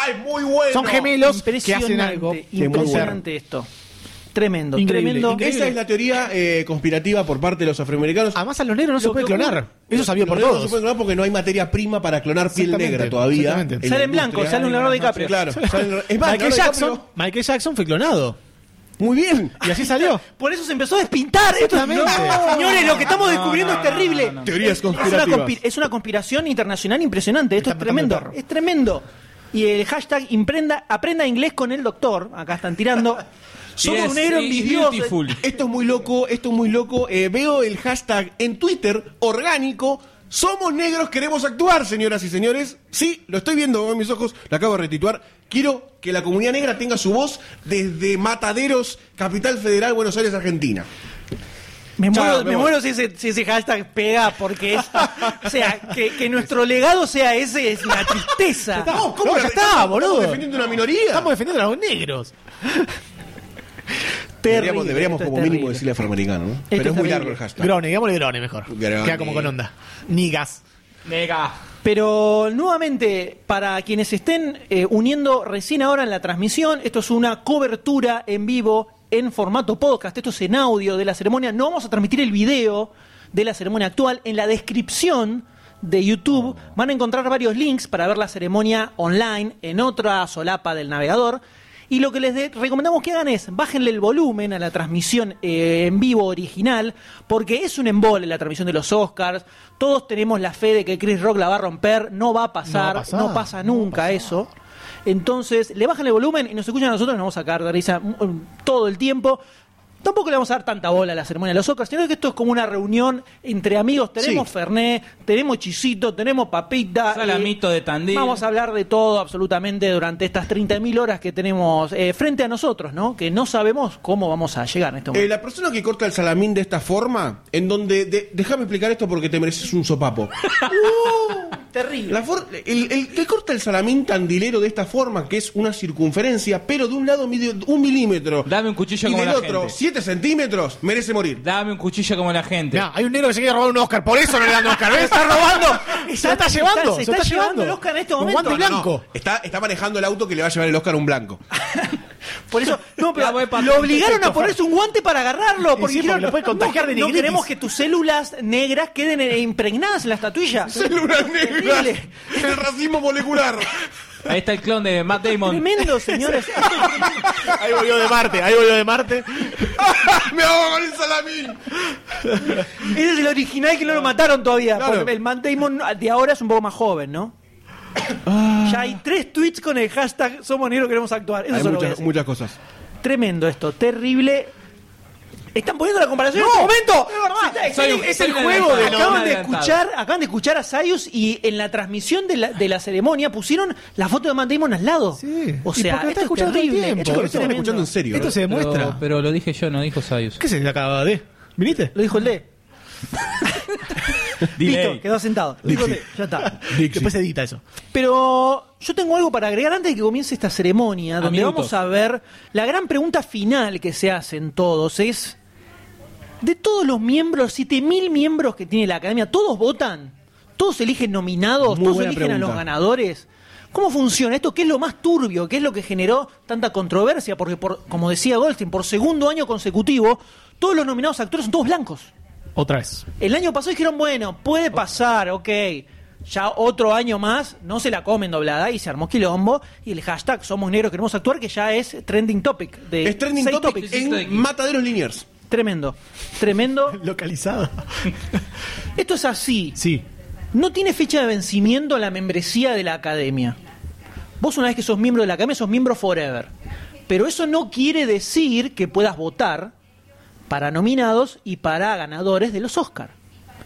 E: ¡Es muy bueno!
F: Son gemelos que
H: Impresionante,
F: hacen algo.
H: impresionante esto. Tremendo,
F: Increíble,
H: tremendo.
F: increíble.
E: Esa es la teoría eh, conspirativa por parte de los afroamericanos.
F: Además a los negros no se
H: Lo
F: puede
H: que ocurre-
F: clonar. Eso sabido
E: Los
F: por
E: negros no se
F: todos.
E: pueden clonar porque no hay materia prima para clonar piel
F: Exactamente,
E: negra todavía.
F: exactamente.
E: en la
H: Salen
E: industria.
H: blancos, sale un Leonardo DiCaprio.
E: Claro, salen- es más,
F: Michael
E: Leonardo
F: Jackson,
E: DiCaprio-
F: Michael Jackson fue clonado.
E: Muy bien.
F: Y así salió.
H: Por eso se empezó a despintar. Esto es-
F: Exactamente.
H: No, señores, lo que estamos
A: No,
H: descubriendo
A: no,
H: es terrible.
A: no, no, no.
E: Teorías
H: Es- es una
E: conspirativas.
H: conspir- Es una conspiración internacional impresionante. Esto es
F: Están matando
H: tremendo.
F: al perro.
H: Es tremendo. Y el hashtag imprenda, aprenda inglés con el doctor. Acá están tirando. Somos
A: Yes,
H: un negro
A: sí,
H: envidioso.
A: beautiful.
E: Esto es muy loco, esto es muy loco. Eh, veo el hashtag en Twitter, orgánico. Somos negros, queremos actuar, señoras y señores. Sí, lo estoy viendo con mis ojos, lo acabo de retituar. Quiero que la comunidad negra tenga su voz desde Mataderos, Capital Federal, Buenos Aires, Argentina.
H: Me
E: Chao,
H: muero,
E: me
H: me
E: voy.
H: muero si, ese, si ese hashtag pega porque es. o sea, que, que nuestro legado sea ese es una tristeza.
E: No, ¿cómo
F: No,
E: la-
F: ya está,
E: estamos
F: boludo.
E: defendiendo una minoría.
F: Estamos defendiendo a los negros.
E: deberíamos
H: Terrible,
E: deberíamos
H: esto es
E: como mínimo
H: terrible.
E: decirle afroamericano, ¿no?
H: es
E: Pero es muy
H: terrible.
E: largo el hashtag. Eh,
F: Grone, digámosle Grone mejor.
E: Grone.
F: Queda como con onda. Nigas.
H: Pero nuevamente, para quienes estén eh, uniendo recién ahora en la transmisión, esto es una cobertura en vivo en formato podcast, esto es en audio de la ceremonia, no vamos a transmitir el video de la ceremonia actual, en la descripción de YouTube van a encontrar varios links para ver la ceremonia online en otra solapa del navegador. Y lo que les de- recomendamos que hagan es bájenle el volumen a la transmisión eh, en vivo original, porque es un embole la transmisión de los Oscars. Todos tenemos la fe de que Chris Rock la va a romper, no va a pasar, no,
F: pasar,
H: pasa
F: no va a
H: nunca eso. Entonces, le bajan el volumen y nos escuchan a nosotros, nos vamos a cagar de risa mm, todo el tiempo. Tampoco le vamos a dar tanta bola a la ceremonia de los Oscars, sino que esto es como una reunión entre amigos. Tenemos
E: Sí.
H: Fernet, tenemos Chisito, tenemos Papita. eh,
A: Salamito de Tandil.
H: Vamos a hablar de todo absolutamente durante estas 30.000 horas que tenemos eh, frente a nosotros, ¿no? Que no sabemos cómo vamos a llegar en este
E: Eh,
H: momento.
E: la persona que corta el salamín de esta forma, en donde. de- déjame explicar esto porque te mereces un sopapo.
H: Terrible.
E: La for- el, el que corta el salamín tandilero de esta forma, que es una circunferencia, pero de un lado mide un milímetro.
A: Dame un cuchillo
E: y
A: como
E: del
A: la
E: otro,
A: gente.
E: 7 centímetros, merece morir.
A: Dame un cuchillo como la gente.
F: Mirá, hay un negro que se quiere robar un Oscar, por eso no le dan Oscar. ¿Ves? Está robando. Se lo está llevando.
H: se
F: Se
H: está
F: lo está
H: llevando
F: llevando.
H: el Oscar en este
F: Un
H: momento.
F: guante
E: No, no,
F: blanco.
E: Está, está manejando el auto que le va a llevar el Oscar a un blanco.
H: Por eso, no, pero
A: La voy pa-
H: lo obligaron a ponerse un guante para agarrarlo. Porque,
F: sí, porque
H: dijeron,
F: lo puede contagiar
H: no,
F: de
H: no
F: negritis".
H: queremos que tus células negras queden eh, impregnadas en la estatuilla.
E: Células negras.
H: Terrible.
E: El racismo molecular.
A: Ahí está el clon de Matt Damon.
H: Tremendo, señores.
F: Ahí volvió de Marte, ahí volvió de Marte.
E: ¡Me hago con el salamín!
H: Ese es el original que no lo mataron todavía.
E: Claro.
H: porque el Matt Damon de ahora es un poco más joven, ¿no? Ya hay tres tweets con el hashtag Somos Negros Queremos Actuar. Eso
E: Hay
H: solo voy a
E: muchas,
H: decir.
E: muchas cosas.
H: Tremendo esto, terrible. Están poniendo la comparación en
F: No,
H: este momento.
F: es verdad.
H: Se está-
A: Soy un-
H: es
A: soy
H: el
A: un
H: juego de
A: adelantado,
H: acaban
A: un
H: de
A: adelantado.
H: escuchar, acaban de escuchar a Sayus y en la transmisión de la, de la ceremonia pusieron la foto de Matt Damon al lado.
F: Sí.
H: O sea,
F: ¿Y por qué
H: esto
F: está
H: es
F: escuchando todo el
H: terrible,
F: tiempo?
H: esto es
F: Lo
E: están
H: tremendo.
E: escuchando en serio.
F: Esto se
A: eh. Pero,
F: demuestra.
A: pero lo dije yo, no dijo Sayus.
F: ¿Qué se le acaba de? ¿Viniste?
H: Lo dijo el D. Listo,
A: Delay.
H: quedó sentado. Lo dijo el D, ya está.
F: Después se edita eso.
H: Pero yo tengo algo para agregar antes de que comience esta ceremonia, donde
A: minutos.
H: vamos a ver la gran pregunta final que se hacen todos es de todos los miembros, 7000 miembros que tiene la academia, todos votan, todos eligen nominados,
E: Muy
H: todos
E: buena
H: eligen a
E: pregunta.
H: los ganadores. ¿Cómo funciona esto? ¿Qué es lo más turbio? ¿Qué es lo que generó tanta controversia? Porque, por- como decía Goldstein, por segundo año consecutivo, todos los nominados actores son todos blancos.
F: Otra vez.
H: El año pasado dijeron, bueno,
E: Oh.
H: puede pasar, ok. Ya otro año más, no se la comen doblada y se armó quilombo. Y el hashtag Somos Negros Queremos Actuar, que ya es trending topic. De
E: Es trending
H: Eh, seis
E: topic
H: topics.
E: en Mataderos Liniers.
H: Tremendo, tremendo.
F: Localizado.
H: Esto es así.
F: Sí.
H: No tiene fecha de vencimiento la membresía de la academia. Vos una vez que sos miembro de la academia, sos miembro forever. Pero eso no quiere decir que puedas votar para nominados y para ganadores de los Oscar.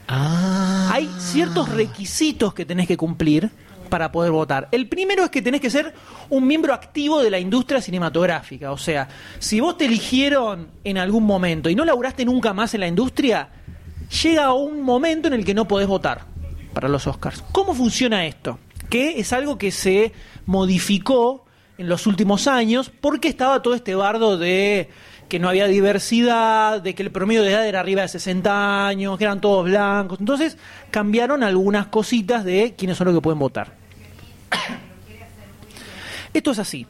F: Ah.
H: Hay ciertos requisitos que tenés que cumplir para poder votar. El primero es que tenés que ser un miembro activo de la industria cinematográfica. O sea, si vos te eligieron en algún momento y no laburaste nunca más en la industria, llega un momento en el que no podés votar para los Oscars. ¿Cómo funciona esto? Que es algo que se modificó en los últimos años porque estaba todo este bardo de que no había diversidad, de que el promedio de edad era arriba de 60 años, que eran todos blancos. Entonces cambiaron algunas cositas de quiénes son los que pueden votar. Esto es así.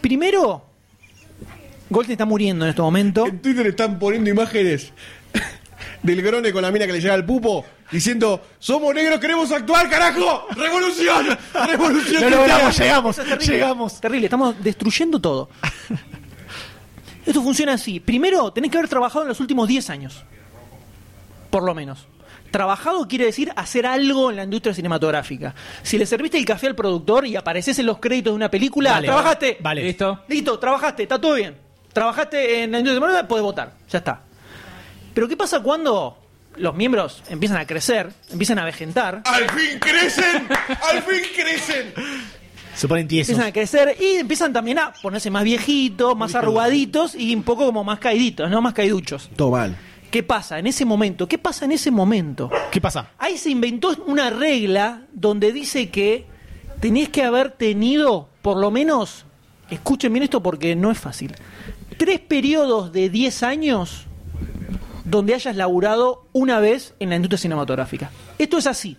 H: Primero, Goldstein está muriendo en este momento.
E: En Twitter están poniendo imágenes del grone con la mina que le llega al pupo diciendo: Somos negros, queremos actuar, carajo. ¡Revolución! ¡Revolución!
F: Lo logramos,
E: cristiana".
F: llegamos.
H: Eso es terrible.
F: Llegamos.
H: Terrible, estamos destruyendo todo. Esto funciona así. Primero, tenés que haber trabajado en los últimos 10 años. Por lo menos. Trabajado quiere decir hacer algo en la industria cinematográfica. Si le serviste el café al productor y apareces en los créditos de una película,
F: Vale,
H: trabajaste.
F: vale.
A: Listo.
H: Listo, trabajaste, está todo bien. Trabajaste en la industria cinematográfica, puedes votar. Ya está. Pero ¿qué pasa cuando los miembros empiezan a crecer, empiezan a vejentar?
E: ¡Al fin crecen! ¡Al fin crecen!
F: Se ponen tiesos.
H: empiezan a crecer y empiezan también a ponerse más viejitos, más arrugaditos y un poco como más caiditos, ¿no? Más caiduchos.
E: Todo mal.
H: ¿Qué pasa en ese momento? ¿Qué pasa en ese momento?
F: ¿Qué pasa?
H: Ahí se inventó una regla donde dice que tenés que haber tenido, por lo menos, escuchen bien esto porque no es fácil, tres periodos de 10 años donde hayas laburado una vez en la industria cinematográfica. Esto es así.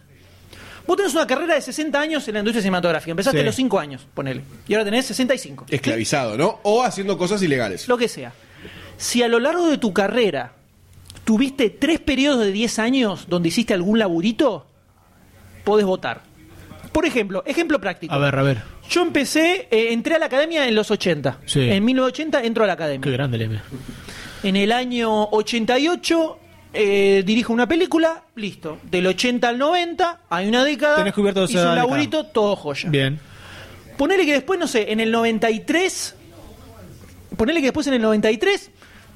H: Vos tenés una carrera de 60 años en la industria cinematográfica. Empezaste
F: Sí.
H: a los 5 años, ponele. Y ahora tenés 65
E: Esclavizado, ¿no? O haciendo cosas ilegales.
H: lo que sea. Si a lo largo de tu carrera tuviste tres periodos de 10 años donde hiciste algún laburito, podés votar. Por ejemplo, ejemplo práctico.
F: A ver, a ver.
H: Yo empecé, eh, entré a la academia en los 80.
F: Sí.
H: En 1980 entro a la academia.
F: Qué grande el M.
H: En el año 88 eh, dirijo una película, listo. Del 80 al 90, hay una década.
F: Tenés cubierto esa
H: hice un
F: década.
H: laburito, todo joya.
F: Bien.
H: Ponele que después, no sé, en el 93. Ponele que después en el 93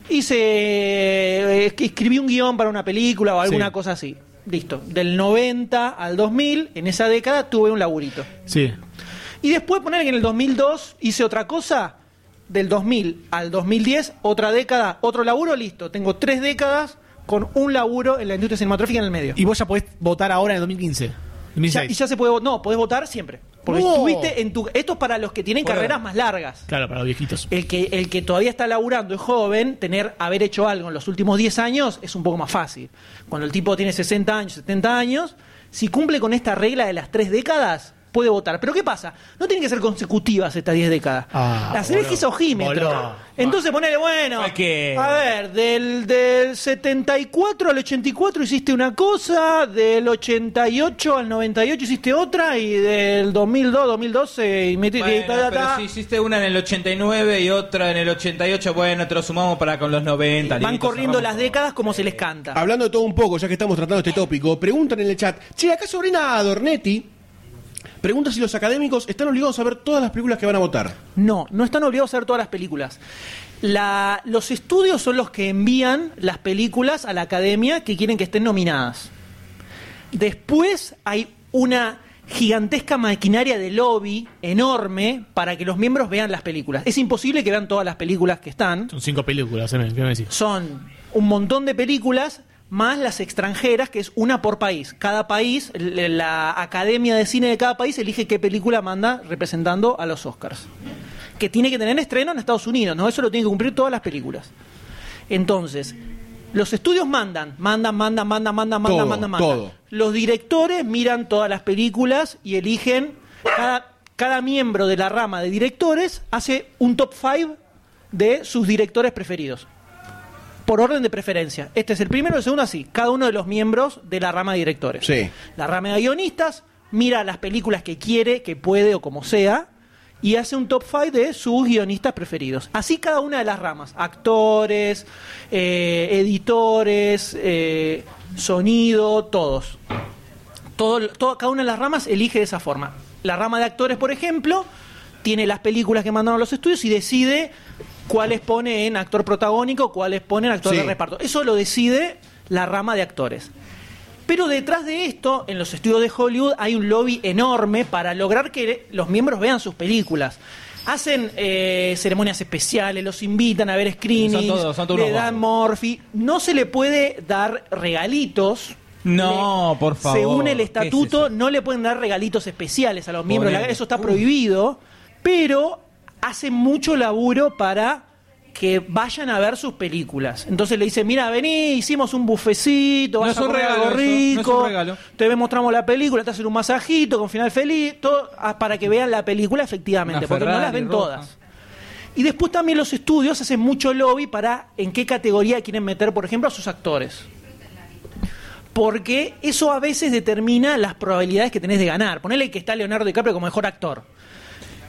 H: hice. eh, escribí un guión para una película o alguna
F: Sí.
H: cosa así. Listo. Del 90 al 2000, en esa década tuve un laburito.
F: Sí.
H: Y después ponele que en el 2002 hice otra cosa. Del 2000 al 2010, otra década, otro laburo, listo. Tengo tres décadas con un laburo en la industria cinematográfica en el medio.
F: Y vos ya podés votar ahora en el 2015.
H: Ya-
F: 2016.
H: y ya se puede votar. No, podés votar siempre. Porque
F: No.
H: estuviste en tu. Esto es para los que tienen
A: Fuera.
H: carreras más largas.
F: Claro, para los viejitos.
H: El que, el que todavía está laburando es joven, tener, haber hecho algo en los últimos 10 años es un poco más fácil. Cuando el tipo tiene 60 años, 70 años, si cumple con esta regla de las tres décadas, puede votar. Pero ¿qué pasa? No tienen que ser consecutivas estas 10 décadas.
F: Ah,
H: las tenés
F: boludo.
H: que isojímetro.
F: Boludo.
H: Entonces ponele, bueno,
A: Cualquiera.
H: a ver, del, del 74 al 84 hiciste una cosa, del 88 al 98 hiciste otra y del 2002, 2012 y metiste...
A: Bueno,
H: y ta, ta, ta.
A: pero si hiciste una en el 89 y otra en el 88, bueno, te lo sumamos para con los 90.
H: Van
A: listo,
H: corriendo
A: cerramos
H: las
A: todo.
H: décadas como se les canta.
E: Hablando de todo un poco, ya que estamos tratando este tópico, preguntan en el chat: Che, acá sobrina Adornetti Pregunta si los académicos están obligados a ver todas las películas que van a votar.
H: No, no están obligados a ver todas las películas. La- los estudios son los que envían las películas a la academia que quieren que estén nominadas. Después hay una gigantesca maquinaria de lobby enorme para que los miembros vean las películas. Es imposible que vean todas las películas que están.
I: Son cinco películas, ¿eh? ¿qué me decís?
H: Son un montón de películas más las extranjeras, que es una por país. Cada país, l- la Academia de Cine de cada país elige qué película manda representando a los Oscars. Que tiene que tener estreno en Estados Unidos, ¿no? Eso lo tienen que cumplir todas las películas. Entonces, los estudios mandan, mandan, mandan, mandan, mandan, mandan,
E: Todo,
H: mandan, mandan.
E: todo.
H: Los directores miran todas las películas y eligen. Cada, cada miembro de la rama de directores hace un top 5 de sus directores preferidos. Por orden de preferencia. Este es el primero, el segundo así. Cada uno de los miembros de la rama de directores.
E: Sí.
H: La rama de guionistas mira las películas que quiere, que puede o como sea. Y hace un top 5 de sus guionistas preferidos. Así cada una de las ramas. Actores, eh, editores, eh, sonido, todos todo, todo- cada una de las ramas elige de esa forma. La rama de actores, por ejemplo, tiene las películas que mandaron a los estudios y decide cuáles pone en actor protagónico, cuáles pone en actor
E: Sí.
H: de reparto. Eso lo decide la rama de actores. Pero detrás de esto, en los estudios de Hollywood hay un lobby enorme para lograr que los miembros vean sus películas. Hacen eh, ceremonias especiales, los invitan a ver screenings,
A: Son todos- son todos
H: le
A: unos
H: dan Morphy. No se le puede dar regalitos.
A: No,
H: Le-
A: por favor.
H: Según el
A: ¿Qué es
H: estatuto,
A: eso?
H: no le pueden dar regalitos especiales a los miembros.
A: Ponele.
H: Eso está prohibido, pero hacen mucho laburo para que vayan a ver sus películas. Entonces le dicen, mira, vení, hicimos un bufecito,
A: No
H: vas
A: es
H: a
A: un
H: comer algo
A: regalo eso, no es un
H: rico,
A: regalo.
H: te mostramos la película, te hacen un masajito con final feliz, todo, ah, para que vean la película efectivamente,
A: Una
H: porque no las
A: Ferrari
H: ven
A: roja.
H: todas. Y después también los estudios hacen mucho lobby para en qué categoría quieren meter, por ejemplo, a sus actores. Porque eso a veces determina las probabilidades que tenés de ganar. Ponele que está Leonardo DiCaprio como mejor actor.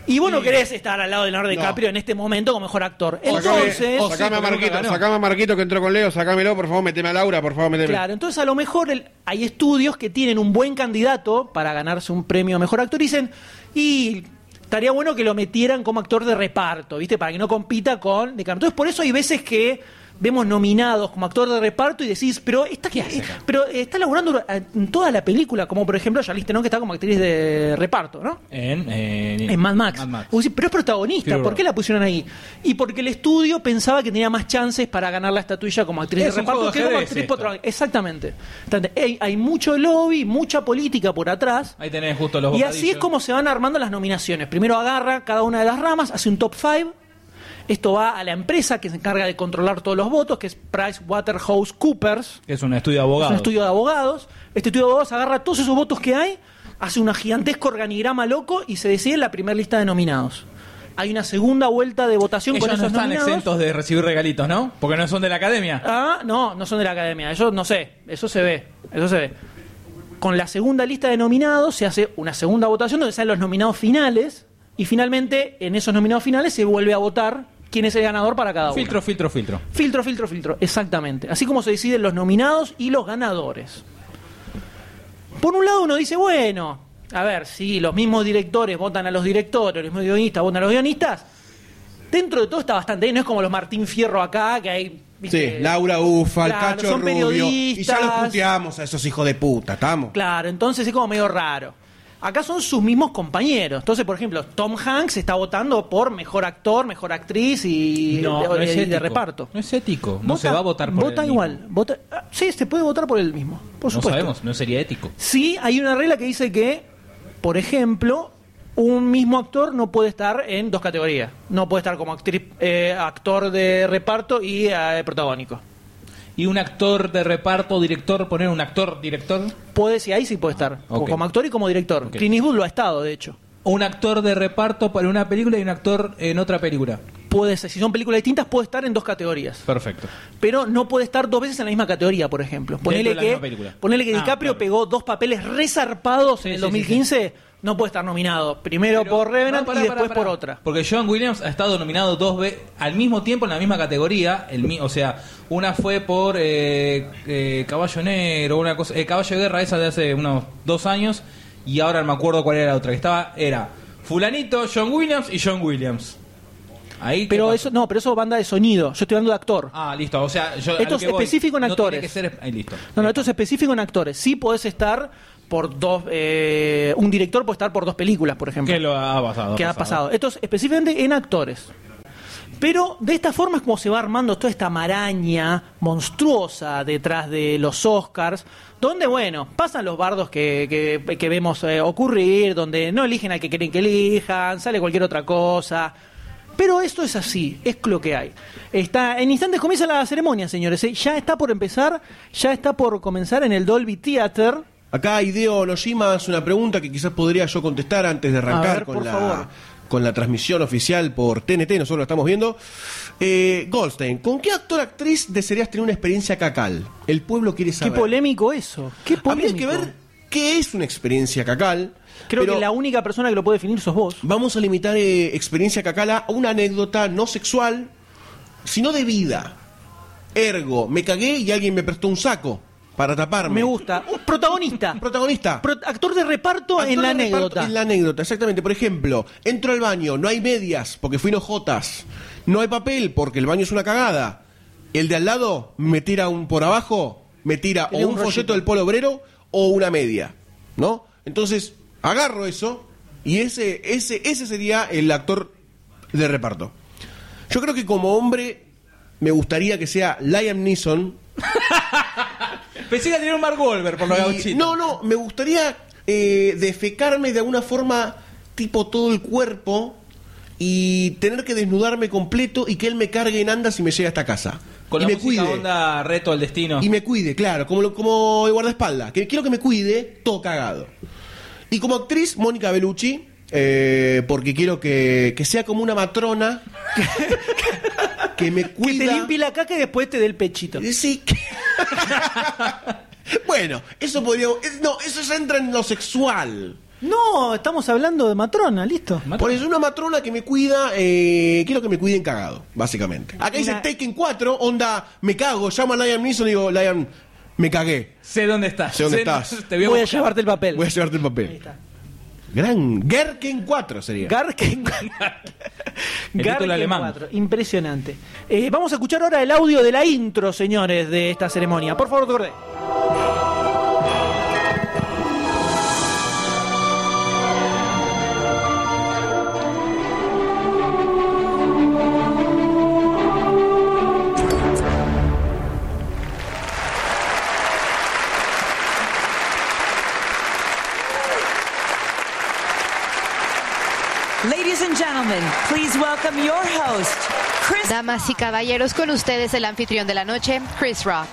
H: Y vos no querés estar al lado de Leonardo DiCaprio en este momento como mejor actor. Entonces,
A: o sí,
J: sacame
A: pero
J: a
A: nunca
J: Marquito,
A: ganó.
J: sacame a Marquito que entró con Leo, sacámelo, por favor, meteme a Laura, por favor, meteme.
H: Claro, entonces a lo mejor el- hay estudios que tienen un buen candidato para ganarse un premio a mejor actor y dicen, y estaría bueno que lo metieran como actor de reparto, ¿viste? Para que no compita con DiCaprio. Entonces por eso hay veces que vemos nominados como actor de reparto y decís, pero está, eh, pero eh, está laburando dura- en toda la película, como por ejemplo Charlize Theron que está como actriz de reparto, ¿no?
A: En, eh,
H: En Mad Max.
A: Mad Max.
H: Vos decís, pero es protagonista,
A: Fury
H: ¿por
A: Road.
H: qué la pusieron ahí? Y porque el estudio pensaba que tenía más chances para ganar la estatuilla como actriz
A: Es
H: de
A: un juego
H: reparto
A: de
H: que como
A: ajedrez
H: actriz
A: esto.
H: protagonista. Exactamente. Entonces, Hay, hay mucho lobby, mucha política por atrás.
A: Ahí tenés justo los
H: Y
A: bocadillos.
H: así es como se van armando las nominaciones. Primero agarra cada una de las ramas, hace un top 5. Esto va a la empresa que se encarga de controlar todos los votos, que es PricewaterhouseCoopers.
A: Que es un estudio de abogados.
H: Es un estudio de abogados. Este estudio de abogados agarra todos esos votos que hay, hace un gigantesco organigrama loco y se decide la primera lista de nominados. Hay una segunda vuelta de votación
A: Ellos
H: con
A: no
H: esos
A: están
H: nominados.
A: exentos de recibir regalitos, ¿no? Porque no son de la academia.
H: Ah, no, no son de la academia. Eso no sé. Eso se ve. Eso se ve. Con la segunda lista de nominados se hace una segunda votación donde salen los nominados finales y finalmente en esos nominados finales se vuelve a votar quién es el ganador para cada uno.
A: filtro, filtro, filtro.
H: Filtro, filtro, filtro, exactamente. Así como se deciden los nominados y los ganadores. Por un lado uno dice, bueno, a ver, si los mismos directores votan a los directores, los mismos guionistas votan a los guionistas, dentro de todo está bastante bien, no es como los Martín Fierro acá, que hay...
E: Sí,
J: Eh,
H: ¿viste?
E: Laura Ufa, el
H: Claro,
E: Cacho
H: son
E: Rubio. Y ya los
H: periodistas.
E: puteamos a esos hijos de puta, ¿estamos?
H: Claro, entonces es como medio raro. Acá son sus mismos compañeros. Entonces, por ejemplo, Tom Hanks está votando por mejor actor, mejor actriz y de, y de
A: ético.
H: reparto.
A: No es ético. No se va a votar por
H: Vota
A: él
H: igual.
A: mismo.
H: Vota, ah, sí, se puede votar por él mismo. Por
A: No
H: supuesto.
A: sabemos, no sería ético.
H: Sí, hay una regla que dice que, por ejemplo, un mismo actor no puede estar en dos categorías. No puede estar como actriz, eh, actor de reparto y eh, protagónico.
A: Y un actor de reparto, director, poner un actor, director.
H: Puede, sí, ahí sí puede estar.
A: Ok.
H: Como actor y como director.
A: Ok.
H: Clint Eastwood lo ha estado, de hecho.
A: Un actor de reparto para una película y un actor en otra película.
H: Puede ser, si son películas distintas, puede estar en dos categorías.
A: Perfecto.
H: Pero no puede estar dos veces en la misma categoría, por ejemplo.
A: de
H: Ponele
A: la
H: que,
A: misma película.
H: ponele que
A: Ah,
H: DiCaprio
A: claro.
H: pegó dos papeles resarpados
A: Sí,
H: en el
A: sí, sí,
H: 2015, no puede estar nominado. Primero
A: Pero-
H: por Revenant
A: no, pará,
H: y
A: pará,
H: después
A: pará.
H: por otra.
A: Porque John Williams ha estado nominado dos veces al mismo tiempo en la misma categoría. El, mi- o sea, una fue por eh, eh, Caballo Negro, una cosa, eh, Caballo de Guerra, esa de hace unos dos años. y ahora no me acuerdo cuál era la otra que estaba, era Fulanito, John Williams y John Williams. Ahí
H: Pero eso, no, pero eso banda de sonido. Yo estoy hablando de actor.
A: Ah, listo, o sea, yo a
H: Esto
A: lo
H: es
A: que voy,
H: específico
A: no
H: en
A: tiene
H: actores.
A: que ser- ahí, listo.
H: No, no, esto es específico en actores. Sí podés estar por dos. eh, un director puede estar por dos películas, por ejemplo.
A: ¿Qué lo ha pasado?
H: que ha pasado. Esto es específicamente en actores. Pero de esta forma es como se va armando toda esta maraña monstruosa detrás de los Oscars, donde, bueno, pasan los bardos que, que- que vemos eh, ocurrir, donde no eligen al que quieren que elijan, sale cualquier otra cosa. Pero esto es así, es lo que hay. Está, en instantes comienza la ceremonia, señores. eh. Ya está por empezar, ya está por comenzar en el Dolby Theater.
E: Acá Ideo Noshima hace una pregunta que quizás podría yo contestar antes de arrancar
H: A ver,
E: con,
H: por
E: la,
H: favor.
E: con la transmisión oficial por TNT, nosotros la estamos viendo. Eh, Goldstein, ¿con qué actor actriz desearías tener una experiencia cacal? El pueblo quiere
H: Qué
E: saber.
H: polémico eso. Qué
E: Habría
H: polémico.
E: que ver qué es una experiencia cacal.
H: Creo
E: pero
H: que la única persona que lo puede definir sos vos.
E: Vamos a limitar eh, experiencia cacala a una anécdota no sexual, sino de vida. Ergo, me cagué y alguien me prestó un saco para taparme.
H: Me gusta. Un protagonista.
E: Protagonista.
H: Pro- actor de reparto
E: Actor
H: en la
E: de reparto
H: anécdota.
E: En la anécdota, exactamente. Por ejemplo, entro al baño, no hay medias porque fui nojotas. No hay papel porque el baño es una cagada. El de al lado me tira un por abajo, me tira o
H: Tiene
E: un
H: un
E: folleto
H: rollito.
E: del polo obrero o una media. ¿No? Entonces, agarro eso y ese, ese, ese sería el actor de reparto. Yo creo que como hombre me gustaría que sea Liam Neeson
A: Pensé que tenía un Mark Wolver por lo
E: y-
A: gauchito.
E: no, no, me gustaría eh, defecarme de alguna forma, tipo todo el cuerpo, y tener que desnudarme completo y que él me cargue en andas y me llegue hasta casa.
A: Con
E: y
A: la
E: me
A: música
E: cuide.
A: onda reto al destino.
E: Y me cuide, claro, como, lo- como el guardaespaldas. Que quiero que me cuide, todo cagado. Y como actriz, Mónica Bellucci, eh, porque quiero que, que sea como una matrona que me
H: Que
E: cuida.
H: te limpie la caca y después te dé el pechito.
E: Eh, Sí. que- bueno, eso podría. es- No, eso ya entra en lo sexual.
H: No, estamos hablando de matrona, listo.
E: Por eso, una matrona que me cuida, eh, quiero que me cuiden cagado, básicamente. Acá dice
H: Una-
E: Taken 4, onda, me cago, llamo a Liam Neeson y digo, Liam, me cagué,
A: Sé dónde estás.
E: Sé dónde estás.
A: Te voy a
H: Voy a
A: buscar.
H: llevarte el papel.
E: voy a llevarte el papel. Gran Gerken 4 sería.
H: Garken.
A: El
H: Garken
A: título alemán.
H: 4. Impresionante. Eh, vamos a escuchar ahora el audio de la intro, señores, de esta ceremonia. Por favor, Torde.
K: Ladies and gentlemen, please welcome your host, Chris.
L: Damas y caballeros, con ustedes el anfitrión de la noche, Chris Rock.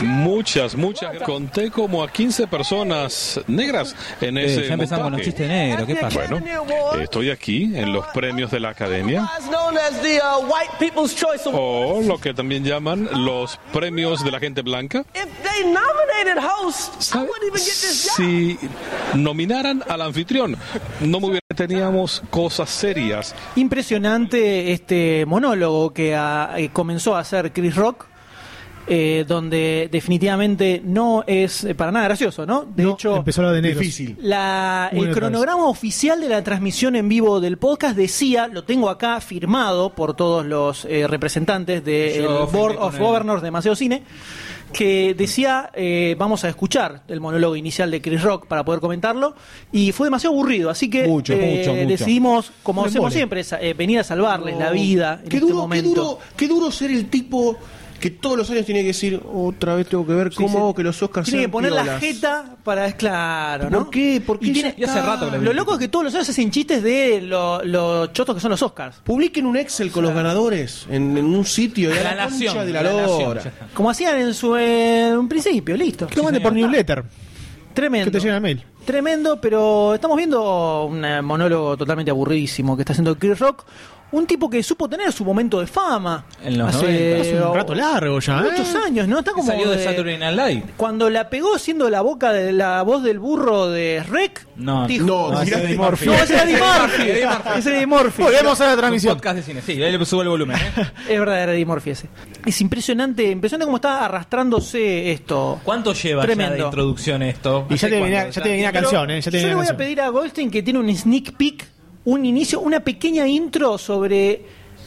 M: Muchas, muchas. Conté como a 15 personas negras en
B: Eh,
M: ese
B: ya empezamos con los
M: montaje.
B: chistes negros, ¿qué pasa?
M: Bueno, estoy aquí en los premios de la academia o lo que también llaman los premios de la gente blanca. ¿Sabe? Si nominaran al anfitrión, no muy bien teníamos cosas serias.
H: Impresionante este monólogo que ah, eh, comenzó a hacer Chris Rock, eh, donde definitivamente no es eh, para nada gracioso, ¿no? De hecho,
F: Empezó lo de negros.
E: Difícil.
H: La-
F: Muy
H: el
F: atrás.
H: cronograma oficial de la transmisión en vivo del podcast decía, lo tengo acá firmado por todos los eh, representantes del
A: Yo firmé
H: Board
A: con
H: of
A: él.
H: Governors de Maceo Cine, que decía, eh, vamos a escuchar el monólogo inicial de Chris Rock para poder comentarlo, y fue demasiado aburrido, así que
B: Mucho,
H: eh,
B: mucho, mucho.
H: decidimos, como
B: Un
H: hacemos
B: embole.
H: siempre, sa- eh, venir a salvarles la vida en
E: qué,
H: este
E: duro,
H: momento.
E: qué duro, qué duro ser el tipo que todos los años tiene que decir, otra vez tengo que ver cómo hago que los Oscars
H: Tiene Oh, que
E: sean
H: poner la
E: piolas".
H: jeta para. Claro, ¿no?
E: ¿Por qué? ¿Por qué
H: Y
E: ya
H: tiene-
E: está? Y hace rato que la
H: Lo loco es que todos los años hacen chistes de lo- los chotos que son los Oscars.
E: Publiquen un Excel con los ganadores en, en un sitio de
A: La
E: la,
A: Nación,
E: concha de la,
A: La Nación,
E: lora.
A: ya está.
H: Como hacían en su en un principio, listo.
F: Que lo mande por newsletter.
H: Tremendo.
F: Que te llegue al mail.
H: Tremendo, pero estamos viendo un eh, monólogo totalmente aburridísimo que está haciendo Chris Rock. un tipo que supo tener su momento de fama. Oh,
B: En los 90. Hace un rato largo ya, ¿eh?
H: Muchos años, ¿no? Está como
B: Salió de Saturday Night Live.
H: Cuando la pegó siendo la boca de la voz del burro de Rec,
B: No,
H: dijo,
A: Ah,
E: Oh,
B: no, no, ese era Eddie Murphy.
H: No, ese era Eddie Murphy.
B: Eddie Murphy.
H: Ese era Eddie Murphy.
B: Volvemos
H: a la
B: transmisión. podcast de cine. Sí, ahí le subo el volumen. ¿eh?
H: Es verdad, era Eddie Murphy ese. Es impresionante, impresionante cómo está arrastrándose esto.
A: ¿Cuánto lleva
H: Tremendo.
A: ya de introducción esto?
H: Y
A: ¿Hace
H: ya te venía-
A: cuánto?
H: ya te venía canción,
F: ¿eh? Ya
H: Yo le voy a pedir a Goldstein que tiene un sneak peek, un inicio, una pequeña intro sobre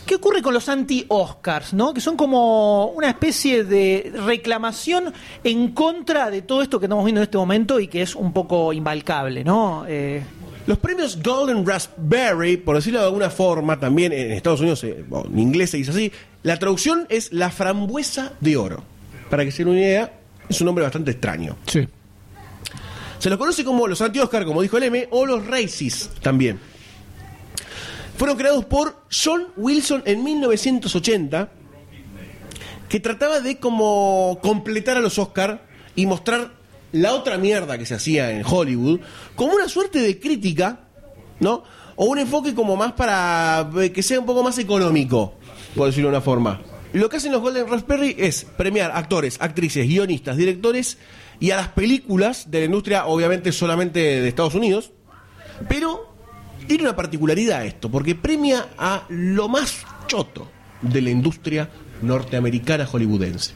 H: qué ocurre con los anti-Oscars, ¿no? Que son como una especie de reclamación en contra de todo esto que estamos viendo en este momento y que es un poco imbalcable, ¿no? Eh,
E: Los premios Golden Raspberry, por decirlo de alguna forma, también en Estados Unidos, eh, bueno, en inglés se dice así, la traducción es la frambuesa de oro. Para que se den una idea, es un nombre bastante extraño.
F: Sí.
E: Se los conoce como los anti-Oscar, como dijo el M, o los Races también. Fueron creados por John Wilson en 1980, que trataba de como completar a los Oscar y mostrar la otra mierda que se hacía en Hollywood como una suerte de crítica, ¿no? O un enfoque como más para eh, que sea un poco más económico, por decirlo de una forma. Lo que hacen los Golden Raspberry es premiar actores, actrices, guionistas, directores y a las películas de la industria, obviamente solamente de Estados Unidos, pero tiene una particularidad esto, porque premia a lo más choto de la industria norteamericana hollywoodense.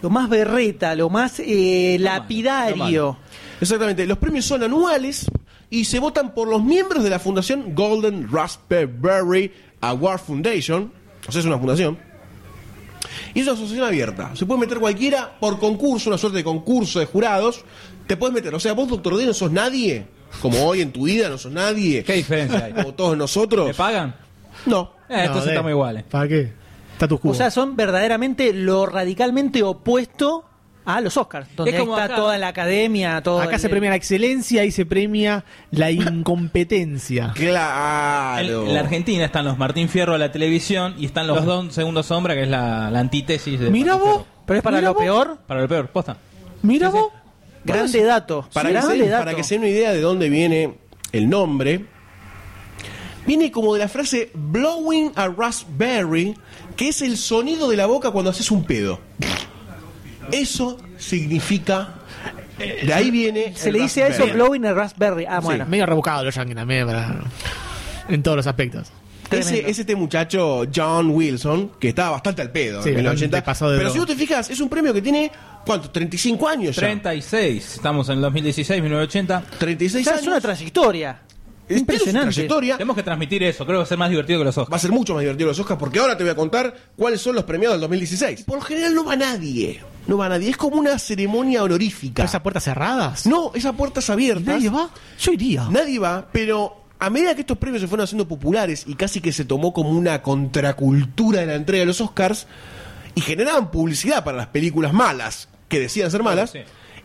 H: lo más berreta, lo más eh, lapidario.
E: Exactamente, los premios son anuales y se votan por los miembros de la fundación Golden Raspberry Award Foundation, o sea, es una fundación. Y es una asociación abierta. Se puede meter cualquiera por concurso, una suerte de concurso de jurados. Te puedes meter. O sea, vos, doctor D, no sos nadie. Como hoy en tu vida no sos nadie. ¿Qué
B: diferencia hay?
E: Como todos nosotros. ¿Te
B: pagan?
E: No.
B: Eh,
F: No,
B: entonces
F: de-
B: estamos iguales.
F: ¿Para qué? Status quo.
H: O sea, son verdaderamente lo radicalmente opuesto a los Oscars, donde
F: Es como
H: está
F: acá.
H: toda la academia, todo
F: Acá
H: el-
F: se premia la excelencia y se premia la incompetencia.
E: Claro.
A: En la Argentina están los Martín Fierro a la televisión y están los, Don Segundo Sombra, que es la, la antítesis de.
F: Mirá
A: Martín
F: vos,
A: Fierro.
H: pero es para lo peor.
A: Para lo peor, posta.
F: Mira vos.
H: Grande dato.
E: Para,
H: Sí,
E: que
H: grande
E: se,
H: dato.
E: para que se den una idea de dónde viene el nombre, viene como de la frase blowing a raspberry, que es el sonido de la boca cuando haces un pedo. Eso significa. De ahí viene.
H: Se
E: el
H: le dice a eso
E: raspberry.
H: blowing el raspberry. Ah, bueno.
F: Medio rebuscado los Yankees también, para- en todos los aspectos.
E: Ese, es este muchacho John Wilson, que estaba bastante al pedo
F: Sí,
E: en los
F: bastante
E: 80.
F: pasado de
E: Pero si
F: droga.
E: vos te fijas, es un premio que tiene, ¿cuánto? 35 años ya.
A: 36. Estamos en el 2016, 1980.
E: 36
H: Ya es una trayectoria. Impresionante.
A: Tenemos que transmitir eso. Creo que va a ser más divertido que los Oscars.
E: Va a ser mucho más divertido los Oscars porque ahora te voy a contar cuáles son los premiados del 2016. Por lo general no va nadie. No va nadie. Es como una ceremonia honorífica.
F: ¿Esas puertas cerradas?
E: No, esas puertas abiertas.
F: ¿Nadie va? Yo iría.
E: Nadie va, pero a medida que estos premios se fueron haciendo populares y casi que se tomó como una contracultura de la entrega de los Oscars y generaban publicidad para las películas malas que decían ser malas,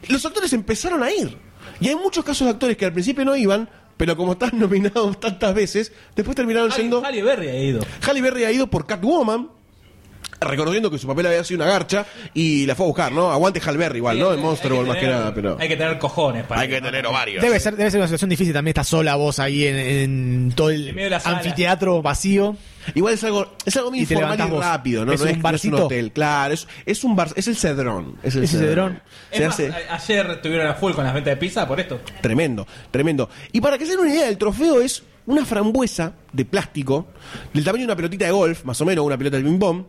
E: los actores empezaron a ir. Y hay muchos casos de actores que al principio no iban, pero como están nominados tantas veces, después terminaron siendo...
A: Halle Berry ha ido.
E: Halle Berry ha ido por Catwoman, reconociendo que su papel había sido una garcha, y la fue a buscar, ¿no? Aguante Halle Berry igual, ¿no? En Monster Ball más que nada, pero...
A: Hay que tener cojones para. Hay que
E: tener ovarios.
F: Debe ser, debe ser una situación difícil también estar sola vos ahí en, en todo el
A: medio de la sala.
F: anfiteatro vacío.
E: Igual es algo, es algo muy
F: Y te
E: informal
F: levantás
E: y
F: vos.
E: rápido, ¿no?
F: Es
E: No
F: un
E: no
F: barcito.
E: un hotel, claro. Es, es un bar, es el cedrón. Es el
F: Es el
E: cedrón.
A: Es
E: Se
A: más,
E: hace
A: a- ayer estuvieron a full con las ventas de pizza por esto.
E: tremendo, tremendo. Y para que se den una idea, el trofeo es una frambuesa de plástico, del tamaño de una pelotita de golf, más o menos, una pelota de ping-pong.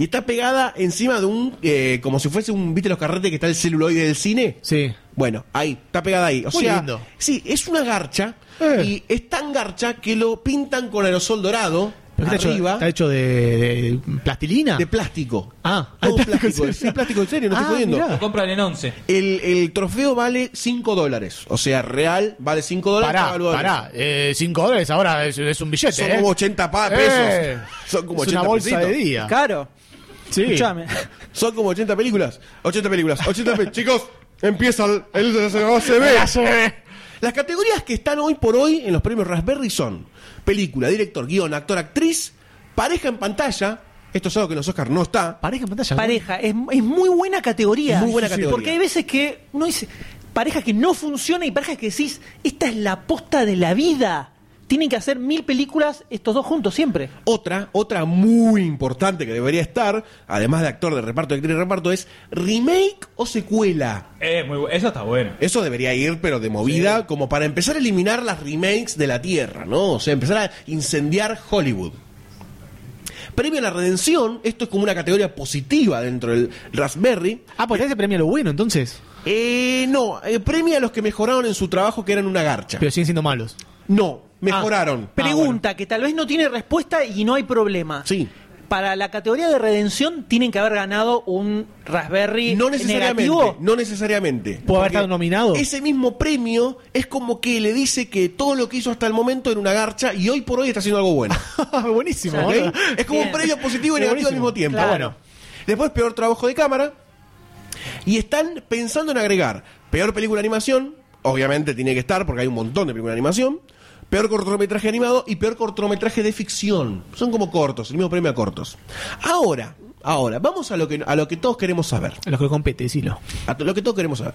E: Y está pegada encima de un, eh, como si fuese un, ¿viste los carretes que está el celuloide del cine?
F: Sí.
E: Bueno, ahí, está pegada ahí. O
F: Muy
E: sea,
F: lindo.
E: sí, es una garcha.
F: Eh.
E: Y es tan garcha que lo pintan con aerosol dorado.
F: Pero está, hecho,
E: arriba.
F: está hecho de, de plastilina.
E: De plástico.
F: Ah,
E: Todo plástico, es sí, plástico en serio, no
F: Ah,
E: estoy jodiendo.
F: mirá.
A: Lo compran en 11.
E: El, el trofeo vale 5 dólares. O sea, real vale 5 dólares.
F: Pará,
E: está valuado en-
F: pará. 5 dólares ahora es, es un billete.
E: Son
F: ¿eh?
E: como 80 pa- pesos.
F: Eh,
E: Son como
F: es una
E: 80
F: bolsa
E: pesitos.
F: de día.
H: Caro.
F: Ah. Sí.
H: Escuchame.
E: Son como 80 películas. 80 películas. 80 pe- Chicos, empieza el, el de la
F: La
E: ACB.
F: ACB.
E: Las categorías que están hoy por hoy en los premios Raspberry son película, director, guión, actor, actriz, pareja en pantalla. Esto es algo que en los Oscars no está.
F: Pareja en pantalla.
H: Pareja. Es, es muy buena categoría.
E: Muy buena categoría.
H: Porque hay veces que uno dice parejas que no funcionan y parejas que decís, esta es la posta de la vida. tienen que hacer mil películas estos dos juntos siempre.
E: Otra, otra muy importante que debería estar, además de actor de reparto, de actriz de reparto, es remake o secuela.
A: Eh, muy bu- eso está bueno.
E: Eso debería ir, pero de movida, como para empezar a eliminar las remakes de la Tierra, ¿no? O sea, empezar a incendiar Hollywood. Premio a la redención, esto es como una categoría positiva dentro del Raspberry.
F: Ah, pues ese premio a lo bueno, entonces.
E: Eh, no, eh, premia a los que mejoraron en su trabajo que eran una garcha.
F: Pero siguen siendo malos.
E: No,
F: Ah.
E: mejoraron.
H: Pregunta que tal vez no tiene respuesta y no hay problema.
E: Ah, Sí.
H: Para la categoría de redención tienen que haber ganado un Raspberry
E: No necesariamente.
H: negativo.
E: No necesariamente.
F: ¿Puede haber estado nominado?
E: Ese mismo premio es como que le dice que todo lo que hizo hasta el momento era una garcha y hoy por hoy está haciendo algo bueno.
F: Buenísimo.
E: ¿Ok?
F: boludo.
E: ¿eh? Es como un
F: Bien.
E: premio positivo y
F: Es
E: negativo al
F: buenísimo.
E: mismo tiempo.
F: Claro.
E: Bueno, después peor trabajo de cámara. Y están pensando en agregar peor película de animación. Obviamente tiene que estar porque hay un montón de películas de animación. Peor cortometraje animado y peor cortometraje de ficción. Son como cortos, el mismo premio a cortos. Ahora, ahora, vamos a lo que, a lo que todos queremos saber.
F: A los que compete, decilo.
E: A to- lo que todos queremos saber.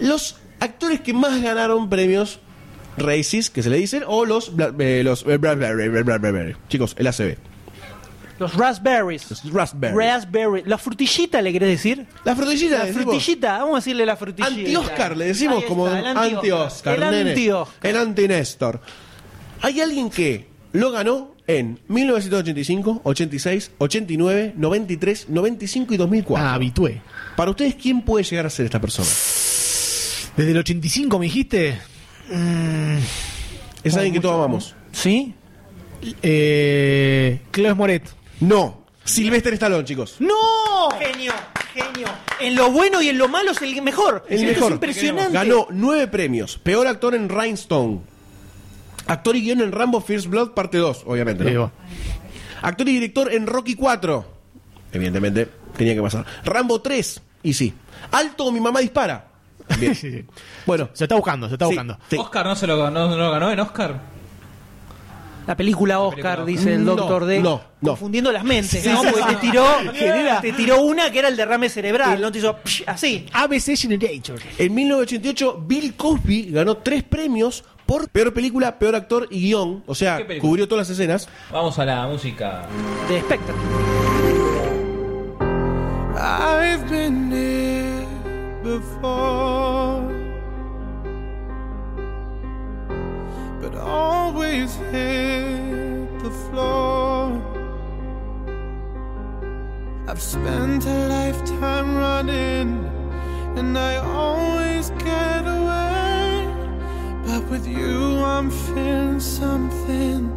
E: Los actores que más ganaron premios races, que se le dicen, o los. bla- eh, los eh, bla- bla- bla- bla- bla- bla- bla- Chicos, el ACB.
H: Los raspberries.
E: Los raspberry.
H: Raspberry. La frutillita, ¿le querés decir?
E: La frutillita,
H: La
E: le decimos.
H: frutillita, vamos a decirle la frutillita.
E: Anti-Oscar, le decimos
H: Ahí
E: como
H: está, el
E: anti-Oscar.
H: El
E: nene.
H: anti-Oscar.
E: El anti-Néstor. Hay alguien que lo ganó en 1985, 86, 89, 93, 95 y 2004.
F: Ah, habitué.
E: Para ustedes, ¿quién puede llegar a ser esta persona?
F: Desde el 85 me dijiste.
E: Es alguien que todos amamos.
H: ¿Sí?
F: Eh, Claude Moret.
E: No. Sylvester Stallone, chicos.
H: ¡No! Genio, genio. En lo bueno y en lo malo es el mejor.
E: El
H: Esto
E: mejor.
H: Es impresionante.
E: Ganó nueve premios. Peor actor en Rhinestone. Actor y guion en Rambo First Blood, parte 2, obviamente. ¿no?
F: Digo,
E: Actor y director en Rocky 4. Evidentemente, tenía que pasar. Rambo 3. Y sí. Alto o mi mamá dispara. Bien.
F: Sí, sí.
E: Bueno.
F: Se está buscando, se está
E: sí,
F: buscando.
E: sí.
A: Oscar no se lo ganó, no lo ganó en Oscar.
H: La película
A: película Oscar.
H: Oscar, dice el
E: No,
H: doctor D.
E: no, no.
H: Confundiendo las mentes,
F: Sí,
H: ¿no?
F: sí,
H: Porque
F: sí.
H: te tiró,
F: Genera.
H: te tiró una que era el derrame cerebral, ¿no? Te hizo psh, así. ah,
F: ABC Generator.
E: En 1988, Bill Cosby ganó tres premios por peor película, peor actor y guión. O sea,
A: ¿Qué película?
E: cubrió todas las escenas.
A: Vamos a la música.
H: De espectro.
D: I've been here before, but always hit the floor. I've spent a lifetime running, and I always get away. But with you, I'm feeling something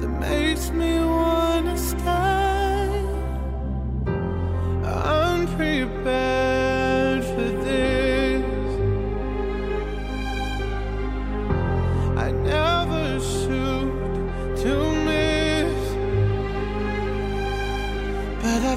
D: that makes me wanna stay. I'm prepared for this. I never shoot to miss, but I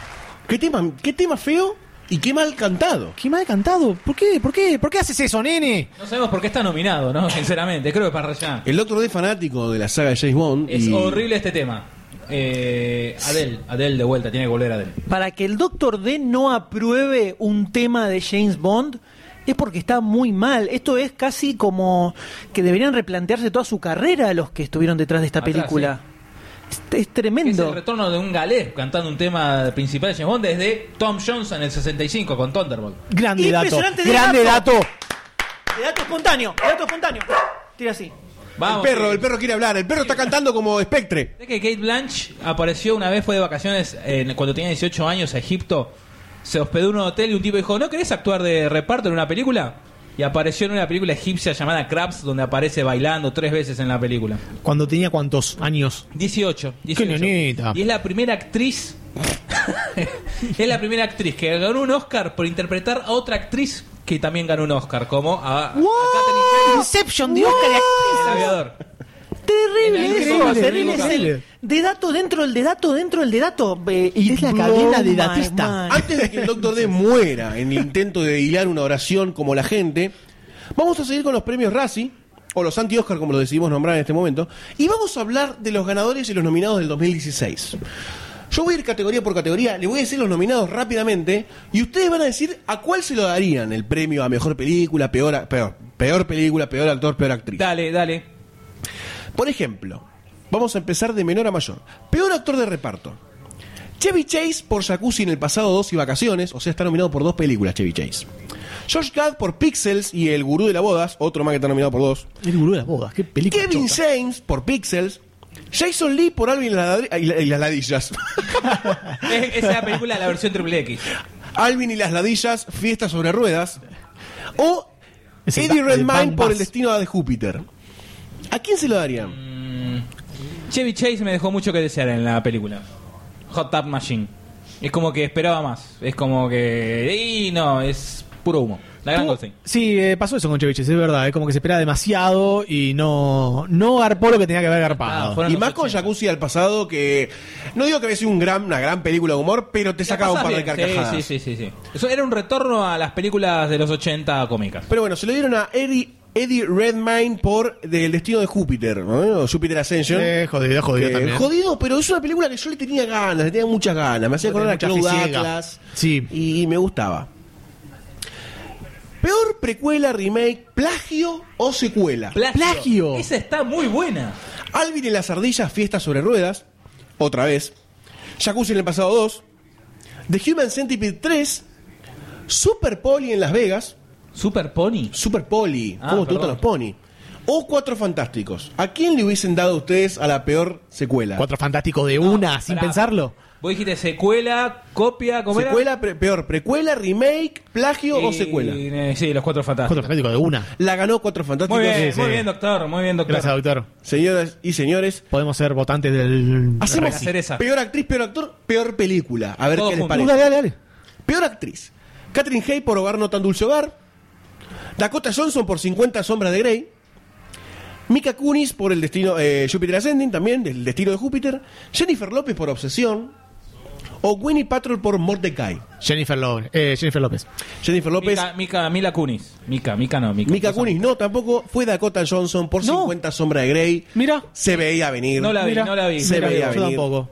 E: ¿Qué tema, qué tema feo y qué mal cantado?
F: ¿Qué mal cantado? ¿Por qué? ¿Por qué? ¿Por qué haces eso, nene?
A: No sabemos por qué está nominado, ¿no? Sinceramente, creo que para allá.
E: El Doctor D fanático de la saga de James Bond.
A: Es
E: y-
A: horrible este tema. Eh, Adel, Adel de vuelta, tiene que volver Adel.
H: Para que el Doctor D no apruebe un tema de James Bond es porque está muy mal. Esto es casi como que deberían replantearse toda su carrera los que estuvieron detrás de esta
A: Atrás,
H: película. Es, es
A: Es el
H: tremendo.
A: retorno de un galés cantando un tema principal de James Bond desde Tom Johnson en el 65 con Thunderbolt.
F: Grande dato.
H: Impresionante de
F: Grande dato.
H: De dato espontáneo, de dato espontáneo. Tira así.
A: Vamos, eh.
E: el perro,
A: sí.
E: el perro quiere hablar, el perro está cantando como espectre.
A: ¿Sabés que Kate Blanch apareció una vez, fue de vacaciones eh, cuando tenía 18 años a Egipto? Se hospedó en un hotel y un tipo dijo, ¿no querés actuar de reparto en una película? Y apareció en una película egipcia llamada Crabs, donde aparece bailando tres veces en la película.
F: Cuando tenía cuántos años.
A: 18. 18.
F: nenita.
A: Y es la primera actriz. es la primera actriz que ganó un Oscar por interpretar a otra actriz que también ganó un Oscar, como a,
F: Inception, Dios, que
A: El aviador.
H: Terrible eso,
F: Increíble,
H: terrible es
F: increíble.
H: el de dato dentro del de dato dentro del de dato. eh, it
F: Es la
H: blow
F: cadena de
H: my
F: datista.
H: mind.
E: Antes de que el Doctor D muera en el intento de hilar una oración como la gente, vamos a seguir con los premios Razzie, o los anti-Oscar como lo decidimos nombrar en este momento, y vamos a hablar de los ganadores y los nominados del 2016. Yo voy a ir categoría por categoría, les voy a decir los nominados rápidamente, y ustedes van a decir a cuál se lo darían el premio a mejor película, peor, a- peor, peor película, peor actor, peor actriz.
A: Dale, dale.
E: Por ejemplo, vamos a empezar de menor a mayor. Peor actor de reparto. Chevy Chase por Jacuzzi en el pasado dos y vacaciones, o sea, está nominado por dos películas Chevy Chase. Josh Gad por Pixels y El Gurú de las Bodas, otro más que está nominado por dos.
F: El gurú de las bodas, qué película.
E: Kevin
F: chota.
E: James por Pixels. Jason Lee por Alvin y las ladri- y la- y las ladillas.
A: Es- Esa es la película, la versión triple X.
E: Alvin y las ladillas, Fiesta sobre ruedas. O
F: Es el
E: Eddie
F: ba- el
E: Redmayne
F: Bang
E: por
F: Bass.
E: El destino de Júpiter. ¿A quién se lo darían?
A: Chevy Chase me dejó mucho que desear en la película. Hot Tub Machine. Es como que esperaba más. Es como que. Y no, es puro humo. La gran
F: Tuvo-
A: Goldstein.
F: Sí, eh, pasó eso con Cheviches, es verdad. Es como que se esperaba demasiado y no, no garpó lo que tenía que haber garpado.
A: fueron
E: Y
A: los
E: más con Jacuzzi al pasado que no digo que había sido un gran, una gran película de humor, pero te sacaba un par de
A: Pasás bien.
E: carcajadas.
A: Sí, sí, sí, sí, sí. Eso era un retorno a las películas de los 80 cómicas.
E: Pero bueno, se lo dieron a Eddie, Eddie Redmayne por Del destino de Júpiter, ¿no? O Júpiter Ascension.
F: Eh, jodido, jodido
E: Que-
F: también.
E: jodido, pero es una película que yo le tenía ganas, le tenía muchas ganas. Me hacía
F: Tenía
E: acordar a
F: mucha
E: Cloud
F: fisiega.
E: Atlas
F: Sí.
E: y me gustaba. Peor precuela, remake, plagio o secuela.
F: Plagio.
A: Esa está muy buena.
E: Alvin en las ardillas, fiesta sobre ruedas, otra vez. Jacuzzi en el pasado 2. The Human Centipede 3. Super Poli en Las Vegas.
A: Super Pony.
E: Super Poli,
A: Ah,
E: ¿cómo te
A: perdón.
E: gustan los pony? O Cuatro Fantásticos. ¿A quién le hubiesen dado ustedes a la peor secuela?
F: Cuatro fantásticos de una, sin
A: pará.
F: pensarlo.
A: Vos dijiste secuela, copia, ¿cómo era?
E: secuela, pre- peor, precuela, remake, plagio o
A: Y-
E: secuela.
A: eh, sí, los cuatro
F: Cuatro
A: fantásticos.
F: fantásticos de una.
E: La ganó Cuatro Fantásticos.
A: Muy bien,
F: Sí,
A: muy
F: sí.
A: bien, doctor. Muy bien, doctor.
F: Gracias, doctor.
E: Señoras y señores,
F: Podemos ser votantes del.
E: hacemos
A: hacer esa.
E: peor actriz, peor actor, peor película. A ver
A: Todo
E: qué les
A: junto.
E: parece.
F: dale, dale.
E: Peor actriz. Catherine Hay por Hogar no tan dulce hogar. Dakota Johnson por 50 sombras de Grey. Mika Kunis por El destino eh, Júpiter Ascending también, del destino de Júpiter. Jennifer López por Obsesión. O Winnie Patrol por Mordecai.
F: Jennifer, Lo- eh, Jennifer López.
E: Jennifer López.
A: Mica, Mica, Mila Kunis. Mica, Mica no, Mica.
E: Mika Kunis no, tampoco. Fue Dakota Johnson por
F: No.
E: 50 sombras de Grey.
F: Mira.
E: Se veía venir.
A: No la vi,
F: Mira,
A: no la vi.
E: se
A: no la vi.
E: veía
F: Yo
E: venir.
F: tampoco.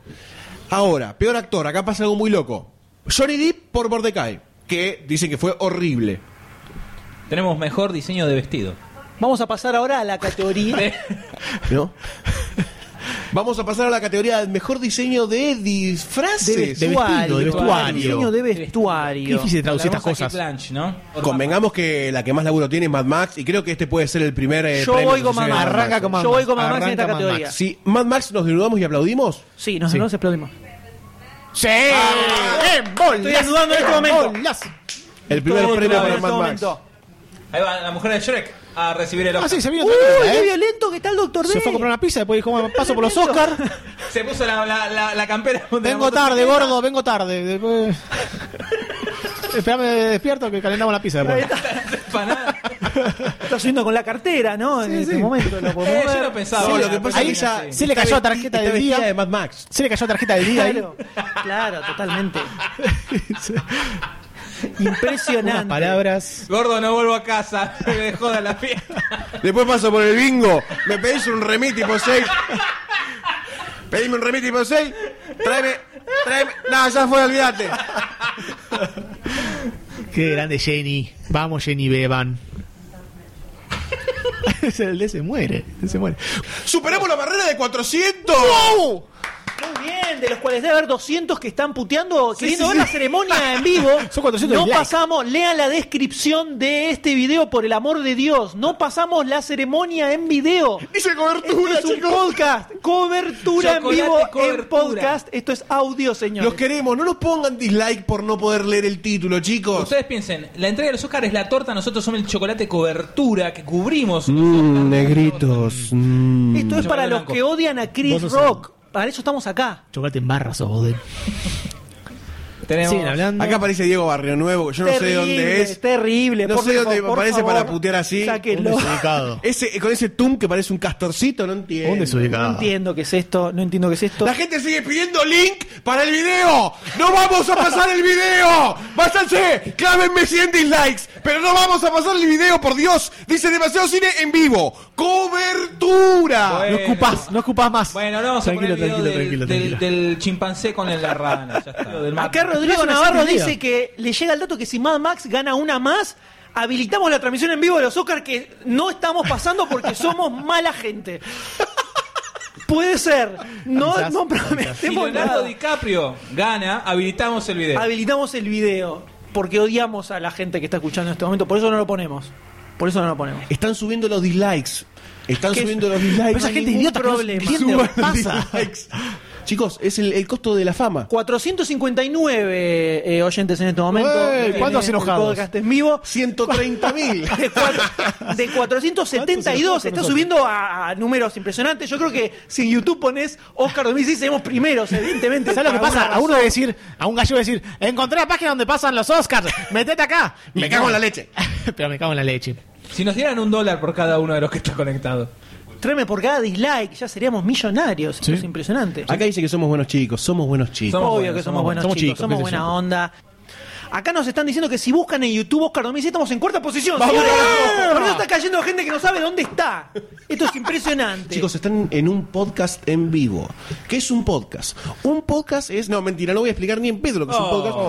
E: Ahora, peor actor, acá pasa algo muy loco. Johnny Depp por Mordecai, que dicen que fue horrible.
A: Tenemos mejor diseño de vestido.
H: Vamos a pasar ahora a la categoría.
E: ¿No? Vamos a pasar a la categoría del mejor diseño de disfraces.
F: De- de- vestuario, de vestuario.
H: diseño de
F: Qué
H: vestuario.
F: difícil de traducir
A: La
F: estas
A: hermosa
F: cosas.
A: Kate Blanch, ¿no?
E: Convengamos que la que más laburo tiene es Mad Max y creo que este puede ser el primer eh,
H: Yo
E: premio
H: voy
E: que
H: con
E: se lleve
H: Mad Max.
E: Mad
F: Arranca
E: Max.
F: con Mad
H: Yo voy con
F: Max,
H: Mad Max en esta
F: arranca Mad
H: categoría.
F: Max.
E: Si Mad Max nos desnudamos y aplaudimos,
H: Sí, nos,
F: Sí.
H: nos aplaudimos.
F: ¡Sí! ¡En bolas!
H: Ah, Estoy desnudando en este momento.
F: bolas!
E: el primer
H: Todo
E: premio
H: en
E: para
H: este
E: Mad Max.
H: momento.
A: Ahí va la mujer de Shrek a recibir el
F: Ah,
A: Oscar.
F: sí, se vino
H: Uy,
F: tranquila,
H: qué
F: ¿eh?
H: violento que está el doctor D.
F: Se fue a comprar una pizza, después dijo, "Bueno, paso por los Oscar.
A: Se puso la, la, la, la campera. de la
F: Vengo
A: motocicleta.
F: tarde, gordo, vengo tarde. Después... Esperame despierto que calentamos la pizza después.
A: Empanada.
H: Estás yendo con la cartera, ¿no? en este momento lo podemos
A: Eh, yo
H: ver.
A: lo pensaba.
H: Sí,
A: No, lo
H: la
A: que pasa es que
H: persona
A: ella
H: sí.
F: Se le cayó la tarjeta del día. Se le cayó la tarjeta del día. ahí.
H: Claro, claro, totalmente. Impresionante.
F: palabras.
A: Gordo, no vuelvo a casa. Me dejó de la fiesta.
E: Después paso por el bingo. Me pedís un remis tipo 6. Pedime un remis tipo 6. Tráeme. Tráeme. No, ya fue, olvídate.
F: Qué grande Jenny. Vamos, Jenny Beban. el D se muere. el D se muere.
E: ¡Superamos la barrera de 400!
H: Muy bien, de los cuales debe haber 200 que están puteando, queriendo ver la ceremonia en vivo.
F: Son 400
H: No
F: likes.
H: pasamos, lean la descripción de este video, por el amor de Dios. No pasamos la ceremonia en video.
E: Hice cobertura,
H: Esto es un
E: chicos.
H: podcast. Cobertura en
E: Chocolate,
H: vivo en
E: cobertura.
H: podcast. Esto es audio, señores.
E: Los queremos, no nos pongan dislike por no poder leer el título, chicos.
A: Ustedes piensen, la entrega de los Oscars es la torta, nosotros somos el chocolate cobertura que
F: Mm.
A: cubrimos.
E: Mmm, negritos. mm.
H: Esto es para los
A: blanco.
H: que odian a Chris
F: Vos sos
H: Rock. Para eso estamos acá.
F: Chocate en barra, sos Boden.
A: Tenemos...
F: Siguen hablando.
E: Acá aparece Diego Barrio Nuevo, yo no sé dónde es.
H: Terrible,
E: No
H: por
E: sé dónde
H: favor, por
E: aparece
H: favor,
E: para putear así.
H: sáquenlo.
E: Un desubicado. Ese, con ese tum que parece un castorcito, Eh, no entiendo.
F: Un desubicado.
H: No entiendo qué es esto, no entiendo qué es esto.
E: La gente sigue pidiendo link para el video. No vamos a pasar el video. Bástanse, clávenme 100 dislikes. Pero no vamos a pasar el video, por Dios. Dice demasiado cine en vivo. Cobertura.
A: Bueno.
F: No ocupás, no ocupás más.
A: Bueno, no vamos a
F: Tranquilo,
A: poner el video
F: tranquilo,
A: del,
F: tranquilo,
A: del- del chimpancé con el- la rana. Ya está, del mar.
H: Acá
F: No
H: Rodrigo
F: es una
H: Navarro
F: serie
H: dice
F: mía.
H: que le llega el dato que si Mad Max gana una más, habilitamos la transmisión en vivo de los Oscars que no estamos pasando porque somos mala gente. Puede ser. No,
F: Quizás,
H: no
A: Si
H: prometemos
A: Leonardo
H: nada.
A: DiCaprio gana, habilitamos el video.
H: Habilitamos el video porque odiamos a la gente que está escuchando en este momento. Por eso no lo ponemos. Por eso no lo ponemos.
E: Están subiendo los dislikes. Están
H: ¿Qué es?
E: subiendo los dislikes.
H: Pero esa
E: No hay
H: gente
E: ningún
H: idiota que no
E: problema.
H: entiende lo que
E: Suban los
H: pasa.
E: dislikes. Chicos, es el, el costo de la fama.
H: 459 eh, oyentes en este momento. Eh,
F: Ey,
H: En
F: ¿cuántos
H: el
F: enojados?
H: podcast en vivo.
E: 130 mil.
H: De, cuatro- de 472 está subiendo a, a números impresionantes. Yo creo que si en YouTube pones Oscar 2016 seguimos primeros, evidentemente.
F: ¿Sabes lo que
H: por
F: pasa?
H: alguna
F: A uno
H: razón.
F: decir, a un gallego decir, encontré la página donde pasan los Oscars, metete acá.
E: Me cago en la leche.
F: Pero me cago en la leche.
A: Si nos dieran un dólar por cada uno de los que está conectado.
H: Tráeme por cada dislike, ya seríamos millonarios. Esto es impresionante.
E: Acá dice que somos buenos chicos, somos buenos chicos.
A: Somos
H: Obvio
A: buenos,
H: que
A: somos
H: somos buenos
F: buenos. Somos
H: chicos,
F: chicos,
H: somos
F: desde
H: buena
F: siempre.
H: onda. Acá nos están diciendo que si buscan en YouTube Oscar 2016 estamos en cuarta posición.
E: ¡Vamos!
H: señores. Por eso está cayendo gente que no sabe dónde está. Esto es impresionante.
E: Chicos, están en un podcast en vivo. ¿Qué es un podcast? Un podcast es. No, mentira, no voy a explicar ni en pedo lo que es un
A: Oh.
E: podcast.
A: Yo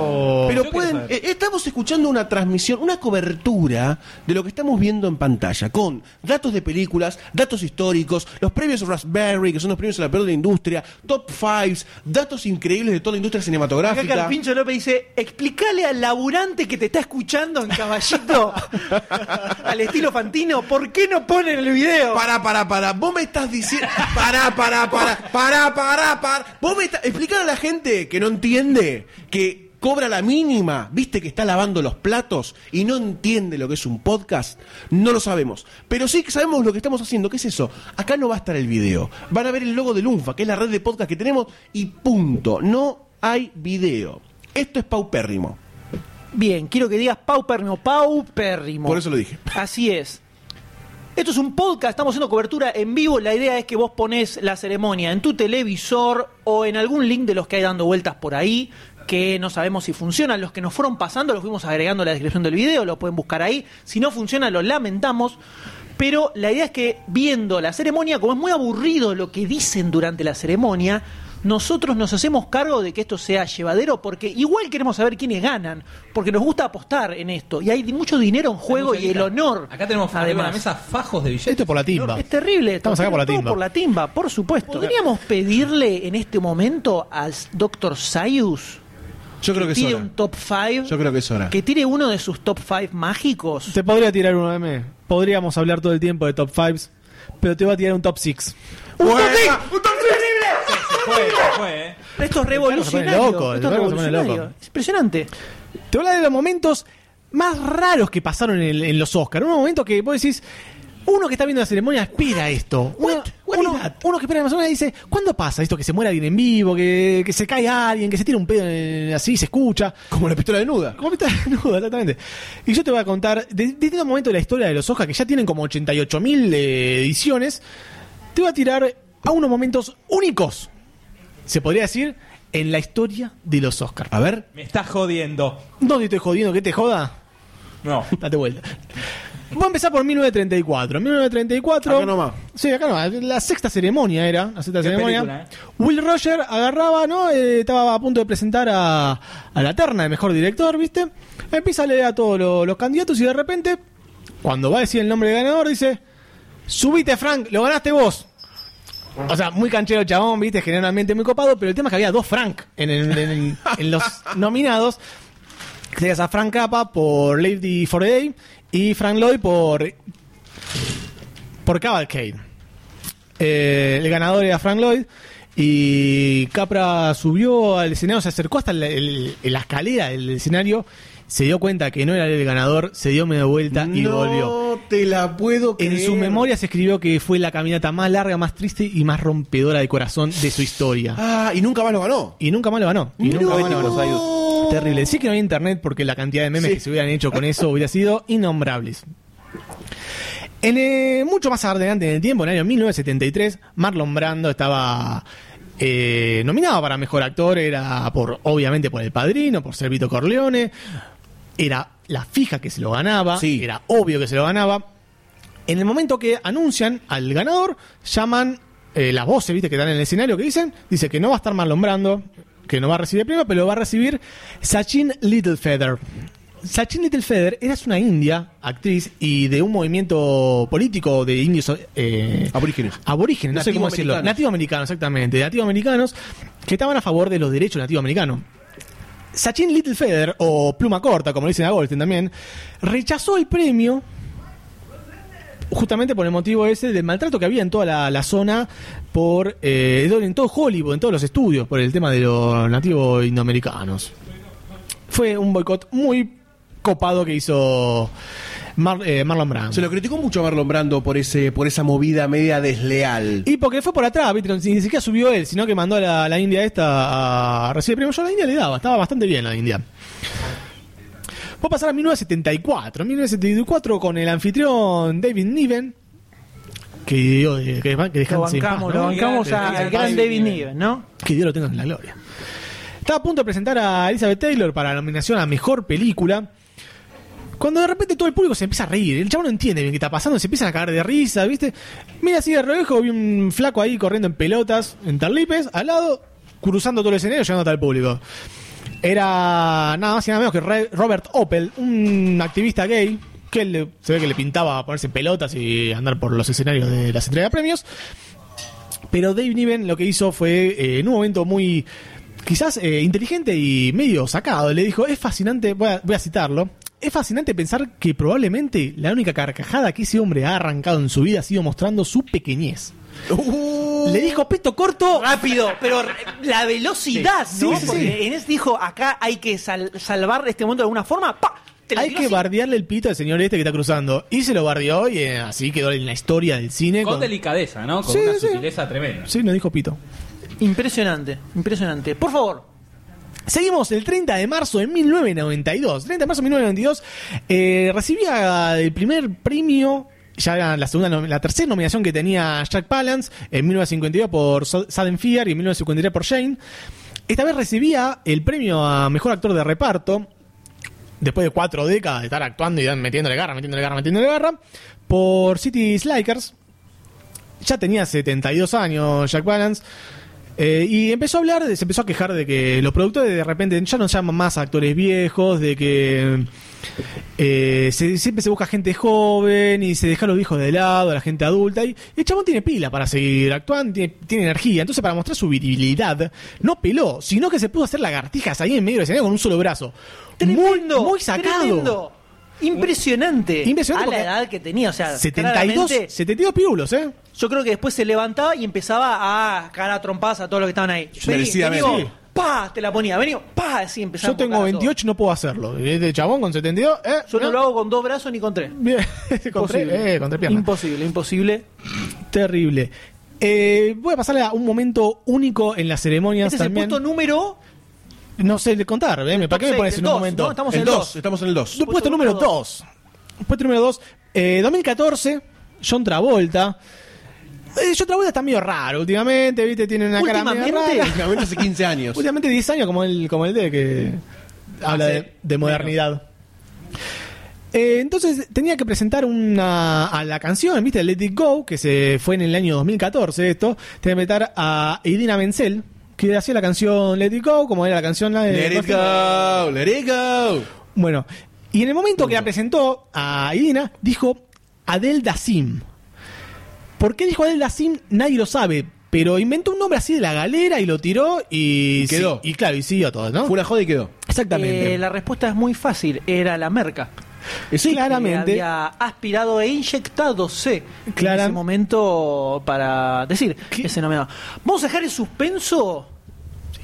E: Pero
A: quiero
E: pueden.
A: saber.
E: eh, estamos escuchando una transmisión, una cobertura de lo que estamos viendo en pantalla, con datos de películas, datos históricos, los premios Raspberry, que son los premios a la peor de la industria, top fives, datos increíbles de toda la industria
H: Acá
E: cinematográfica.
H: Carpincho López dice, explícale al laburante que te está escuchando en caballito, al estilo Fantino, ¿por qué no ponen el video?
E: Pará, pará, pará. Vos me estás diciendo. Pará, pará, pará. Pará, pará, pará. Vos me estás. Explicar a la gente que no entiende que cobra la mínima, viste que está lavando los platos y no entiende lo que es un podcast, no lo sabemos. Pero sí que sabemos lo que estamos haciendo. ¿Qué es eso? Acá no va a estar el video. Van a ver el logo de Lunfa, que es la red de podcast que tenemos, y punto. No hay video. Esto es paupérrimo.
H: Bien, quiero que digas paupérrimo, paupérrimo.
E: Por eso lo dije.
H: Así es. Esto es un podcast, estamos haciendo cobertura en vivo. La idea es que vos ponés la ceremonia en tu televisor o en algún link de los que hay dando vueltas por ahí, que no sabemos si funcionan. Los que nos fueron pasando los fuimos agregando a la descripción del video, lo pueden buscar ahí. Si no funciona, lo lamentamos. Pero la idea es que viendo la ceremonia, como es muy aburrido lo que dicen durante la ceremonia, nosotros nos hacemos cargo de que esto sea llevadero porque igual queremos saber quiénes ganan, porque nos gusta apostar en esto y hay mucho dinero en juego y el honor.
A: Acá tenemos arriba de la
H: además.
A: mesa fajos de billetes.
F: Esto es por la timba.
H: Es terrible. esto,
F: Estamos acá por la
H: todo
F: timba.
H: Por la timba, por supuesto. ¿Podríamos pedirle en este momento al Dr. Sayus
E: Yo creo que
H: que
E: es
H: tire
E: hora.
H: un top 5?
E: Yo creo que es hora.
H: Que tire uno de sus top 5 mágicos.
F: Te podría tirar uno de M. Podríamos hablar todo el tiempo de top 5, pero te voy a tirar un top 6.
H: ¡Un top
E: Buena.
H: six!
E: ¡Un top six!
A: Fue, fue, eh.
H: Esto es revolucionario.
F: loco, el
H: esto es
F: Carlos se pone
H: revolucionario.
F: loco.
H: Es impresionante.
F: Te voy a hablar de los momentos más raros que pasaron en, en los Oscars. Un momento que vos decís, uno que está viendo la ceremonia espera esto. Uno, uno- espera, uno que espera de Amazonas dice, ¿cuándo pasa esto que se muere alguien en vivo, que, que se cae alguien, que se tira un pedo en el- así, se escucha?
E: Como la pistola desnuda.
F: Como pistola desnuda, exactamente. Y yo te voy a contar, de- de distintos momentos de la historia de los Oscars, que ya tienen como 88.000 eh, ediciones, te voy a tirar a unos momentos únicos, se podría decir, en la historia de los Oscars. A ver.
N: Me estás jodiendo.
F: ¿Dónde estoy jodiendo? ¿Que te joda?
N: No.
F: Date vuelta. Voy a empezar por 1934. En 1934.
E: Acá nomás.
F: Sí, acá nomás. La sexta ceremonia era. La sexta
E: Qué
F: ceremonia.
E: película, eh.
F: Will Roger agarraba, ¿no? Eh, estaba a punto de presentar a, a la terna de mejor director, ¿viste? Empieza a leer a todos lo- los candidatos y de repente, cuando va a decir el nombre del ganador, dice: Subite, Frank, lo ganaste vos. O sea, muy canchero el chabón, viste, generalmente muy copado, pero el tema es que había dos Frank en, el- en el- en los nominados. Tenías a Frank Capa por Lady for a Day y Frank Lloyd por. por Cavalcade. Eh, el ganador era Frank Lloyd. Y Capra subió al escenario, se acercó hasta el- el- la escalera del escenario, se dio cuenta que no era el ganador, se dio media vuelta y
E: No
F: volvió.
E: te la puedo creer.
F: En su memoria se escribió que fue la caminata más larga, más triste y más rompedora de corazón de su historia.
E: Ah, y nunca más lo ganó.
F: Y nunca más lo ganó. Y
E: No.
F: nunca más lo ganó. Terrible. Sí que no había internet porque la cantidad de memes
E: Oh. Sí.
F: que se hubieran hecho con eso hubiera sido innombrables. En, eh, mucho más adelante en el tiempo, en el año 1973, Marlon Brando estaba eh, nominado para Mejor Actor. Era por obviamente por El Padrino, por Servito Corleone. Era la fija que se lo ganaba. Era obvio que se lo ganaba. En el momento que anuncian al ganador, llaman eh, las voces, ¿viste? Que están en el escenario, que dicen, dice que no va a estar Marlon Brando, que no va a recibir el premio, pero lo va a recibir Sachin Littlefeather. Sachin Littlefeather era una india, actriz, y de un movimiento político de indios... eh,
E: Aborígenes.
F: aborígenes, no sé cómo decirlo.
E: Nativoamericanos.
F: Nativoamericanos, exactamente. Nativoamericanos que estaban a favor de los derechos nativoamericanos. Sachin Littlefeather, o Pluma Corta, como le dicen a Goldstein también, rechazó el premio justamente por el motivo ese del maltrato que había en toda la, la zona, por eh, en todo Hollywood, en todos los estudios, por el tema de los nativos indoamericanos. Fue un boicot muy copado que hizo Mar- eh, Marlon Brando.
E: Se lo criticó mucho a Marlon Brando por, ese, por esa movida media desleal.
F: Y porque fue por atrás, ¿viste? ni ni siquiera subió él, sino que mandó a la, la India esta a recibir el premio. Yo a la India le daba, estaba bastante bien la India. Voy a pasar a 1974. 1974 con el anfitrión David Niven. Que, dio- que, que
H: Lo
F: descanse en paz,
H: bancamos,
F: ¿no?
H: lo bancamos a- al gran David Niven, ¿no?
F: Que Dios lo tenga en la gloria. Estaba a punto de presentar a Elizabeth Taylor para la nominación a Mejor Película. Cuando de repente todo el público se empieza a reír, el chavo no entiende bien qué está pasando, se empiezan a cagar de risa, ¿viste? Mira así de reojo, vi un flaco ahí corriendo en pelotas, en tarlipes, al lado, cruzando todo el escenario, llegando hasta el público. Era nada más y nada menos que Re- Robert Opel, un activista gay, que le- se ve que le pintaba ponerse en pelotas y andar por los escenarios de las entregas de premios. Pero Dave Niven lo que hizo fue, eh, en un momento muy quizás eh, inteligente y medio sacado, le dijo, es fascinante, voy a, voy a citarlo, es fascinante pensar que probablemente la única carcajada que ese hombre ha arrancado en su vida ha sido mostrando su pequeñez. Le dijo peto corto.
H: Rápido, pero re- la velocidad,
F: Sí,
H: ¿no?
F: sí, sí.
H: Porque Enes dijo, acá hay que sal- salvar este mundo de alguna forma. ¡Pa! Te la
F: Hay
H: tiró
F: que
H: así.
F: bardearle el pito al señor este que está cruzando. Y se lo bardeó y eh, así quedó en la historia del cine.
A: Con
F: con-
A: delicadeza, ¿no? Con
F: Sí,
A: una
F: sí.
A: sutileza tremenda.
F: Sí, no dijo pito.
H: Impresionante, impresionante. Por favor.
F: Seguimos el 30 de marzo de 1992. 30 de marzo de 1992 eh, recibía el primer premio, ya era la segunda, nom- la tercera nominación que tenía Jack Palance en 1952 por Su- Sudden Fear y en 1953 por Shane. Esta vez recibía el premio a mejor actor de reparto después de cuatro décadas de estar actuando y metiéndole garra, metiéndole garra, metiéndole garra, por City Slikers. Ya tenía 72 años Jack Balance. eh, y empezó a hablar, de- se empezó a quejar de que los productores de repente ya no llaman más a actores viejos, de que eh, se- siempre se busca gente joven y se deja a los viejos de lado, a la gente adulta. Y, y el chabón tiene pila para seguir actuando, tiene, tiene energía. Entonces, para mostrar su virilidad, no peló, sino que se pudo hacer lagartijas ahí en medio del escenario con un solo brazo. Muy, muy sacado.
H: Tremendo. Impresionante.
F: Impresionante
H: A la
F: porque-
H: edad que tenía, o sea,
F: 72,
H: claramente,
F: 72 pirulos, ¿eh?
H: yo creo que después se levantaba y empezaba a cagar a trompadas a todos los que estaban ahí. Vení,
F: Merecidamente.
H: vení vos.
F: Sí.
H: pa, te la ponía, venido, pa, así empezaba.
F: Yo tengo 28 y no puedo hacerlo. Este chabón con 72, ¿eh?
H: Yo no lo hago con dos brazos ni con tres.
F: Bien, con eh, tres, eh, con tres piernas.
H: Imposible, imposible.
F: Terrible. Eh, voy a pasarle a un momento único en las ceremonias
H: Este es el
F: también.
H: punto número.
F: No sé de contar, ¿eh? ¿para qué me
H: seis,
F: pones
H: el
F: en un
H: dos,
F: momento?
H: ¿no? Estamos en El el dos, dos.
E: estamos en el 2.
F: Puesto, número 2. Puesto número eh, 2. 2014, John Travolta. Eh, John Travolta está medio raro últimamente, ¿viste? Tiene una cara medio
E: Últimamente.
F: rara.
E: Últimamente hace 15 años.
F: Últimamente 10 años como el, como el de que habla
E: Hace
F: de, de modernidad. Eh, entonces tenía que presentar una a la canción, ¿viste? Let It Go, que se fue en el año 2014 esto. Tenía que presentar a Idina Menzel, que hacía la canción Let It Go, como era la canción... la de-
E: Let it go, let it go.
F: Bueno, y en el momento que la presentó a Idina, dijo Adel Sim. ¿Por qué dijo Adel Sim? Nadie lo sabe, pero inventó un nombre así de la galera y lo tiró y,
E: Y quedó.
F: sí, y claro, y siguió todo, ¿no?
E: Fue una joda y quedó.
F: Exactamente. Eh,
H: Eh, la respuesta es muy fácil. Era la merca.
F: Sí, claramente.
H: Que había aspirado e inyectadose
F: Clara-
H: en ese momento para decir ese nombre. Vamos a dejar en suspenso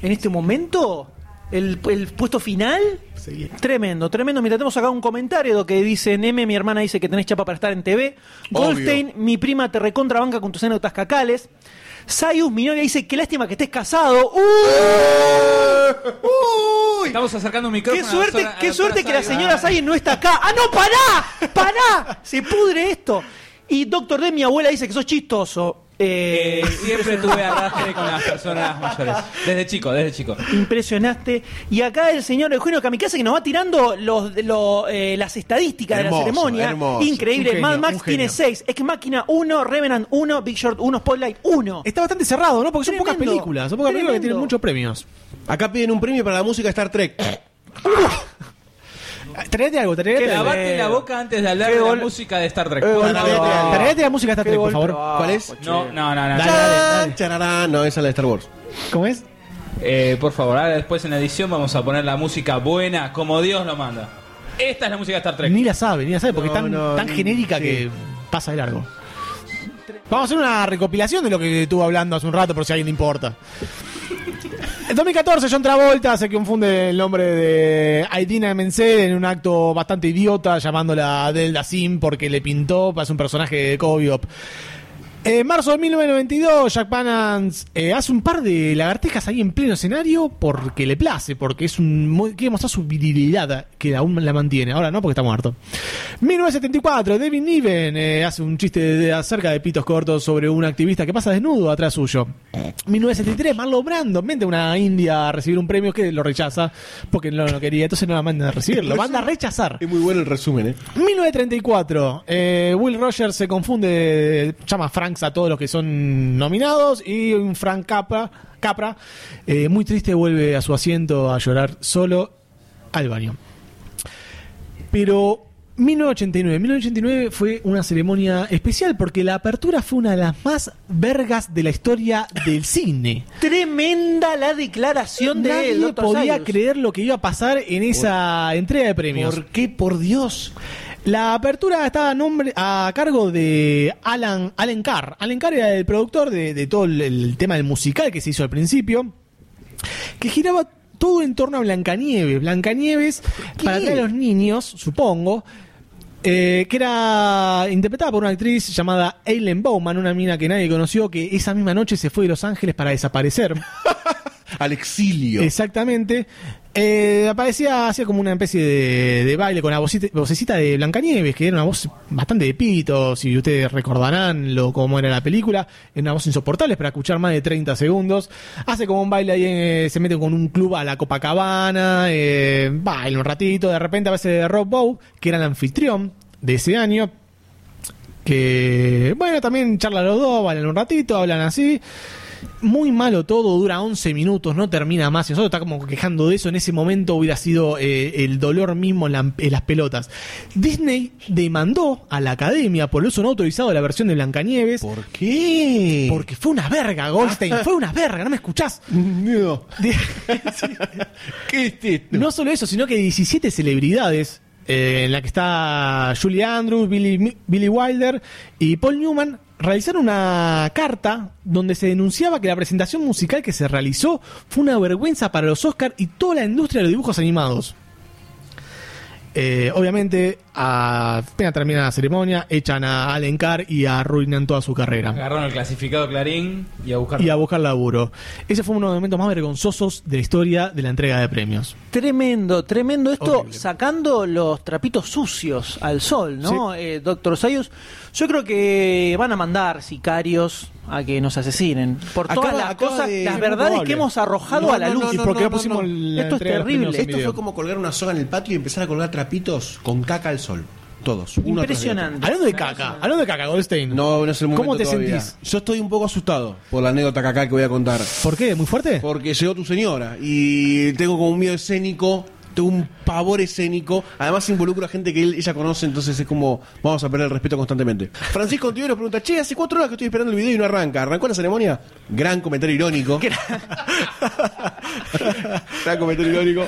H: en este momento el, el puesto final. Tremendo, tremendo. Mira, tenemos acá un comentario que dice: Neme, mi hermana dice que tenés chapa para estar en TV.
E: Obvio.
H: Goldstein, mi prima te recontrabanca con tus anécdotas cacales. Sayus, mi novia dice: Qué lástima que estés casado. ¡Uh! ¡Uy! ¡Uy!
A: Estamos acercando un micrófono.
H: Qué suerte,
A: a la doctora- a
H: qué suerte que la
A: Saga.
H: señora Sayen no está acá. ¡Ah, no, pará! ¡Pará! Se pudre esto. Y doctor D, mi abuela dice que sos chistoso. Eh,
A: Eh, siempre tuve arrastre con las personas mayores. Desde chico, desde chico.
H: impresionaste. Y acá el señor Eugenio Kamikaze que nos va tirando los, lo- eh, las estadísticas
E: Hermoso,
H: de la ceremonia.
E: hermoso.
H: Increíble.
F: Un genio,
H: Mad
F: un
H: Max
F: genio.
H: tiene 6. Ex Máquina 1, Revenant 1, Big Short 1, Spotlight 1.
F: Está bastante cerrado, ¿no? Porque son pocas
H: Tremendo.
F: películas, son pocas películas que
H: Tremendo.
F: tienen muchos premios.
E: Acá piden un premio para la música de Star Trek.
F: Ah, Traete algo, traete
A: Que
F: algo.
A: lavate la boca antes de hablar
H: Qué
A: de la
H: gol-
A: música de Star Trek.
H: Eh,
A: Por
H: gol-
A: favor.
H: Ah.
F: Traete la música de Star Trek, por favor.
E: ¿Cuál es?
A: No, no, no, no.
F: Ah, Dale, dale, dale.
E: Chararán, no, esa es la de Star Wars.
F: ¿Cómo es?
A: Eh, por favor, ahora después en la edición vamos a poner la música buena, como Dios lo manda. Esta es la música de Star Trek.
F: Ni la sabe, ni la sabe, porque
E: No,
F: es tan,
E: no,
F: tan
E: ni-
F: genérica
E: sí.
F: que pasa de largo. Vamos a hacer una recopilación de lo que estuvo hablando hace un rato, por si a alguien le importa. En 2014, John Travolta se confunde el nombre de Aidina Menzel en un acto bastante idiota, llamándola Delda Sim porque le pintó, para ser un personaje de Cobiop. En Eh, marzo de 1992, Jack Palance eh, hace un par de lagartijas ahí en pleno escenario porque le place, porque es un muy- quiere mostrar su virilidad que aún la mantiene. Ahora no, porque está muerto. 1974, David Niven eh, hace un chiste de- acerca de pitos cortos sobre un activista que pasa desnudo atrás suyo. 1973, Marlon Brando mete a una india a recibir un premio que lo rechaza porque no lo quería, entonces no la mandan a recibir, lo manda a rechazar.
E: Es muy bueno el resumen, ¿eh?
F: 1934, eh, Will Rogers se confunde, llama Franks a todos los que son nominados y un Frank Capra, Capra eh, muy triste, vuelve a su asiento a llorar solo al baño. Pero 1989, 1989 fue una ceremonia especial porque la apertura fue una de las más vergas de la historia del cine.
H: Tremenda la declaración de
F: Nadie
H: él.
F: podía creer lo que iba a pasar en esa entrega de premios.
E: ¿Por qué, por Dios?
F: La apertura estaba a, nombre, a cargo de Alan, Alan Carr. Alan Carr era el productor de, de todo el, el tema del musical que se hizo al principio, que giraba todo en torno a Blancanieves. Blancanieves para atraer a los niños, supongo. eh, que era interpretada por una actriz llamada Aileen Bowman, una mina que nadie conoció, que esa misma noche se fue de Los Ángeles para desaparecer.
E: Al exilio.
F: Exactamente. Eh, aparecía, hacía como una especie de, de baile con la vocita- vocecita de Blancanieves, que era una voz bastante de pito, si ustedes recordarán lo cómo era la película, era una voz insoportable para escuchar más de 30 segundos. Hace como un baile ahí, eh, se mete con un club a la Copacabana, eh, baila un ratito, de repente aparece Rob Bow, que era el anfitrión de ese año, que bueno, también charlan los dos, bailan un ratito, hablan así. Muy malo todo, dura 11 minutos, no termina más. Y nosotros está como quejando de eso. En ese momento hubiera sido eh, el dolor mismo en, la- en las pelotas. Disney demandó a la academia por el uso no autorizado de la versión de Blancanieves.
E: ¿Por qué? Ah.
F: Porque fue una verga, Goldstein. Fue una verga, no me escuchás.
E: No. ¿Qué es esto?
F: No solo eso, sino que 17 celebridades, eh, en la que está Julie Andrews, Billy, Billy Wilder y Paul Newman, realizaron una carta donde se denunciaba que la presentación musical que se realizó fue una vergüenza para los Oscars y toda la industria de los dibujos animados. Eh, obviamente, apenas termina la ceremonia, echan a Allen Carr y arruinan toda su carrera.
A: Agarraron el clasificado Clarín y a buscar.
F: Y a buscar laburo. Ese fue uno de los momentos más vergonzosos de la historia de la entrega de premios.
H: Tremendo, tremendo esto, sacando los trapitos sucios al sol, ¿no? Eh, Doctor Sayus, yo creo que van a mandar sicarios a que nos asesinen por todas
E: Acaba-
H: las
E: acaba
H: cosas,
E: de-
H: las verdades
E: Probable.
H: que hemos arrojado
E: No,
H: a la
E: no,
H: luz.
E: no, no, no, no, no.
H: esto es terrible.
E: Esto fue como colgar una soga en el patio y empezar a colgar trapitos con caca al sol. Todos. uno tras de otro.
H: Impresionante.
F: Hablando de caca, hablando de caca, Goldstein.
E: No, no es el momento
F: ¿Cómo te
E: todavía.
F: sentís?
E: Yo estoy un poco asustado por la anécdota caca que voy a contar.
F: ¿Por qué? ¿Muy fuerte?
E: Porque llegó tu señora y tengo como un miedo escénico, tengo un pavor escénico. Además involucra gente que él- ella conoce, entonces es como vamos a perder el respeto constantemente. Francisco Antiveros pregunta, che, hace cuatro horas que estoy esperando el video y no arranca. ¿Arrancó la ceremonia? Gran comentario irónico. Gran comentario irónico.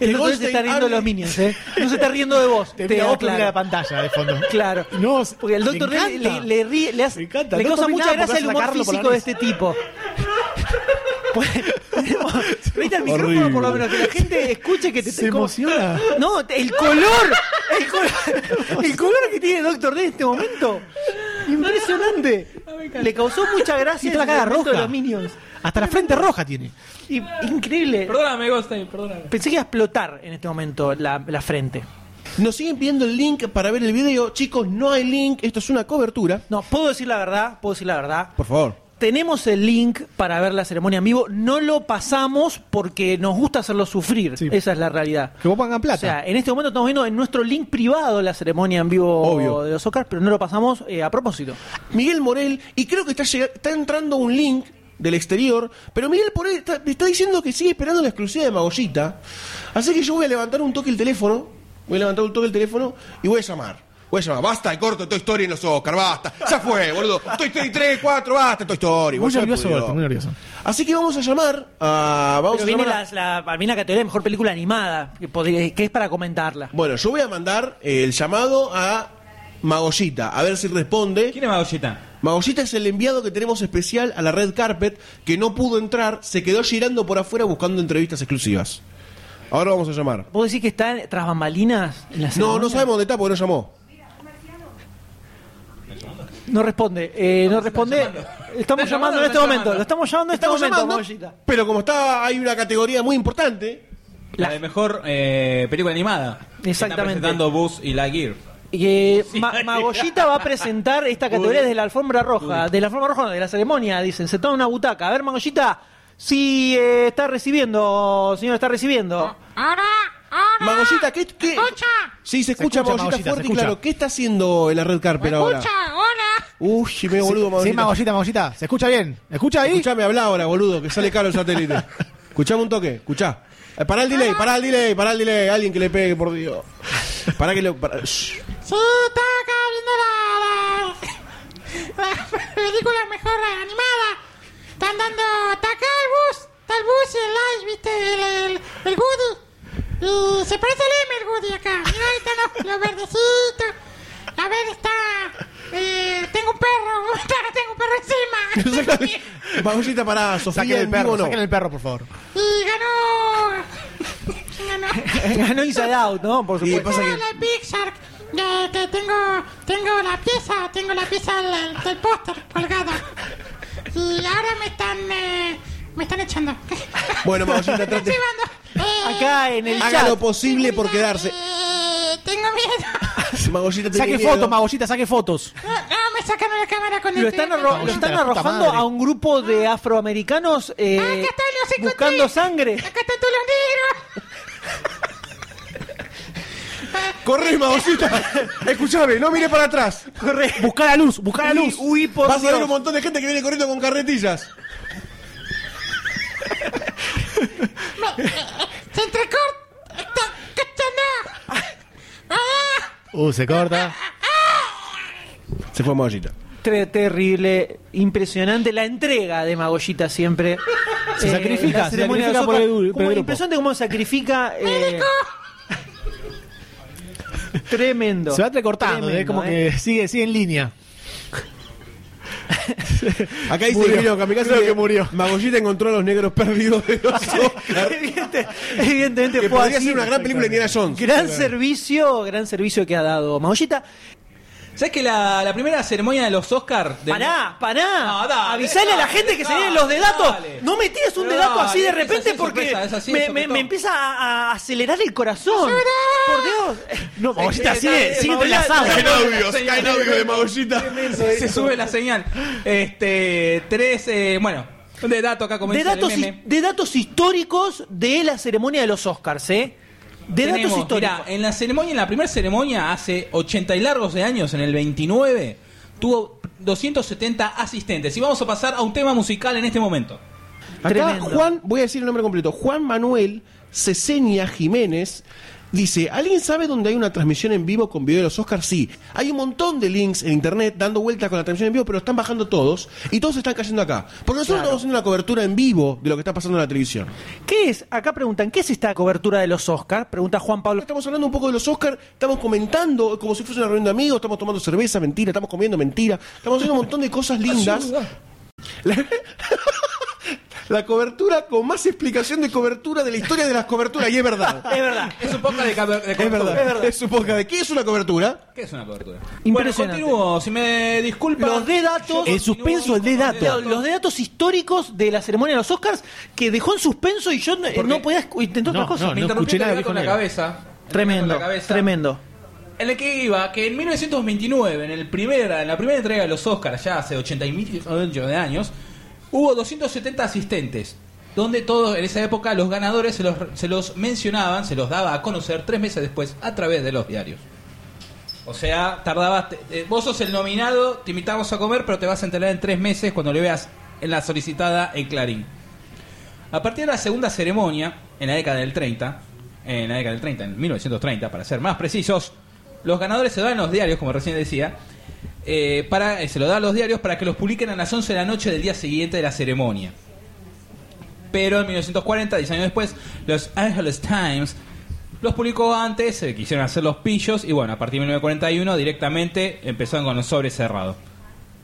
H: El
E: Que
H: doctor se
E: Goldstein
H: está riendo de
E: hable-
H: los minions, ¿eh? No se está riendo de vos.
F: Te mira vos, pero
H: aclaro.
F: mira la pantalla de fondo.
H: Claro.
F: No,
H: Porque el
F: me
H: doctor le, le,
F: encanta.
H: le ríe- le hace-
F: Me encanta.
H: le
F: No
H: causa
F: tomé
H: mucha
F: nada porque
H: gracia el
F: vas a
H: humor
F: sacarlo por la
H: físico de
F: nariz.
H: este tipo. Pues, tenemos- Vete al micrófono
E: Horrible.
H: por lo menos, que la gente escuche que te
F: Se
H: como-
F: emociona.
H: No, te- el color, el color, el color que tiene Doctor D en este momento. Impresionante. Le causó mucha gracia
F: Y toda
H: el
F: la cara
H: momento de
F: roja.
H: los minions.
F: Hasta la frente roja tiene.
H: Y- increíble.
A: Perdóname, Goldstein, perdóname.
H: Pensé que iba a explotar en este momento la, la frente.
E: Nos siguen pidiendo el link para ver el video. Chicos, no hay link. Esto es una cobertura.
H: No, puedo decir la verdad, puedo decir la verdad.
E: Por favor.
H: Tenemos el link para ver la ceremonia en vivo. No lo pasamos porque nos gusta hacerlo sufrir. Esa es la realidad.
F: Que vos pongan plata.
H: O sea, en este momento estamos viendo en nuestro link privado la ceremonia en vivo
E: Obvio.
H: de los Oscars, pero no lo pasamos eh, a propósito.
E: Miguel Morel, y creo que está, llega- está entrando un link del exterior, pero Miguel Morel está, está diciendo que sigue esperando la exclusiva de Magollita, así que yo voy a levantar un toque el teléfono, voy a levantar un toque el teléfono y voy a llamar. Voy a llamar, basta de corto de Toy Story en los Oscar, basta, ya fue, boludo. Toy Story 3, 4, basta, Toy Story.
F: Muy
E: boludo,
F: nervioso,
E: ya
F: Goldstein, muy
E: pudrió.
F: nervioso.
E: Así que vamos a llamar a... Vamos
H: Pero
E: a
H: viene
E: llamar a-
H: la, la, viene la categoría de mejor película animada, que, podría- que es para comentarla.
E: Bueno, yo voy a mandar eh, el llamado a Magollita, a ver si responde.
A: ¿Quién es Magollita?
E: Magollita es el enviado que tenemos especial a la red carpet que no pudo entrar, se quedó girando por afuera buscando entrevistas exclusivas. Ahora vamos a llamar.
H: ¿Vos decís que está tras bambalinas en la
E: No,
H: ceremonia?
E: no sabemos dónde está porque no llamó.
F: Este
H: No responde, eh, no responde. Estamos
A: Están llamando,
H: llamando en este
A: están
H: momento,
A: llamando.
H: lo estamos llamando en este
E: Estamos
H: momento,
E: llamando,
H: Magollita.
E: pero como está hay una categoría muy importante.
A: La de mejor eh, película animada. Que
H: Exactamente.
A: Están presentando Buzz y Lightyear.
H: Y que Ma- Magollita va a presentar esta categoría desde la alfombra roja, de la alfombra roja, no, de la ceremonia, dicen, sentado en una butaca. A ver, Magollita, si eh, está recibiendo, señor, está recibiendo.
G: Ahora, ahora.
E: Magollita, ¿qué, qué?
G: Escucha,
E: Sí, se escucha,
F: escucha,
E: Magollita
F: Magollita, se
E: fuerte y
F: escucha.
E: claro. ¿Qué está haciendo en la red carpet ahora?
G: escucha, hola.
E: Uy, me boludo,
F: Sí,
E: Magollita.
F: Magollita, Magollita. ¿Se escucha bien? ¿Me escucha ahí?
E: Escuchame, habla ahora, boludo, que sale caro el satélite. Escuchame un toque, escuchá. Eh, pará el delay, pará el delay, pará el delay. Alguien que le pegue, por Dios. Pará que lo. pará. Shh.
G: Sí, estaba acá viendo la, la, la película mejor animada. Están dando. Está acá el bus. Está el bus y el Ash, ¿viste? El, el, el Woody. Y se parece al M el Woody acá. Mira, ahí están los, los verdecitos. A ver, está. Eh, tengo un perro. tengo un perro encima.
E: Magollita, pará, Sofía,
F: Saquen
E: en
F: el
E: vivo
F: perro,
E: no.
F: saquen el perro, por favor.
G: y ganó. ganó.
H: Ganó Inside Out, ¿no? Por
E: Y
H: supuesto.
E: pasa
G: Ah,
E: que.
G: la Big Shark. eh, que tengo, tengo la pieza, tengo la pieza del, del póster colgada. Y ahora me están, eh, me están echando.
E: Bueno, Magollita,
G: me
E: trate.
G: estoy llevando. Eh,
H: Acá en el
E: Haga
H: chat.
E: lo posible por quedarse.
G: eh, tengo miedo.
E: Magollita, tiene
F: Saque
E: miedo.
F: fotos, Magollita, saque fotos.
G: No, no, me sacaron la cámara con el.
H: Lo están, arro- lo están
F: la puta
H: arrojando
F: madre.
H: a un grupo de afroamericanos eh,
G: Ah, Acá están los encontré.
H: buscando sangre.
G: Acá están todos los
E: Corre, Magollita. Escuchame, no mire para atrás.
H: Corre.
F: Busca la luz, busca la luz.
H: Uy, por
E: Vas a
H: Dios.
E: ver un montón de gente que viene corriendo con carretillas.
G: negros. Me, eh, eh, se entrecort. Está cachando. Ah,
F: Uh, se corta.
E: Se fue Magollita.
H: Tre- terrible, impresionante la entrega de Magollita siempre.
F: Se
H: Eh,
F: sacrifica,
H: la
F: se
H: ceremonia de
F: sacrifica
H: los
F: por
H: Oscars,
F: el gru- por el
H: como
F: grupo.
H: Impresionante cómo sacrifica. eh, tremendo.
F: Se va recortando, es
H: Tremendo,
F: como
H: eh.
F: que sigue, sigue en línea.
E: Acá dice
J: Murió.
E: Emilio Kamikaze
J: Creo que
E: murió. Magollita encontró a los negros perdidos de los Oscar.
H: Evidentemente
E: Que
H: fue
E: podría
H: así.
E: ser una gran película de Indiana Jones.
H: Gran
E: Claro.
H: servicio, gran servicio que ha dado Maollita.
A: ¿Sabes que la, la primera ceremonia de los Oscars? De...
H: Pará, pará.
A: No, dale,
H: Avisale a la
A: dale,
H: gente que se
A: dale,
H: vienen los dedatos.
A: dale.
H: No me tires un
A: Pero
H: dedato así de
A: dale, es
H: repente
A: así,
H: porque
A: sorpresa, es así,
H: me,
A: eso,
H: me-
A: petón.
H: me empieza a, a acelerar el corazón. Por Dios.
F: No, Magollita
H: Eh,
F: sigue,
H: eh,
F: sigue entre
H: Magollita-
F: las aguas.
A: Caen
E: audios, caen audios de Magollita.
A: Se sube la señal. Este, tres, eh, bueno, de dato acá como
H: de
A: dice el
H: datos,
A: meme.
H: hi- de datos históricos de la ceremonia de los Oscars, ¿eh? De datos
A: Tenemos,
H: históricos.
A: mirá, eh. en la ceremonia, en la primera ceremonia, hace 80 y largos de años, en el 29, tuvo 270 asistentes. Y vamos a pasar a un tema musical en este momento.
E: Acá Juan, voy a decir el nombre completo, Juan Manuel Ceseña Jiménez. Dice, ¿alguien sabe dónde hay una transmisión en vivo con video de los Oscars? Sí, hay un montón de links en internet dando vueltas con la transmisión en vivo, pero están bajando todos y todos están cayendo acá. Porque nosotros estamos haciendo una cobertura en vivo de lo que está pasando en la televisión.
H: ¿Qué es? Acá preguntan, ¿qué es esta cobertura de los Oscars? Pregunta Juan Pablo.
E: Estamos hablando un poco de los Oscars, estamos comentando como si fuese una reunión de amigos, estamos tomando cerveza, mentira, estamos comiendo, mentira, estamos haciendo un montón de cosas lindas. La cobertura con más explicación de cobertura de la historia de las coberturas, y es verdad.
H: Es verdad.
A: Es un poco de, cabe- de
E: Es verdad.
A: cobertura.
E: Es, un podcast de ¿qué es una cobertura?
A: ¿Qué es una cobertura? Bueno,
H: Impresionante.
A: continúo, si me disculpan.
H: Los de datos.
F: El suspenso, el de dato.
H: Los, los de datos históricos de la ceremonia de los Oscars que dejó en suspenso y yo no,
A: Porque-
H: no podía escu- intentar
F: No,
H: otra cosa.
F: no,
A: Me
F: no.
A: interrumpí
F: escuché nada,
A: con la
F: dijo negro.
A: cabeza. Con
H: Tremendo,
A: la cabeza.
H: tremendo.
A: En el que iba que en 1929, en, el primera, en la primera entrega de los Oscars, ya hace 80 y mil ocho de años, hubo 270 asistentes, donde todos en esa época los ganadores se los, se los mencionaban, se los daba a conocer tres meses después a través de los diarios. O sea, tardabas, te- eh, vos sos el nominado, te invitamos a comer, pero te vas a enterar en tres meses cuando le veas en la solicitada en Clarín. A partir de la segunda ceremonia, en la década del 30, en la década del 30, en 1930, para ser más precisos, los ganadores se dan en los diarios, como recién decía, eh, para, eh, se lo dan a los diarios para que los publiquen a las 11 de la noche del día siguiente de la ceremonia. Pero en 1940, 10 años después, los Angeles Times los publicó antes, se quisieron hacer los pillos, y bueno, a partir de 1941 directamente empezaron con los sobres cerrados.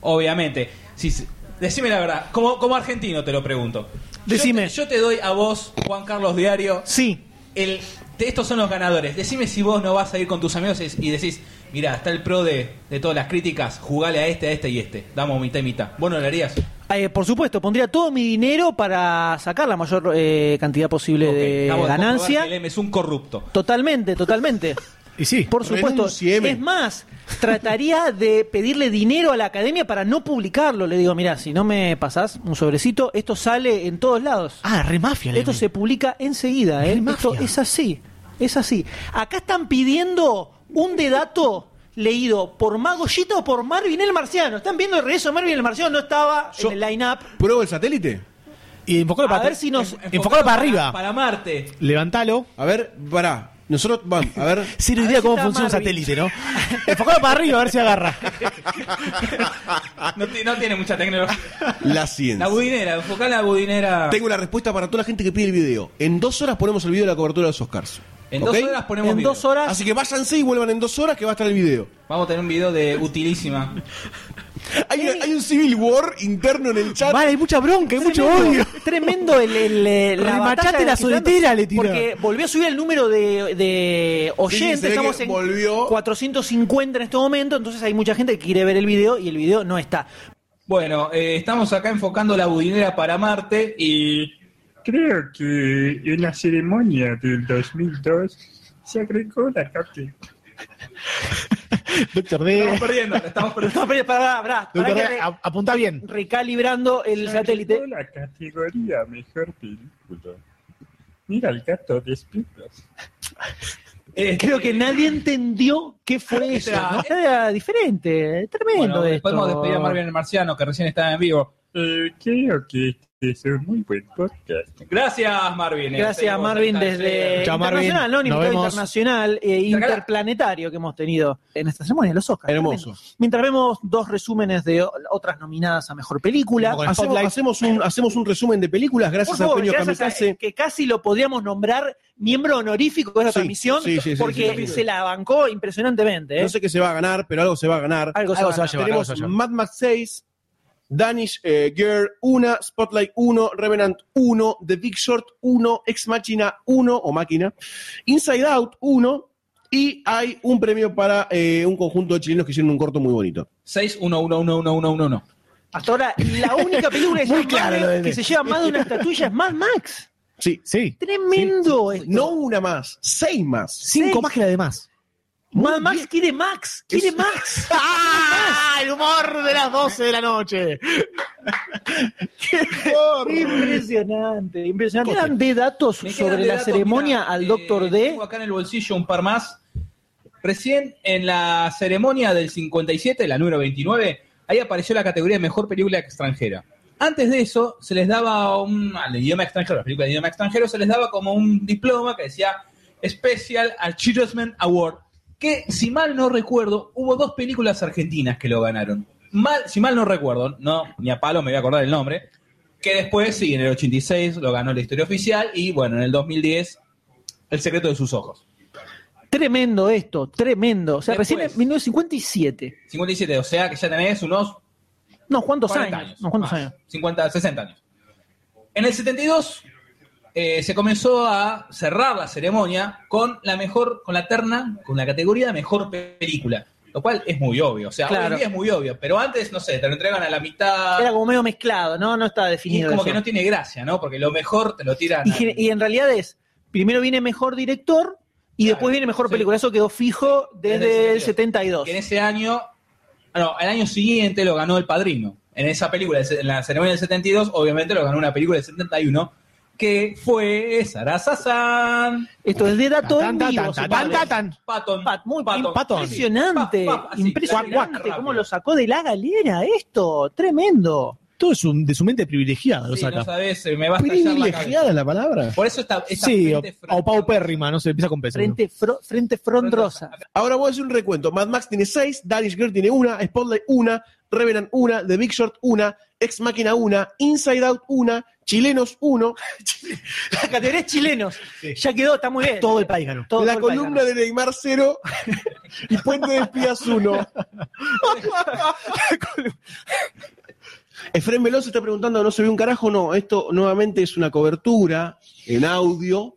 A: Obviamente, si, se- decime la verdad, como, como argentino te lo pregunto.
H: Decime.
A: Yo te, yo te doy a vos, Juan Carlos Diario,
H: Sí.
A: el, te- estos son los ganadores. Decime si vos no vas a ir con tus amigos y, y decís, mira, está el pro de, de todas las críticas, jugale a este, a este y este. Damos mitad y mitad. ¿Vos no lo harías?
H: Eh, por supuesto, pondría todo mi dinero para sacar la mayor eh, cantidad posible
A: Ok,
H: de
A: acabo de comprobar
H: ganancia.
A: que El M es un corrupto.
H: Totalmente, totalmente.
F: Y sí.
H: Por supuesto.
E: Renuncie, M.
H: Es más, trataría de pedirle dinero a la academia para no publicarlo. Le digo, mira, si no me pasás un sobrecito, esto sale en todos lados.
F: Ah, re mafia.
H: Esto se publica enseguida, ¿eh?
F: Mil
H: Esto
F: mafias.
H: es así, es así. Acá están pidiendo un dedato leído por Magollita o por Marvin el Marciano. ¿Están viendo el regreso de Marvin el Marciano? No estaba
E: Yo-
H: en el line-up.
E: ¿Pruebo el satélite?
F: Y enfocalo
H: A
F: para,
H: ver si nos...
F: enfocalo para arriba.
A: Para Marte.
F: Levantalo.
E: A ver, pará. Nosotros, vamos, a ver.
F: Cero
H: A
F: idea
H: ver si
F: cómo
H: está
F: funciona un
H: Marvin.
F: satélite, ¿no? Enfocalo para arriba a ver si agarra.
H: Ah.
A: No, ti- no tiene mucha tecnología.
E: La
A: La
E: ciencia.
A: budinera, enfocá la budinera.
E: Tengo la respuesta para toda la gente que pide el video. En dos horas ponemos el video de la cobertura de los Oscars.
A: En
E: ¿Ok?
A: dos horas ponemos
H: En
A: video.
H: dos horas...
E: Así que váyanse y vuelvan en dos horas que va a estar el video.
A: Vamos a tener un video de utilísima.
E: Hay, hay un civil war interno en el chat.
F: Vale, hay mucha bronca, hay mucho odio.
H: Tremendo el, el, eh, la
F: Remachate
H: batalla
F: la
H: que están-
F: soletera, le tira.
H: Porque volvió a subir el número de, de oyentes.
E: se ve
H: Estamos
E: que
H: en
E: volvió.
H: 450 en este momento. Entonces hay mucha gente que quiere ver el video y el video no está.
A: Bueno, eh, estamos acá enfocando la budinera para Marte y.
N: Creo que en la ceremonia del 2002 se agregó la cupcake.
F: Doctor D.
A: Estamos perdiendo, la estamos perdiendo.
H: No, pero pará, pará, pará
F: Doctor
H: que
F: D,
H: re-
F: a- apunta bien.
H: recalibrando el
N: Se
H: satélite.
N: agregó la categoría mejor película. Mira el gato de espíritus.
A: Eh,
H: Creo que nadie entendió qué fue eso.
A: Era-
H: ¿no? Era diferente, eh, tremendo
A: eh. Bueno,
H: esto.
A: podemos despedir a Marvin el Marciano, que recién estaba en vivo.
N: Eh, creo que este es un muy buen podcast.
A: Gracias, Marvin. Eh,
H: Gracias,
A: seguimos
H: Marvin,
A: acá en
H: desde
F: Chao, Marvin.
H: internacional, ¿no? Un
F: Nos
H: invitado
F: vemos.
H: internacional e
A: Sacala.
H: interplanetario que hemos tenido en esta ceremonia, los Oscars.
E: Hermoso.
H: Mientras vemos dos resúmenes de o- otras nominadas a mejor película.
F: Con
E: Hacemos,
F: Spotlight.
E: hacemos un, hacemos un resumen de películas
H: Por
E: gracias a
H: favor,
E: Antonio
H: gracias a-
E: Kamikaze.
H: que casi lo podríamos nombrar miembro honorífico de esta
E: Sí,
H: transmisión,
E: sí, sí, sí,
H: porque
E: sí, sí, sí.
H: se la bancó impresionantemente. ¿eh?
E: Ah, No sé qué se va a ganar, pero algo se va a ganar.
H: algo se
F: Algo
H: va a
F: se va a
H: ganar.
F: llevar, algo se va a
E: Tenemos
F: llevar.
E: Mad Max 6, Danish eh, Girl 1, Spotlight 1, Revenant 1, The Big Short 1, Ex Machina 1 o Máquina, Inside Out 1 y hay un premio para eh, un conjunto de chilenos que hicieron un corto muy bonito.
A: 6, 1, 1, 1, 1, 1, 1, 1.
H: Hasta ahora, la única película de
E: Muy
H: Zack
E: claro
H: Snyder
E: lo de
H: que
E: él.
H: se lleva más de una estatuilla es Mad Max.
E: Sí, sí.
H: Tremendo esto.
E: No una más, seis más.
F: Cinco más que la de más.
H: Mad Max quiere Max, quiere Max.
F: ¡Ah! El humor de las 12 de la noche.
H: Impresionante, impresionante. ¿Quedan de datos
A: Me quedan
H: sobre
A: de
H: la
A: datos,
H: ceremonia
A: mirá,
H: al
A: eh,
H: Doctor D?
A: Tengo acá en el bolsillo un par más. Recién en la ceremonia del 57, la número 29, ahí apareció la categoría de mejor película extranjera. Antes de eso, se les daba un. Al idioma extranjero, a las películas de idioma extranjero, se les daba como un diploma que decía Special Achievement Award. Que, si mal no recuerdo, hubo dos películas argentinas que lo ganaron. Mal, si mal no recuerdo, no, ni a palo me voy a acordar el nombre. Que después, sí, en el 86 lo ganó la historia oficial y bueno, en el 2010 el secreto de sus ojos.
H: Tremendo esto, tremendo. O sea,
A: Después.
H: recién en 1957.
A: 57, o sea que ya tenés unos
H: No, ¿cuántos
A: 40
H: años?
A: años. Ah.
H: No, ¿cuántos
A: más,
H: años?
A: 50, 60 años. En el 72 eh, se comenzó a cerrar la ceremonia con la mejor, con la terna, con la categoría de mejor película. Lo cual es muy obvio, o sea, hoy
H: Claro.
A: en día es muy obvio, pero antes, no sé, te lo entregan a la mitad.
H: Era como medio mezclado, ¿no? No estaba
A: y es
H: definido.
A: como
H: eso.
A: que no tiene gracia, ¿no? Porque lo mejor te lo tiran.
H: y,
A: al-
H: gen- y en realidad es, primero viene mejor director y después viene mejor
A: sí.
H: película. Eso quedó fijo desde,
A: Desde el
H: el 72.
A: que en ese año, ah, no, el año siguiente lo ganó El Padrino. En esa película, en la ceremonia del 72, obviamente lo ganó una película del 71, que fue Sarasazán.
H: Esto es de dato en
F: Tan, tan,
H: vivo.
F: tan, tan,
H: supongo.
F: tan, tan.
A: Patton.
H: Pat- muy
A: Patton.
F: Patton.
H: Impresionante,
A: Pa- pa- así,
H: impresionante
A: rápido.
H: cómo lo sacó de la galera esto, tremendo.
F: Todo es un- de su mente privilegiada, lo
A: Sí, no
F: saca.
A: sabes, me va a estallar la cabeza.
F: ¿Privilegiada es la palabra?
A: Por eso está.
F: Sí, o, o paupérrima, no sé, empieza con peso.
H: Frente, fro- frente frondosa.
E: Ahora voy a hacer un recuento. Mad Max tiene 6, Danish Girl tiene 1, Spotlight 1, Revenant 1, The Big Short 1, Ex Máquina 1, Inside Out 1, Chilenos 1,
H: La categoría es chilenos. Ya quedó, está muy bien.
F: Todo el país ganó.
H: Todo
E: La
H: el
E: columna
H: país
E: de Neymar 0 y Puente de Espías 1. Efren Veloz está preguntando, ¿no se ve un carajo? No, esto nuevamente es una cobertura en audio.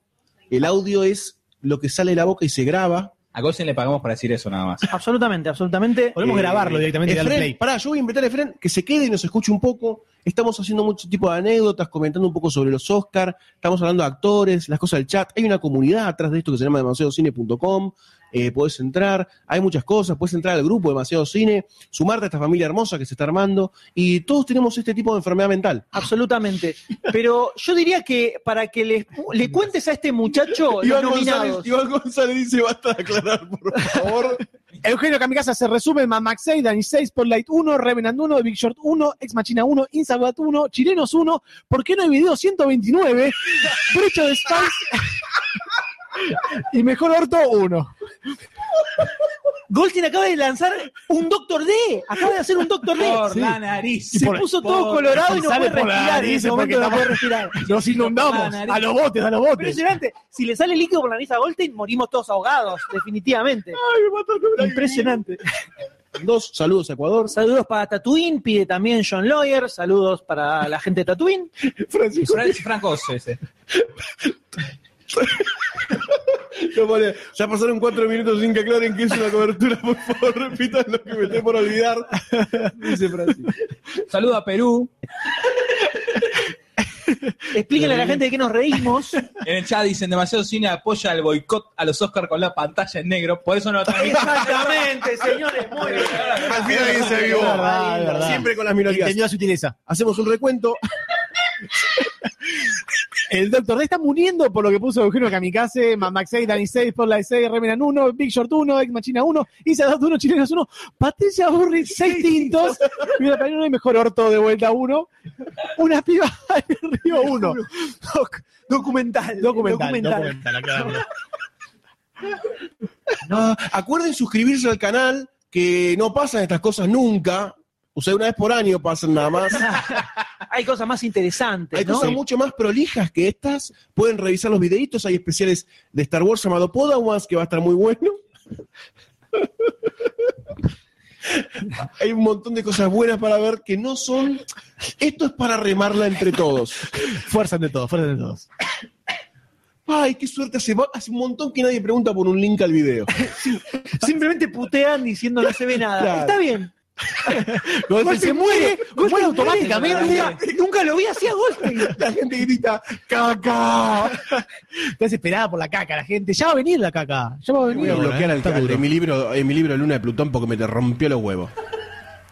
E: El audio es lo que sale de la boca y se graba.
A: A Golsen le pagamos para decir eso nada más.
H: ganó. Absolutamente, absolutamente. Eh,
F: Podemos
A: Eh,
F: grabarlo directamente y darle
E: Efren,
F: play.
E: Pará, yo voy a invitar a Efren que se quede y nos escuche un poco. Estamos haciendo mucho tipo de anécdotas, comentando un poco sobre los Oscar, estamos hablando de actores, las cosas del chat. Hay una comunidad atrás de esto que se llama demasiadocine.com. Eh, podés entrar, hay muchas cosas, podés entrar al grupo Demasiado Cine, sumarte a esta familia hermosa que se está armando. Y todos tenemos este tipo de enfermedad mental.
H: Absolutamente. Pero yo diría que para que le, le cuentes a este muchacho los nominados.
E: Iván González dice: basta de aclarar, por favor.
F: Eugenio Kamikaze hace resumen, Mad Max 6, Danish 6, Spotlight 1, Revenant 1, Big Short 1, Ex Machina 1, Inside Out 1, Chilenos 1, ¿por qué no hay video 129? Brecho de Stars y Mejor Orto 1.
H: Goldstein acaba de lanzar un Doctor D. Acaba de hacer un Doctor D.
A: Por la nariz.
H: Se puso todo colorado y no
F: sale
H: puede
F: por la
H: respirar. En
F: nariz,
H: ese
F: porque
H: momento no
F: estamos-
H: puede respirar.
F: Nos inundamos,
A: la nariz.
F: a los botes, a los botes.
H: Impresionante. Si le sale líquido por la nariz a Goldstein, morimos todos ahogados, definitivamente. Impresionante.
E: Dos saludos a Ecuador.
H: Saludos para Tatuín, pide también John Lawyer. Saludos para la gente de Tatuín.
E: Francisco,
A: Fran- Franco ese.
E: No, vale. Ya pasaron cuatro minutos sin que aclaren que es una cobertura. Por favor, repitan lo que me estoy por olvidar. Dice Francisco.
A: Saludo a Perú.
H: Explíquenle a la gente de qué nos reímos.
A: En el chat dicen demasiado cine apoya el boicot a los Oscar con la pantalla en negro. Por eso no lo transmiten.
H: Exactamente, señores. Muy bien.
E: Al fin alguien se vio.
F: verdad, es verdad.
E: Siempre con las minorías.
F: Entendió la sutileza.
E: Hacemos un recuento.
F: El Doctor D está muriendo por lo que puso Eugenio Kamikaze, Mad Max 6, Danish 6, Spotlight 6, Revenant 1, Big Short 1, Ex Machina 1, Inside Out 1, Chilenos 1, Patricia Burri 6 tintos, Mira, también no hay mejor orto de vuelta 1, Una piba en el río 1.
H: Documental.
F: Documental,
H: Documental.
F: documental, aclararlo.
E: No, Ah, acuerden suscribirse al canal, que no pasan estas cosas nunca. O sea, una vez por año pasan nada más.
H: Hay cosas más interesantes,
E: Hay
H: ¿no?
E: cosas mucho más prolijas que estas. Pueden revisar los videitos. Hay especiales de Star Wars llamado Podawans, que va a estar muy bueno. Hay un montón de cosas buenas para ver que no son. Esto es para remarla entre todos.
F: Fuerza de todos, fuerza de todos.
E: Ay, qué suerte, hace, hace un montón que nadie pregunta por un link al video.
H: Simplemente putean diciendo no se ve nada.
E: Claro.
H: Está bien.
E: Gol
H: Gol se muere, Gol
E: muere ¿eh?
H: automáticamente. Nunca lo vi así a Goldstein.
E: La gente grita, caca.
F: Está desesperada por la caca la gente. Ya va a venir la caca. Ya va a
E: Voy
F: venir.
E: a bloquear al
F: Está
E: catre,
F: duro.
E: mi libro, en mi libro Luna de Plutón porque me te rompió los huevos.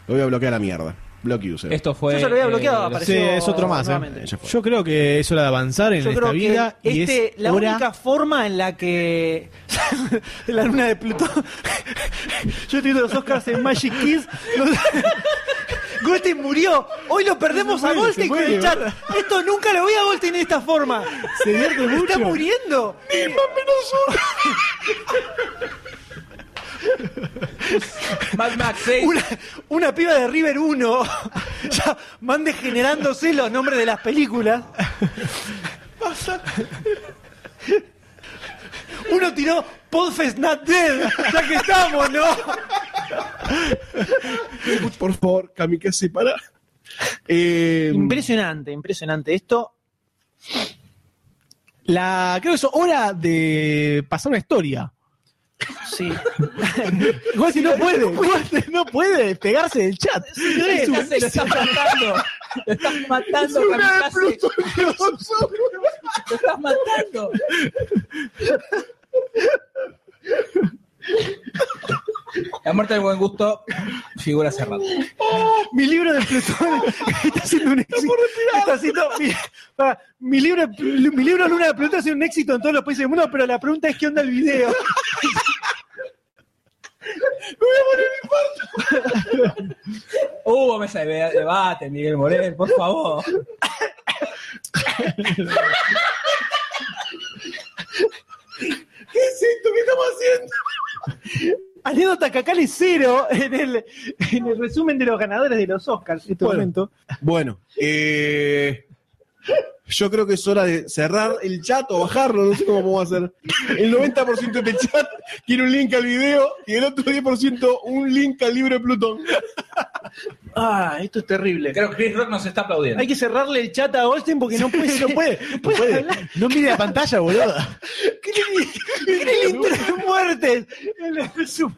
E: Lo voy a bloquear a la mierda. Block user.
A: Esto fue.
H: Yo ya lo había bloqueado,
A: los-
H: apareció.
F: Sí, es otro más. ¿eh?
H: nuevamente.
E: Ya fue.
F: Yo creo que es hora de avanzar en
H: Yo
F: esta
H: creo que
F: vida. y
H: este,
F: es
H: la
F: hora...
H: única forma en la que la luna de Plutón. Yo estoy viendo los Oscars en Magic Kids. Los- Goldstein murió. Hoy lo perdemos
F: muere,
H: a Goldstein
F: se
H: con
F: muere.
H: el chat. Esto nunca lo vi a Goldstein de esta forma.
F: Se divierte
H: Está
F: mucho.
H: muriendo.
A: Mad Max ¿eh? 6.
H: Una, una piba de River 1. ya van degenerándose los nombres de las películas. Uno tiró Podfest Not Dead. Ya que estamos, ¿no?
E: Por favor, Kamikaze, para. Eh,
H: Impresionante, impresionante. Esto
F: La, creo que es hora de pasar una historia.
H: Sí.
F: Igual si no puede, Goldstein no puede despegarse del chat. Es un-
A: Lo estás matando. Lo estás matando, Kamikaze. Lo estás matando. La muerte del buen gusto, figura cerrada.
H: Mi libro de Plutón está haciendo un éxito. Está haciendo- mi, para, mi libro, mi libro Luna de Plutón ha sido un éxito en todos los países del mundo, pero la pregunta es: ¿qué onda el video?
A: Hubo mesa de debate, Miguel Morel, por favor.
E: ¿Qué es esto? ¿Qué estamos haciendo?
H: Anécdota Cacal es cero en el, en el resumen de los ganadores de los Oscars en este
E: Bueno.
H: momento.
E: Bueno, eh, yo creo que es hora de cerrar el chat o bajarlo, no sé cómo vamos a hacer. El 90% de este chat quiere un link al video y el otro 10% un link al libro de Plutón.
H: Ah, esto es terrible.
A: Creo que Chris Rock nos está aplaudiendo.
H: Hay que cerrarle el chat a Goldstein porque no puede.
F: No puede, no puede.
H: hablar.
F: No mire la pantalla, boludo.
H: ¿Qué le- qué le interesa muertes? El resumen.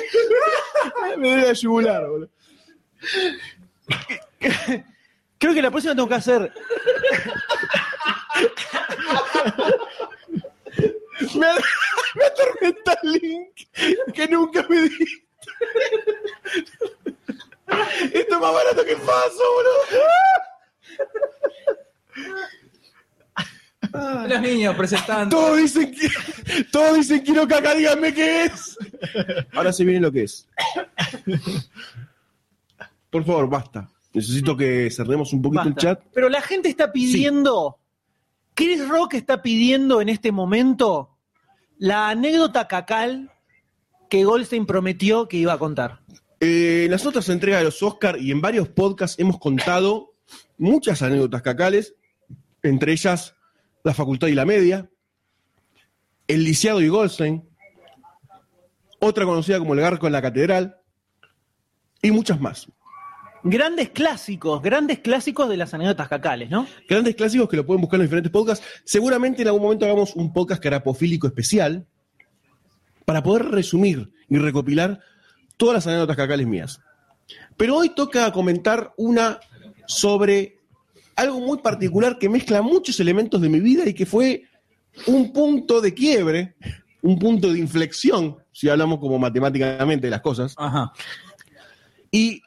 E: Me duele la yugular, boludo.
H: Creo que la próxima tengo que hacer
E: Me, me atormenta el link que nunca me di. Esto es más barato que el paso, boludo.
A: Los niños presentando.
E: Todos dicen que. Todos dicen quiero caca, díganme qué es. Ahora se viene lo que es. Por favor, basta. Necesito que cerremos un poquito
H: Basta.
E: el chat.
H: Pero la gente está pidiendo, Chris Rock está pidiendo en este momento la anécdota cacal que Goldstein prometió que iba a contar.
E: Eh, en las otras entregas de los Oscar y en varios podcasts hemos contado muchas anécdotas cacales, entre ellas la facultad y la media, el lisiado y Goldstein, otra conocida como el garco en la catedral, y muchas más.
H: Grandes clásicos, grandes clásicos de las anécdotas cacales, ¿no?
E: Grandes clásicos que lo pueden buscar en los diferentes podcasts. Seguramente en algún momento hagamos un podcast carapofílico especial para poder resumir y recopilar todas las anécdotas cacales mías. Pero hoy toca comentar una sobre algo muy particular que mezcla muchos elementos de mi vida y que fue un punto de quiebre, un punto de inflexión, si hablamos como matemáticamente de las cosas.
A: Ajá.
E: Y.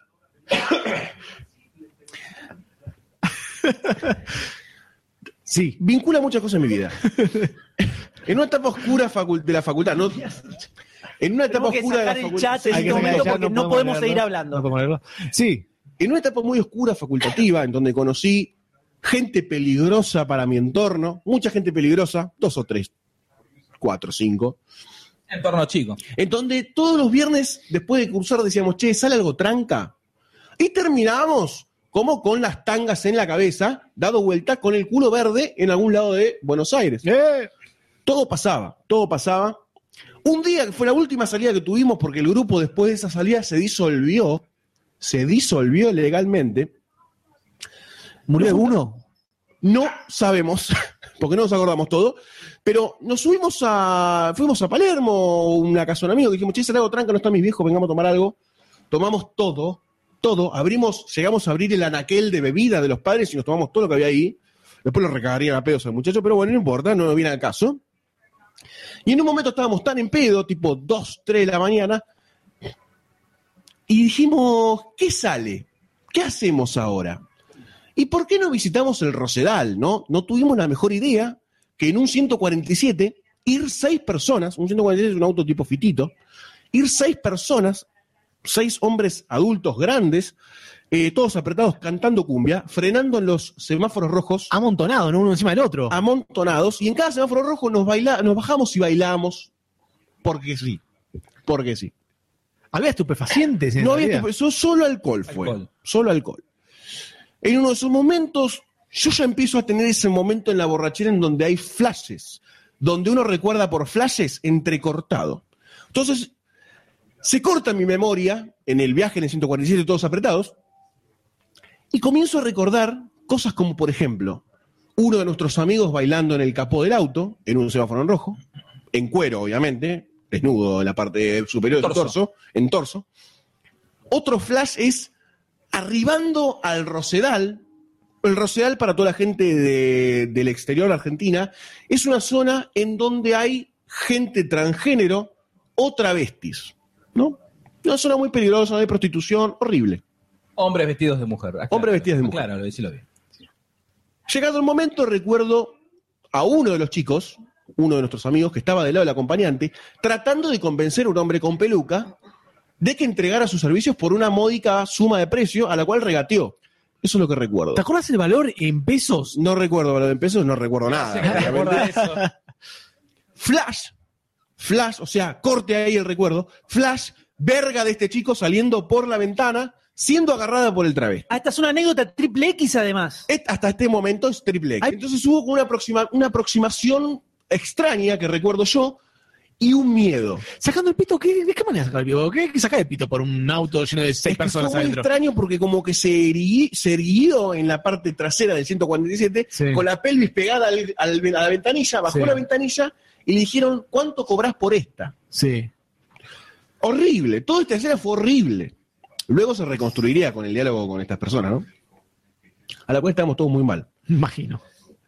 E: sí, vincula muchas cosas en mi vida. En una etapa oscura facu- de la facultad, ¿no? En una etapa
H: Tenemos que
E: oscura de la
H: sacar el
E: facultad.
H: chat en
F: Hay
H: este
F: que sacar el
H: momento
F: chat,
H: porque no podemos seguir
F: leerlo.
H: hablando.
F: No podemos leerlo. Sí,
E: En una etapa muy oscura facultativa, en donde conocí gente peligrosa para mi entorno, mucha gente peligrosa, dos o tres, cuatro, cinco.
A: Entorno chico.
E: en donde todos los viernes, después de cursar, decíamos, che, sale algo tranca. Y terminábamos como con las tangas en la cabeza, dado vuelta con el
F: eh,
E: culo verde en algún lado de Buenos Aires. Todo pasaba, todo pasaba. Un día que fue la última salida que tuvimos porque el grupo después de esa salida se disolvió, se disolvió legalmente.
F: ¿Murió alguno?
E: No sabemos, porque no nos acordamos todo, pero nos subimos a, fuimos a Palermo, una casa de un amigo, dijimos, che, se hago tranca, no están mis viejos, vengamos a tomar algo. Tomamos todo, todo, abrimos, llegamos a abrir el anaquel de bebida de los padres y nos tomamos todo lo que había ahí. Después lo recagarían a pedos al muchacho, pero bueno, no importa, no nos viene al caso. Y en un momento estábamos tan en pedo, tipo 2, 3 de la mañana, y dijimos, ¿qué sale? ¿Qué hacemos ahora? ¿Y por qué no visitamos el Rosedal, no? No tuvimos la mejor idea que en un 147 ir seis personas, un 147 es un auto tipo fitito, ir seis personas, seis hombres adultos grandes, eh, todos apretados cantando cumbia, frenando en los semáforos rojos.
F: Amontonados, ¿no? Uno encima del otro.
E: Amontonados. Y en cada semáforo rojo nos, baila, nos bajamos y bailamos. Porque sí. Porque sí.
F: Había estupefacientes. en
E: No había
F: realidad.
E: estupe- solo alcohol fue.
F: Alcohol.
E: Solo alcohol. En uno de esos momentos, yo ya empiezo a tener ese momento en la borrachera en donde hay flashes. Donde uno recuerda por flashes entrecortado. Entonces, se corta mi memoria en el viaje en el 147, todos apretados. Y comienzo a recordar cosas como, por ejemplo, uno de nuestros amigos bailando en el capó del auto, en un semáforo en rojo, en cuero, obviamente, desnudo en la parte superior del
A: Torso.
E: torso, en torso. Otro flash es arribando al Rosedal. El Rosedal, para toda la gente de- del exterior Argentina, es una zona en donde hay gente transgénero o travestis, ¿no? Una zona muy peligrosa, de prostitución, horrible.
A: Hombres vestidos de mujer.
E: Hombres vestidos de mujer.
A: Claro, lo decía lo bien.
E: Llegado el momento, recuerdo a uno de los chicos, uno de nuestros amigos que estaba del lado del acompañante, tratando de convencer a un hombre con peluca de que entregara sus servicios por una módica suma de precio a la cual regateó. Eso es lo que recuerdo.
F: ¿Te acuerdas el valor en pesos?
E: No recuerdo valor en pesos, no recuerdo nada. obviamente. Flash, flash, o sea, corte ahí el recuerdo. Flash, verga de este chico saliendo por la ventana, siendo agarrada por el travesti.
H: Ah, esta es una anécdota triple X además.
E: Et- hasta este momento es triple X. Entonces hubo como una, aproxima- una aproximación extraña que recuerdo yo y un miedo.
F: ¿Sacando el pito? ¿qué, ¿De qué manera sacar el pito? ¿Qué hay que sacar el pito por un auto lleno de seis
E: Es que fue
F: personas
E: muy
F: adentro?
E: extraño porque como que se, ergui- se erguió en la parte trasera del 147
F: Sí.
E: con la pelvis pegada al- al- a la ventanilla, bajó
F: Sí.
E: la ventanilla y le dijeron, ¿cuánto cobrás por esta?
F: Sí.
E: Horrible, toda esta escena fue horrible. Luego se reconstruiría con el diálogo con estas personas, ¿no? A la cual estábamos todos muy mal.
F: Imagino.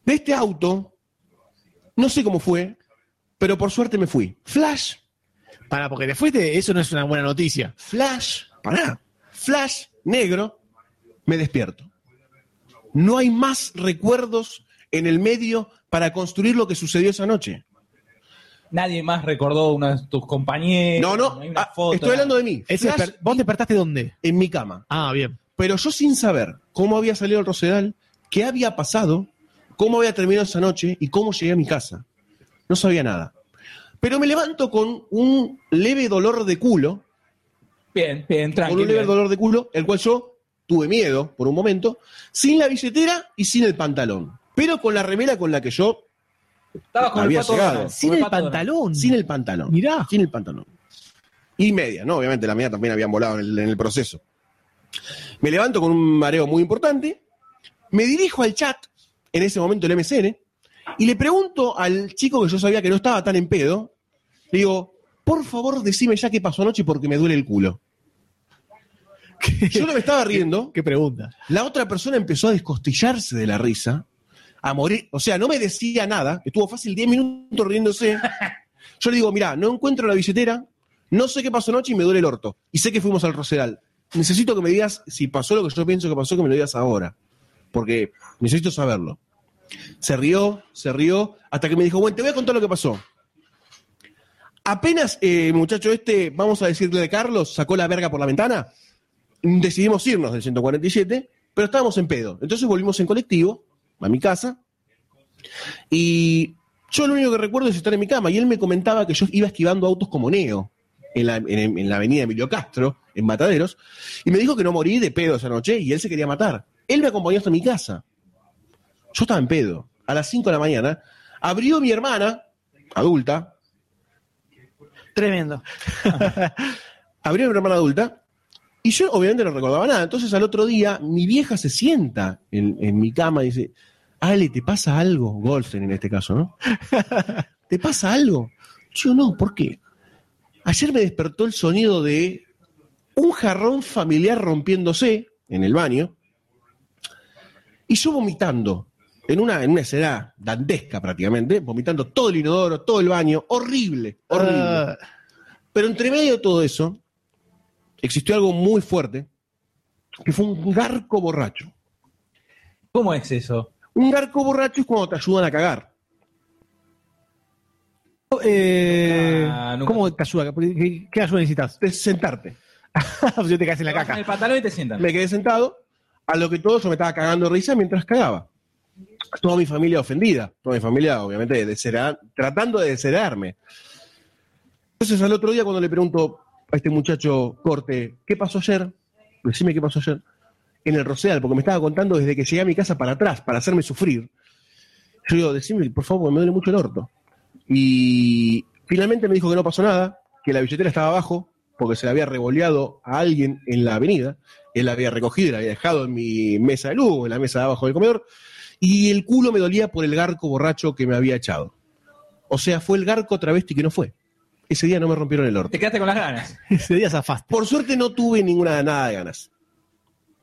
E: de este auto, no sé cómo fue, pero por suerte me fui. Flash,
F: Para, porque te fuiste, eso no es una buena noticia.
E: flash, pará, flash negro, me despierto. No hay más recuerdos en el medio para construir lo que sucedió esa noche.
A: Nadie más recordó uno de tus compañeros.
E: No, no,
A: Eh, hay una
E: ah,
A: foto,
E: estoy hablando de mí.
F: Ese
E: Flash
F: desper- ¿Vos despertaste dónde?
E: en mi cama.
F: Ah, bien.
E: Pero yo sin saber cómo había salido el Rosedal, qué había pasado, cómo había terminado esa noche y cómo llegué a mi casa. No sabía nada. Pero me levanto con un leve dolor de culo,
A: Bien, bien,
E: con un leve
A: tranquilo. eh.
E: dolor de culo, el cual yo tuve miedo por un momento, sin la billetera y sin el pantalón, pero con la remera con la que yo,
A: Estaba con el
E: Había
A: pato
E: llegado.
A: Donald,
F: Sin
A: con
F: el
A: pato Donald.
F: pantalón.
E: sin el pantalón.
F: Mirá.
E: Sin el pantalón. Y media, ¿no? Obviamente la media también habían volado en el, en el proceso. Me levanto con un mareo muy importante, me dirijo al chat, en ese momento el MCN, y le pregunto al chico que yo sabía que no estaba tan en pedo, le digo, por favor decime ya qué pasó anoche porque me duele el culo. Yo no me estaba riendo.
F: ¿Qué pregunta?
E: La otra persona empezó a descostillarse de la risa, a morir, o sea, no me decía nada, estuvo fácil 10 minutos riéndose. Yo le digo, mirá, no encuentro la billetera, no sé qué pasó anoche y me duele el orto, y sé que fuimos al Rosedal. Necesito que me digas si pasó lo que yo pienso que pasó, que me lo digas ahora, porque necesito saberlo. Se rió, se rió, hasta que me dijo, bueno, te voy a contar lo que pasó. Apenas, eh, muchacho este, vamos a decirle de Carlos, sacó la verga por la ventana, decidimos irnos del 147, pero estábamos en pedo. Entonces volvimos en colectivo a mi casa y yo lo único que recuerdo es estar en mi cama y él me comentaba que yo iba esquivando autos como Neo en la, en- en la avenida Emilio Castro, en Mataderos, y me dijo que no morí de pedo esa noche y él se quería matar. Él me acompañó hasta mi casa. Yo estaba en pedo. A las 5 de la mañana abrió mi hermana, adulta,
H: Tremendo.
E: Abrió mi hermana adulta. Y yo obviamente no recordaba nada. Entonces al otro día mi vieja se sienta en, en mi cama y dice, Ale, ¿te pasa algo? Goldstein en este caso, ¿no? ¿Te pasa algo? Yo no, ¿por qué? Ayer me despertó el sonido de un jarrón familiar rompiéndose en el baño y yo vomitando en una, en una escena dantesca prácticamente, vomitando todo el inodoro, todo el baño, horrible, horrible.
F: Ah.
E: Pero entre medio de todo eso, existió algo muy fuerte, que fue un garco borracho.
A: ¿Cómo es eso?
E: Un garco borracho es cuando te ayudan a cagar.
F: Eh,
A: Ah, nunca-
F: ¿Cómo te ayuda? ¿Qué, qué ayuda necesitas?
E: Es sentarte.
F: Yo te caes en la
A: En el
F: caca.
A: pantalón y te sientan.
E: Me quedé sentado, a lo que todo yo me estaba cagando de risa mientras cagaba. Toda mi familia ofendida, toda mi familia obviamente desera- tratando de desheredarme. Entonces al otro día cuando le pregunto a este muchacho corte, ¿qué pasó ayer? Decime qué pasó ayer. En el Rosedal, porque me estaba contando desde que llegué a mi casa para atrás, para hacerme sufrir. Yo digo, decime, por favor, porque me duele mucho el orto. Y finalmente me dijo que no pasó nada, que la billetera estaba abajo, porque se la había revoleado a alguien en la avenida. Él la había recogido y la había dejado en mi mesa de luz, en la mesa de abajo del comedor. Y el culo me dolía por el garco borracho que me había echado. O sea, fue el garco travesti que no fue. Ese día no me rompieron el orto.
A: Te quedaste con las ganas.
F: Ese día zafaste.
E: Por suerte no tuve ninguna nada de ganas.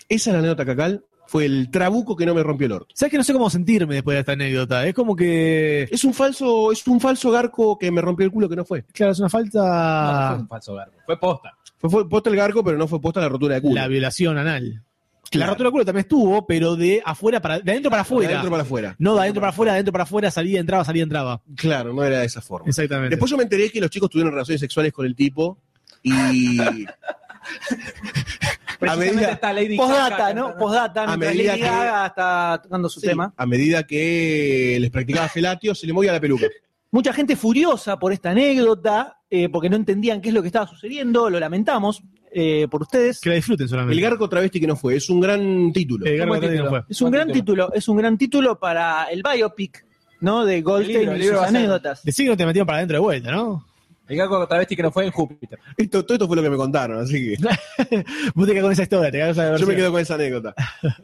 E: Esa es la anécdota cacal. Fue el trabuco que no me rompió el orto.
F: ¿Sabes que no sé cómo sentirme después de esta anécdota? Es como que.
E: Es un falso, es un falso garco que me rompió el culo que no fue.
F: Claro, es una
A: No,
F: falta.
A: fue un falso garco. Fue posta.
E: Fue, fue posta el garco, pero no fue posta la rotura de culo.
F: la violación anal. La
E: Claro.
F: rotura de culo también estuvo, pero de afuera para. De adentro para afuera.
E: De adentro para afuera.
F: No, de adentro para afuera, de adentro para afuera, salía, entraba, salía, entraba.
E: Claro, no era de esa forma.
F: Exactamente.
E: Después yo me enteré que los chicos tuvieron relaciones sexuales con el tipo y a
A: Precisamente
E: medida,
A: está Lady
H: Postdata,
A: Gaga
H: ¿no?
A: cantando.
H: Postdata,
E: A
H: mientras
E: medida
H: Lady
E: que-
H: Gaga está tocando su
E: sí,
H: tema.
E: a medida que les practicaba gelatio, se le movía la peluca.
H: Mucha gente furiosa por esta anécdota, eh, porque no entendían qué es lo que estaba sucediendo, lo lamentamos eh, por ustedes.
F: Que la disfruten solamente.
E: El garco travesti que no fue, es un gran título.
F: El
A: ¿Cómo
F: garco
A: es
F: atrás
A: título?
F: no fue.
H: Es un gran título, es un gran título para el biopic, ¿no? De Goldstein
A: libro, el
H: y
A: libro
H: sus
A: va a ser-
H: anécdotas.
F: Decí que no te metieron para adentro de vuelta, ¿no?
A: El garco travesti que no fue en Júpiter.
E: Esto, todo esto fue lo que me contaron, así que
F: Vos te quedás con esa historia, te quedás con esa
E: yo me
F: versión.
E: quedo con esa anécdota.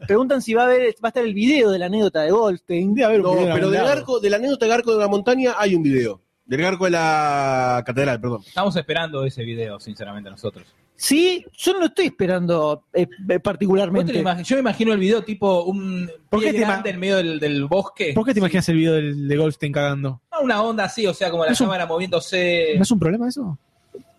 H: Preguntan si va a haber, va a estar el video de la anécdota de Goldstein.
F: Debe haber un
E: No,
F: video en
E: pero
F: algún
E: del
F: lado.
E: garco, de la anécdota del garco de la montaña hay un video. Del garco de la catedral, perdón.
A: Estamos esperando ese video, sinceramente, nosotros.
H: Sí, yo no lo estoy esperando eh, eh,
A: ¿Vos te
H: particularmente.
A: lo imag- Yo me imagino el video tipo un
F: ¿Por
A: pie
F: qué te ima-
A: grande en medio del, del bosque.
F: ¿Por qué te imaginas el video del, de Goldstein cagando?
A: Ah, Una onda así, o sea, como la
F: Es un-
A: cámara moviéndose.
F: ¿No es un problema eso?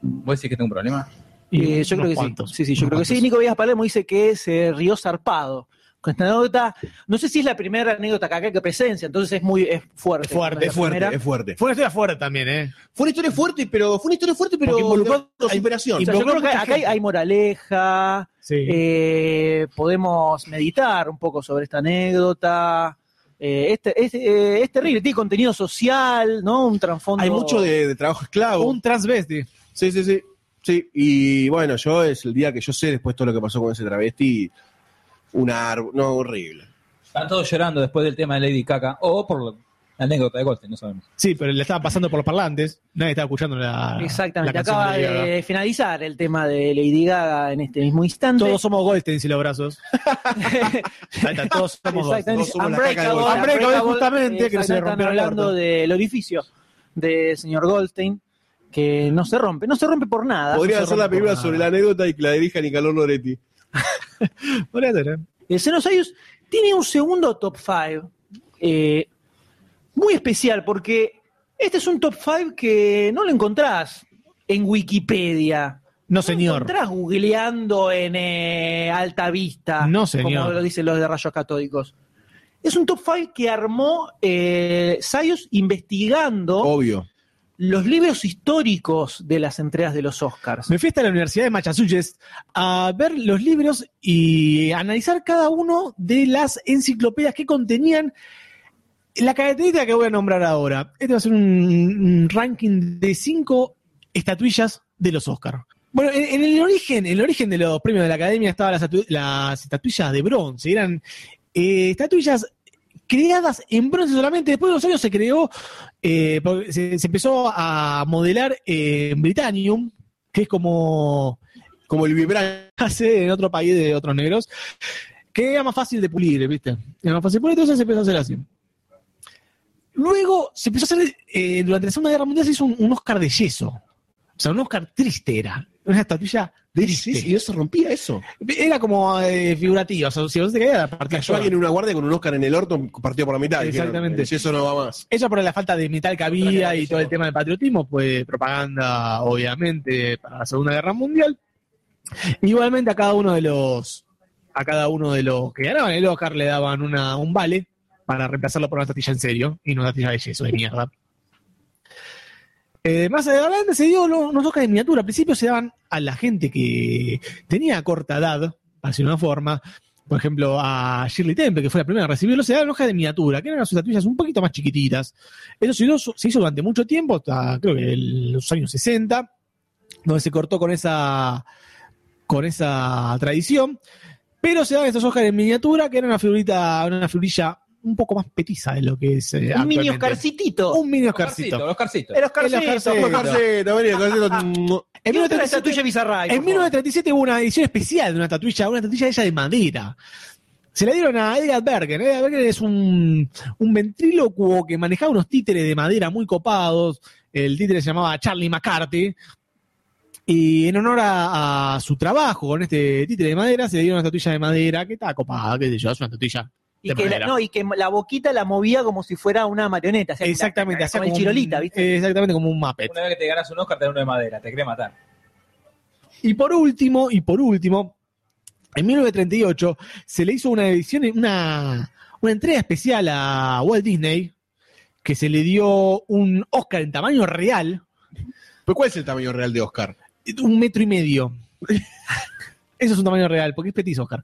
A: ¿Vos decís que tengo un problema?
H: Eh, yo
F: unos
H: creo que
F: cuantos,
H: sí. Sí, sí, yo
F: unos
H: creo que sí.
F: cuantos.
H: Nico Villas Palermo dice que se rió zarpado con esta anécdota. No sé si es la primera anécdota que acá que presencia, entonces es muy es fuerte.
F: Es fuerte,
H: ¿no?
E: Es
H: la
E: fuerte,
H: primera.
E: es fuerte.
F: Fue una historia fuerte también, ¿eh?
E: Fue una historia fuerte, pero fue una historia fuerte, pero
F: Porque involucró-
E: de
F: hay-
E: superación.
H: O sea, yo creo que
F: mucha
H: acá hay,
F: gente.
H: hay moraleja,
F: Sí.
H: eh, podemos meditar un poco sobre esta anécdota. Eh, este, es, eh, es terrible, tiene contenido social, ¿no? Un trasfondo.
E: Hay mucho de, de trabajo esclavo.
F: Un transvesti.
E: Sí, sí, sí. Sí, y bueno, yo es el día que yo sé después todo lo que pasó con ese travesti. Un árbol. No, horrible.
A: Están todos llorando después del tema de Lady Caca o por lo- la anécdota de Goldstein, no sabemos.
F: Sí, pero le estaba pasando por los parlantes. Nadie estaba escuchando la.
H: Exactamente,
F: la canción
H: acaba
F: Lady Gaga.
H: de finalizar el tema de Lady Gaga en este mismo instante.
F: Todos somos Goldstein si los brazos. Ahí está, todos somos Goldstein.
E: Todos
H: Exactamente.
E: somos la caca
H: Unbreakable,
E: de Goldstein.
F: Unbreakable, justamente, que no se
H: Exactamente,
F: le
H: están
F: rompió el
H: hablando
F: orto.
H: del orificio del señor Goldstein, que no se rompe, no se rompe por
A: Ah,
H: nada.
E: Podría
F: se
E: hacer la
F: rompe
E: película
F: nada.
E: sobre la anécdota y que la dirija Nicolás Loretti.
F: Podría ser, ¿eh?
H: El Xenosaurus tiene un segundo top 5 eh, muy especial, porque este es un top 5 que no lo encontrás en Wikipedia.
F: No,
H: No lo
F: señor.
H: encontrás googleando en eh, alta vista.
F: No, señor.
H: Como lo dicen los de rayos catódicos. Es un top 5 que armó eh, Sayus investigando
F: Oh.
E: Obvio.
H: los libros históricos de las entregas de los Oscars.
F: Me fui hasta la Universidad de Massachusetts a ver los libros y analizar cada uno de las enciclopedias que contenían la característica que voy a nombrar ahora. Este va a ser un, un ranking de cinco estatuillas de los Oscar. Bueno, en, en el origen, en el origen de los premios de la Academia estaban las, estatu- las estatuillas de bronce. Eran eh, estatuillas creadas en bronce solamente. Después de unos años se creó, eh, por- se, se empezó a modelar eh, en Britannium, que es como...
E: Como el vibral
F: hace en otro país de otros negros, que era más fácil de pulir, ¿viste? Era más fácil de pulir, entonces se empezó a hacer así. Luego se empezó a hacer, eh, durante la Segunda Guerra Mundial se hizo un, un Oscar de yeso. O sea, un Oscar triste era. Una estatuilla triste.
E: Sí, sí, y eso rompía eso.
F: Era como eh, figurativa. O sea, si vos te caías, la partida
E: Cayó alguien en una guardia con un Oscar en el orto partido por la mitad. dijeron,
F: Exactamente.
E: "Si eso no va más.
F: Ella por la falta de metal que había y todo el tema del patriotismo, pues propaganda, obviamente, para la Segunda Guerra Mundial. Igualmente a cada uno de los, a cada uno de los que ganaban el Oscar le daban una, un vale para reemplazarlo por una tatilla en serio y no una tatilla de yeso de mierda. Eh, más adelante se dio lo- unos Oscars de miniatura. Al principio se daban a la gente que tenía corta edad, así una forma. Por ejemplo, a Shirley Temple, que fue la primera en recibirlo, se daban hojas de miniatura, que eran sus estatuillas un poquito más chiquititas. Eso se hizo, se hizo durante mucho tiempo, hasta creo que el- los años 60, donde se cortó con esa, con esa tradición. Pero se daban estas hojas de miniatura, que era una figurita, una figurilla un poco más petiza de lo que es. eh,
H: Un mini
F: actualmente.
H: Oscarcitito.
F: Un mini Oscarcito.
A: Oscarcito, Oscarcito.
H: El Oscarcito.
F: El Oscarcito.
E: Carceta, vení, carceta, mm.
F: En
H: ¿Qué otra
F: 1937
H: estatuilla bizarra hay,
F: en
H: por
F: 1937 hubo una edición especial de una estatuilla, una estatuilla ella de madera. Se la dieron a Edgar Bergen. Edgar Bergen es un, un ventrílocuo que manejaba unos títeres de madera muy copados. El títere se llamaba Charlie McCarthy. Y en honor a, a su trabajo con este títere de madera, se le dieron una estatuilla de madera que estaba copada, qué sé yo, es una estatuilla
H: Y
F: de
H: que, la,
F: madera.
H: no, y que la boquita la movía como si fuera una marioneta. hacía-
F: exactamente, hacía
H: Como el
F: como un- eh,
H: chirolita, ¿viste?
F: Exactamente, como un mapet.
A: Una vez que te ganas un Oscar, te dan uno de madera, te cree matar.
F: Y por último, y por último, en 1938 se le hizo una edición, una, una entrega especial a Walt Disney, que se le dio un Oscar en tamaño real,
E: ¿Pero cuál es el tamaño real de Oscar?
F: un metro y medio. Eso es un tamaño real, porque es petit Oscar.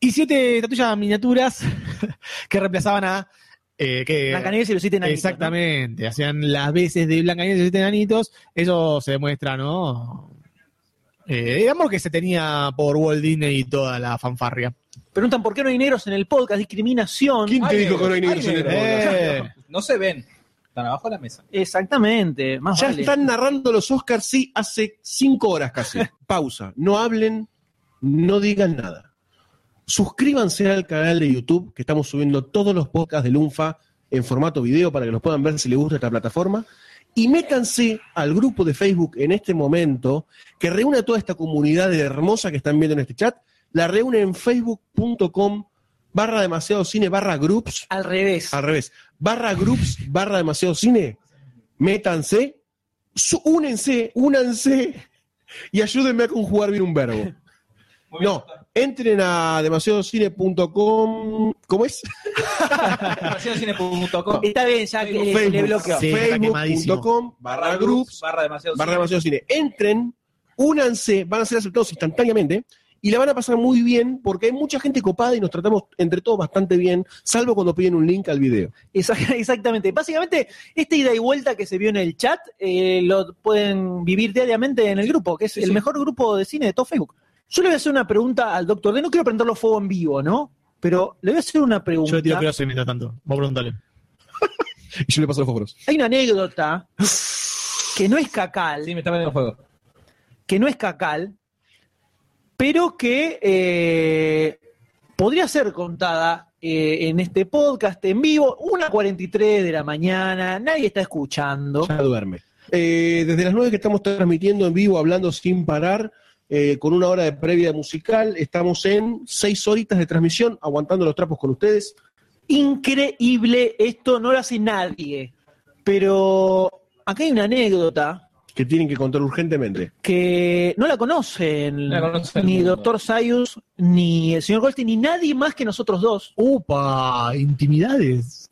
F: Y siete estatuillas miniaturas que reemplazaban a... eh, que,
H: Blancanieves y los siete enanitos,
F: Exactamente, hacían las veces de Blanca y los siete enanitos, eso se demuestra, ¿no? Eh, el amor que se tenía por Walt Disney y toda la fanfarria.
H: ¿no? Preguntan por qué no hay negros en el podcast, discriminación.
E: ¿Quién te
A: Ay,
E: dijo que no hay
A: ay,
E: negros en el
A: negro.
E: podcast?
F: Eh,
A: No se ven. Están abajo de la mesa.
H: Exactamente, más
E: Ya
H: vale.
E: están narrando los Oscars, sí, hace cinco horas casi. Pausa. No hablen, no digan nada. Suscríbanse al canal de YouTube, que estamos subiendo todos los podcasts de Lunfa en formato video para que los puedan ver si les gusta esta plataforma. Y métanse al grupo de Facebook en este momento, que reúne a toda esta comunidad hermosa que están viendo en este chat. La reúne en facebook.com barra demasiado cine barra groups
H: Al revés.
E: al revés. Barra groups, barra demasiado cine. Métanse, su- únense, únanse y ayúdenme a conjugar bien un verbo. No, entren a demasiadocine.com. ¿Cómo es?
A: Demasiadocine.com.
H: Está bien, ya que le, le bloqueó.
F: Ah. Sí, está quemadísimo.
E: Facebook.com barra groups
A: barra demasiado.
E: barra demasiado cine. Entren, únanse, van a ser aceptados instantáneamente y la van a pasar muy bien porque hay mucha gente copada y nos tratamos entre todos bastante bien, salvo cuando piden un link al video.
H: Exact- Exactamente. Básicamente, esta ida y vuelta que se vio en el chat eh, lo pueden vivir diariamente en el grupo, que es el mejor grupo de cine de todo Facebook. Yo le voy a hacer una pregunta al doctor D. No quiero prenderlo fuego en vivo, ¿no? Pero le voy a hacer una pregunta.
O: Yo le tiro pedazo mientras tanto. Vos preguntale.
E: Y yo le paso los fósforos.
H: Hay una anécdota que no es cacal,
A: Sí, me está metiendo fuego.
H: que no es cacal, pero que eh, podría ser contada eh, en este podcast en vivo, 1.43 de la mañana, nadie está escuchando.
E: Ya duerme. Eh, desde las 9 que estamos transmitiendo en vivo, hablando sin parar, eh, con una hora de previa musical, estamos en 6 horitas de transmisión, aguantando los trapos con ustedes.
H: Increíble, esto no lo hace nadie. Pero acá hay una anécdota
E: Que tienen que contar urgentemente.
H: que no la conocen
A: No la conoce el
H: ni
A: mundo.
H: Doctor Sayus, ni el señor Goldstein, ni nadie más que nosotros dos,
F: Upa, intimidades.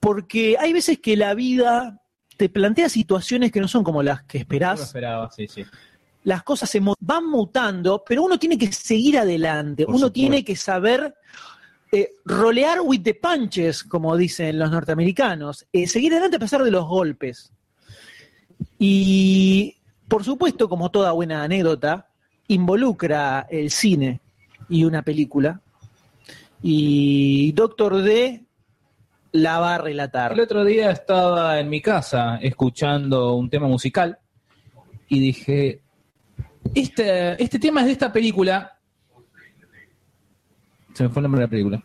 H: porque hay veces que la vida te plantea situaciones que no son como las que
A: No lo
H: esperás.
A: esperaba, sí, sí.
H: las cosas se mu- van mutando, pero uno tiene que seguir adelante,
E: Por
H: uno
E: supuesto.
H: tiene que saber eh, rolear with the punches, como dicen los norteamericanos, eh, seguir adelante a pesar de los golpes. Y, por supuesto, como toda buena anécdota, involucra el cine y una película. Y Doctor D la va a relatar.
A: El otro día estaba en mi casa escuchando un tema musical y dije, este, este tema es de esta película. Se me fue el nombre de la película.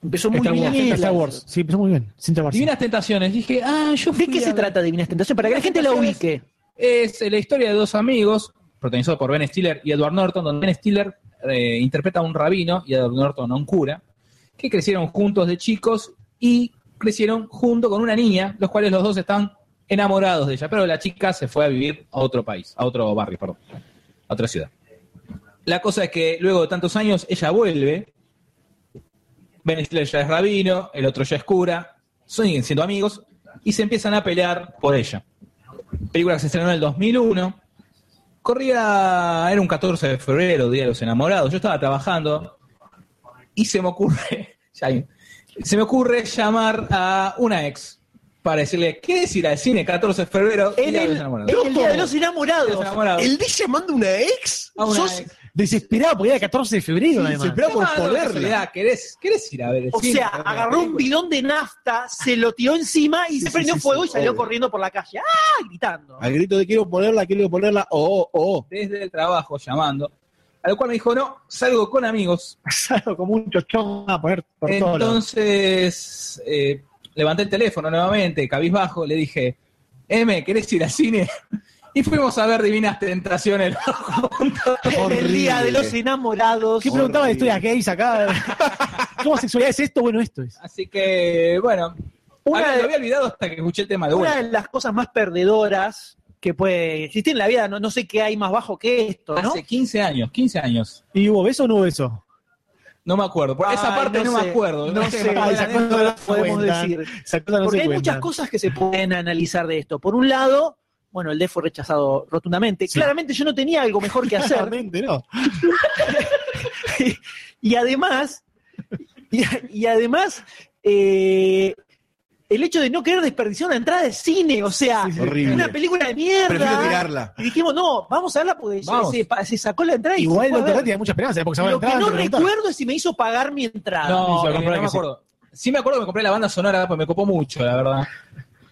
H: Empezó muy
F: Star Wars,
H: bien.
F: Star Wars. Sí, empezó muy bien. Sin trabarse.
A: Divinas Tentaciones. Dije, ah, yo
H: ¿De
A: fui
H: qué
A: a
H: se
A: ver-
H: trata Divinas Tentaciones? Para que la gente la ubique.
A: Es eh, la historia de dos amigos, protagonizado por Ben Stiller y Edward Norton, donde Ben Stiller eh, interpreta a un rabino y Edward Norton a un cura, que crecieron juntos de chicos y crecieron junto con una niña, los cuales los dos están enamorados de ella, pero la chica se fue a vivir a otro país, a otro barrio, perdón, a otra ciudad. La cosa es que luego de tantos años ella vuelve, Ben Stiller ya es rabino, el otro ya es cura, siguen siendo amigos y se empiezan a pelear por ella película que se estrenó en el 2001. Corría, era un 14 de febrero, Día de los Enamorados. Yo estaba trabajando y se me ocurre, ya hay- se me ocurre llamar a una ex para decirle, ¿quieres ir al cine 14 de febrero?
H: En
A: Día de
H: el,
A: los Enamorados?"
H: en el Día de los Enamorados.
A: Enamorados.
E: ¿El D llamando a una ex?
A: A una
E: ¿Sos
A: ex.
F: Desesperado, porque era 14 de febrero, además.
E: desesperado por
A: Llamaba de
E: ponerla?
A: casualidad, Ah, ¿Querés, ¿Querés ir a ver el
H: O
A: cine?
H: sea,
A: A ver la
H: agarró un
A: película?
H: bidón de nafta, se lo tiró encima y se
E: sí,
H: prendió
E: sí,
H: fuego
E: sí,
H: y salió
E: obvio.
H: corriendo por la calle. ¡Ah! Gritando.
E: Al grito de quiero ponerla, quiero ponerla, oh, oh.
A: Desde el trabajo llamando. Al cual me dijo, no, salgo con amigos,
F: Pasado como un chochón a poner por todos lados.
A: Entonces eh, levanté el teléfono nuevamente, cabizbajo, le dije, M, ¿querés ir al cine? Y fuimos a ver Divinas Tentaciones los dos juntos.
H: En el Día de los Enamorados.
F: ¿Qué preguntaba de historias gays acá? ¿Cómo sexualidad es esto? Bueno, esto es.
A: Así que, bueno,
H: Una
A: había-
H: de-
A: lo había olvidado hasta que escuché el tema de
H: Una
A: vuelta.
H: de las cosas más perdedoras que puede existir en la vida, no, no sé qué hay más bajo que esto, ¿no?
A: Hace 15 años, 15 años.
F: ¿Y hubo beso o no hubo beso?
A: No me acuerdo. Por esa
H: Ay,
A: parte no,
H: no sé,
A: me acuerdo. sé,
H: no sé.
A: me acuerdo
H: Ay, esa cosa
A: de-
H: no la podemos decir.
F: Esa cosa no
H: Porque
F: se
H: hay
F: cuenta.
H: muchas cosas que se pueden analizar de esto. Por un lado, bueno, el D fue rechazado rotundamente. Claramente yo no tenía algo mejor que hacer.
F: Claramente, no.
H: y además, y, y además, eh, el hecho de no querer desperdiciar una entrada de cine, o sea,
E: Horrible.
H: una película de mierda. ¿eh?
E: Prefiero tirarla.
H: Y dijimos, no, vamos a verla porque se-
A: Vamos.
H: se, pa- se sacó la entrada y
F: Igual
H: se fue
F: no
H: a
F: te
H: ver.
F: tiene mucha esperanza, porque se va a
H: Lo que
F: entrar,
H: no
F: te preguntaba.
H: recuerdo es si me hizo pagar mi entrada.
A: No,
F: Se
A: eh,
F: lo compró
A: no
F: la
A: me
F: Ah, que sí.
A: acuerdo. Sí me acuerdo que me compré la banda sonora, pues me copó mucho, la verdad.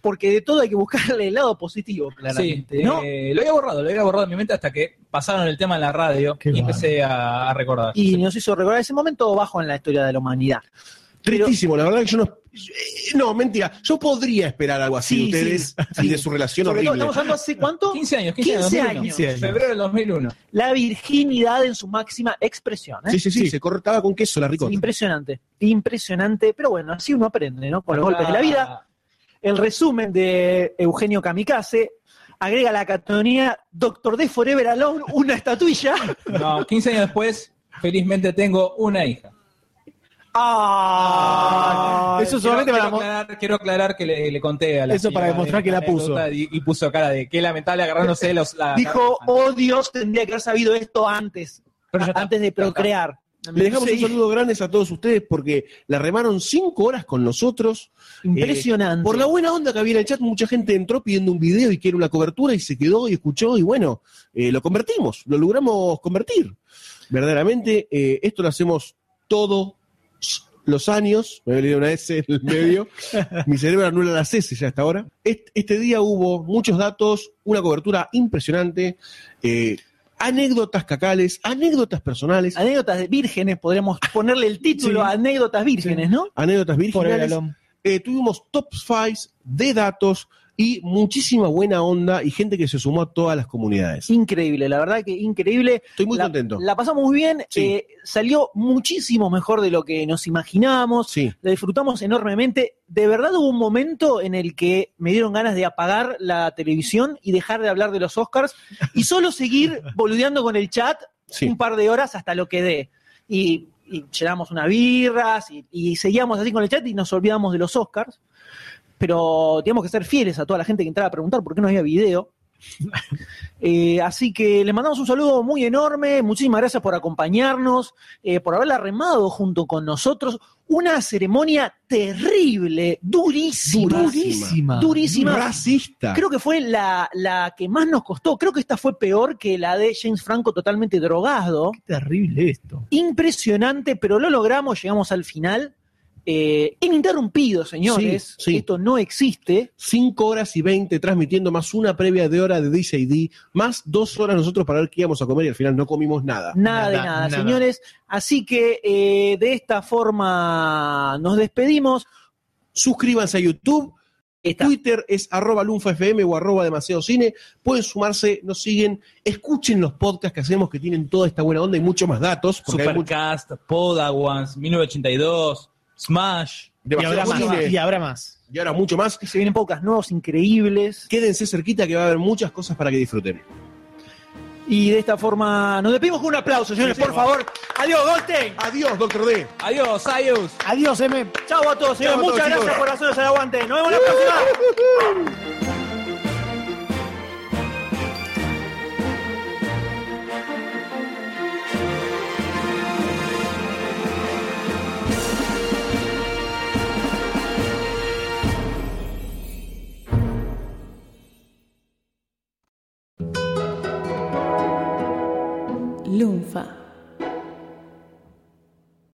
H: Porque de todo hay que buscarle el lado positivo, claramente.
A: Sí,
H: ¿no?
A: eh, lo había borrado, lo había borrado en mi mente hasta que pasaron el tema en la radio
F: Qué
A: y empecé a, a recordar.
H: y nos hizo recordar ese momento bajo en la historia de la humanidad. Pero-
E: Tristísimo, la verdad que yo no. eh, No, mentira. Yo podría esperar algo
H: Sí,
E: así de
H: sí,
E: ustedes
H: sí.
E: y de su relación
H: Sobre todo,
E: horrible.
H: estamos hablando hace cuánto?
A: 15 años, 15,
H: 15
A: años, 2001.
H: 15
F: años.
A: Febrero del 2001.
H: La virginidad en su máxima expresión. ¿eh?
E: Sí, sí, sí, se cortaba con queso la ricota.
H: Impresionante, impresionante, pero bueno, así uno aprende, ¿no?
A: Ah.
H: Con los golpes de la vida. El resumen de Eugenio Kamikaze agrega a la categoría Doctor D Forever Alone una estatuilla.
A: Ah, No, 15 años después, felizmente tengo una hija.
H: Ah,
F: Eso
A: Quiero,
F: solamente
A: quiero
F: para. mo-
A: aclarar, quiero aclarar que le, le conté a la
F: Eso para
A: señora
F: demostrar
A: de-
F: que la
A: anécdota
F: puso.
A: Y, y puso cara de qué lamentable agarrándose los. La,
H: dijo,
A: cara-
H: oh Dios, tendría que haber sabido esto antes,
A: Pero ya está.
H: antes de procrear.
E: Le dejamos un
H: Sí.
E: saludo grandes a todos ustedes porque la remaron cinco horas con nosotros.
H: Impresionante.
E: Eh, Por la buena onda que había en el chat, mucha gente entró pidiendo un video y quiere una cobertura y se quedó y escuchó y bueno, eh, lo convertimos, lo logramos convertir. Verdaderamente, eh, esto lo hacemos todos los años, me había leído una S en el medio, mi cerebro anula las S ya hasta ahora. Este, este día hubo muchos datos, una cobertura impresionante, eh, anécdotas cacales, anécdotas personales,
H: Anécdotas de vírgenes, podríamos ponerle el título a Anécdotas vírgenes, ¿no?
E: anécdotas
F: Forever
E: virginales.
F: alone.
E: Eh, tuvimos top 5 de datos y muchísima buena onda y gente que se sumó a todas las comunidades.
H: Increíble, la verdad que increíble.
E: Estoy muy
H: la,
E: contento.
H: La pasamos muy bien,
E: Sí.
H: eh, salió muchísimo mejor de lo que nos imaginábamos,
E: Sí.
H: la disfrutamos enormemente. De verdad hubo un momento en el que me dieron ganas de apagar la televisión y dejar de hablar de los Oscars y solo seguir boludeando con el chat
E: Sí.
H: un par de horas hasta lo que dé. Y, y llenamos unas birras y, y seguíamos así con el chat y nos olvidamos de los Oscars. Pero teníamos que ser fieles a toda la gente que entraba a preguntar por qué no había video. Eh, así que les mandamos un saludo muy enorme, muchísimas gracias por acompañarnos, eh, por haberla remado junto con nosotros. Una ceremonia terrible, durísima,
F: Durísima.
H: durísima.
E: Racista.
H: Creo que fue la, la que más nos costó, creo que esta fue peor que la de James Franco totalmente drogado.
F: Terrible esto.
H: Impresionante, pero lo logramos, llegamos al final. eh, ininterrumpido, señores.
E: Sí, sí.
H: Esto no existe.
E: 5 horas y 20 transmitiendo, más una previa de hora de DJD, más dos horas nosotros para ver qué íbamos a comer y al final no comimos nada.
H: Nada, de
E: Nada,
H: nada,
E: nada.
H: señores. Así que eh, de esta forma nos despedimos.
E: Suscríbanse a YouTube. Twitter es arroba lunfafm o arroba demasiado cine. Pueden sumarse, nos siguen, escuchen los podcasts que hacemos que tienen toda esta buena onda y muchos más datos. porque hay mucho-
A: Supercast, Podawans, 1982, Smash.
E: Y habrá más, y habrá
P: más.
E: Y ahora mucho más.
H: se vienen pocas nuevos increíbles.
E: Quédense cerquita que va a haber muchas cosas para que disfruten.
H: Y de esta forma nos despedimos con un aplauso, señores, por favor. Adiós, Goldstein.
E: Adiós, doctor D.
A: Adiós, Ayus.
P: Adiós, M.
H: Chao a todos, señores.
P: Chau a todos,
H: Muchas gracias
P: chicos.
H: por hacernos el aguante. Nos vemos la próxima.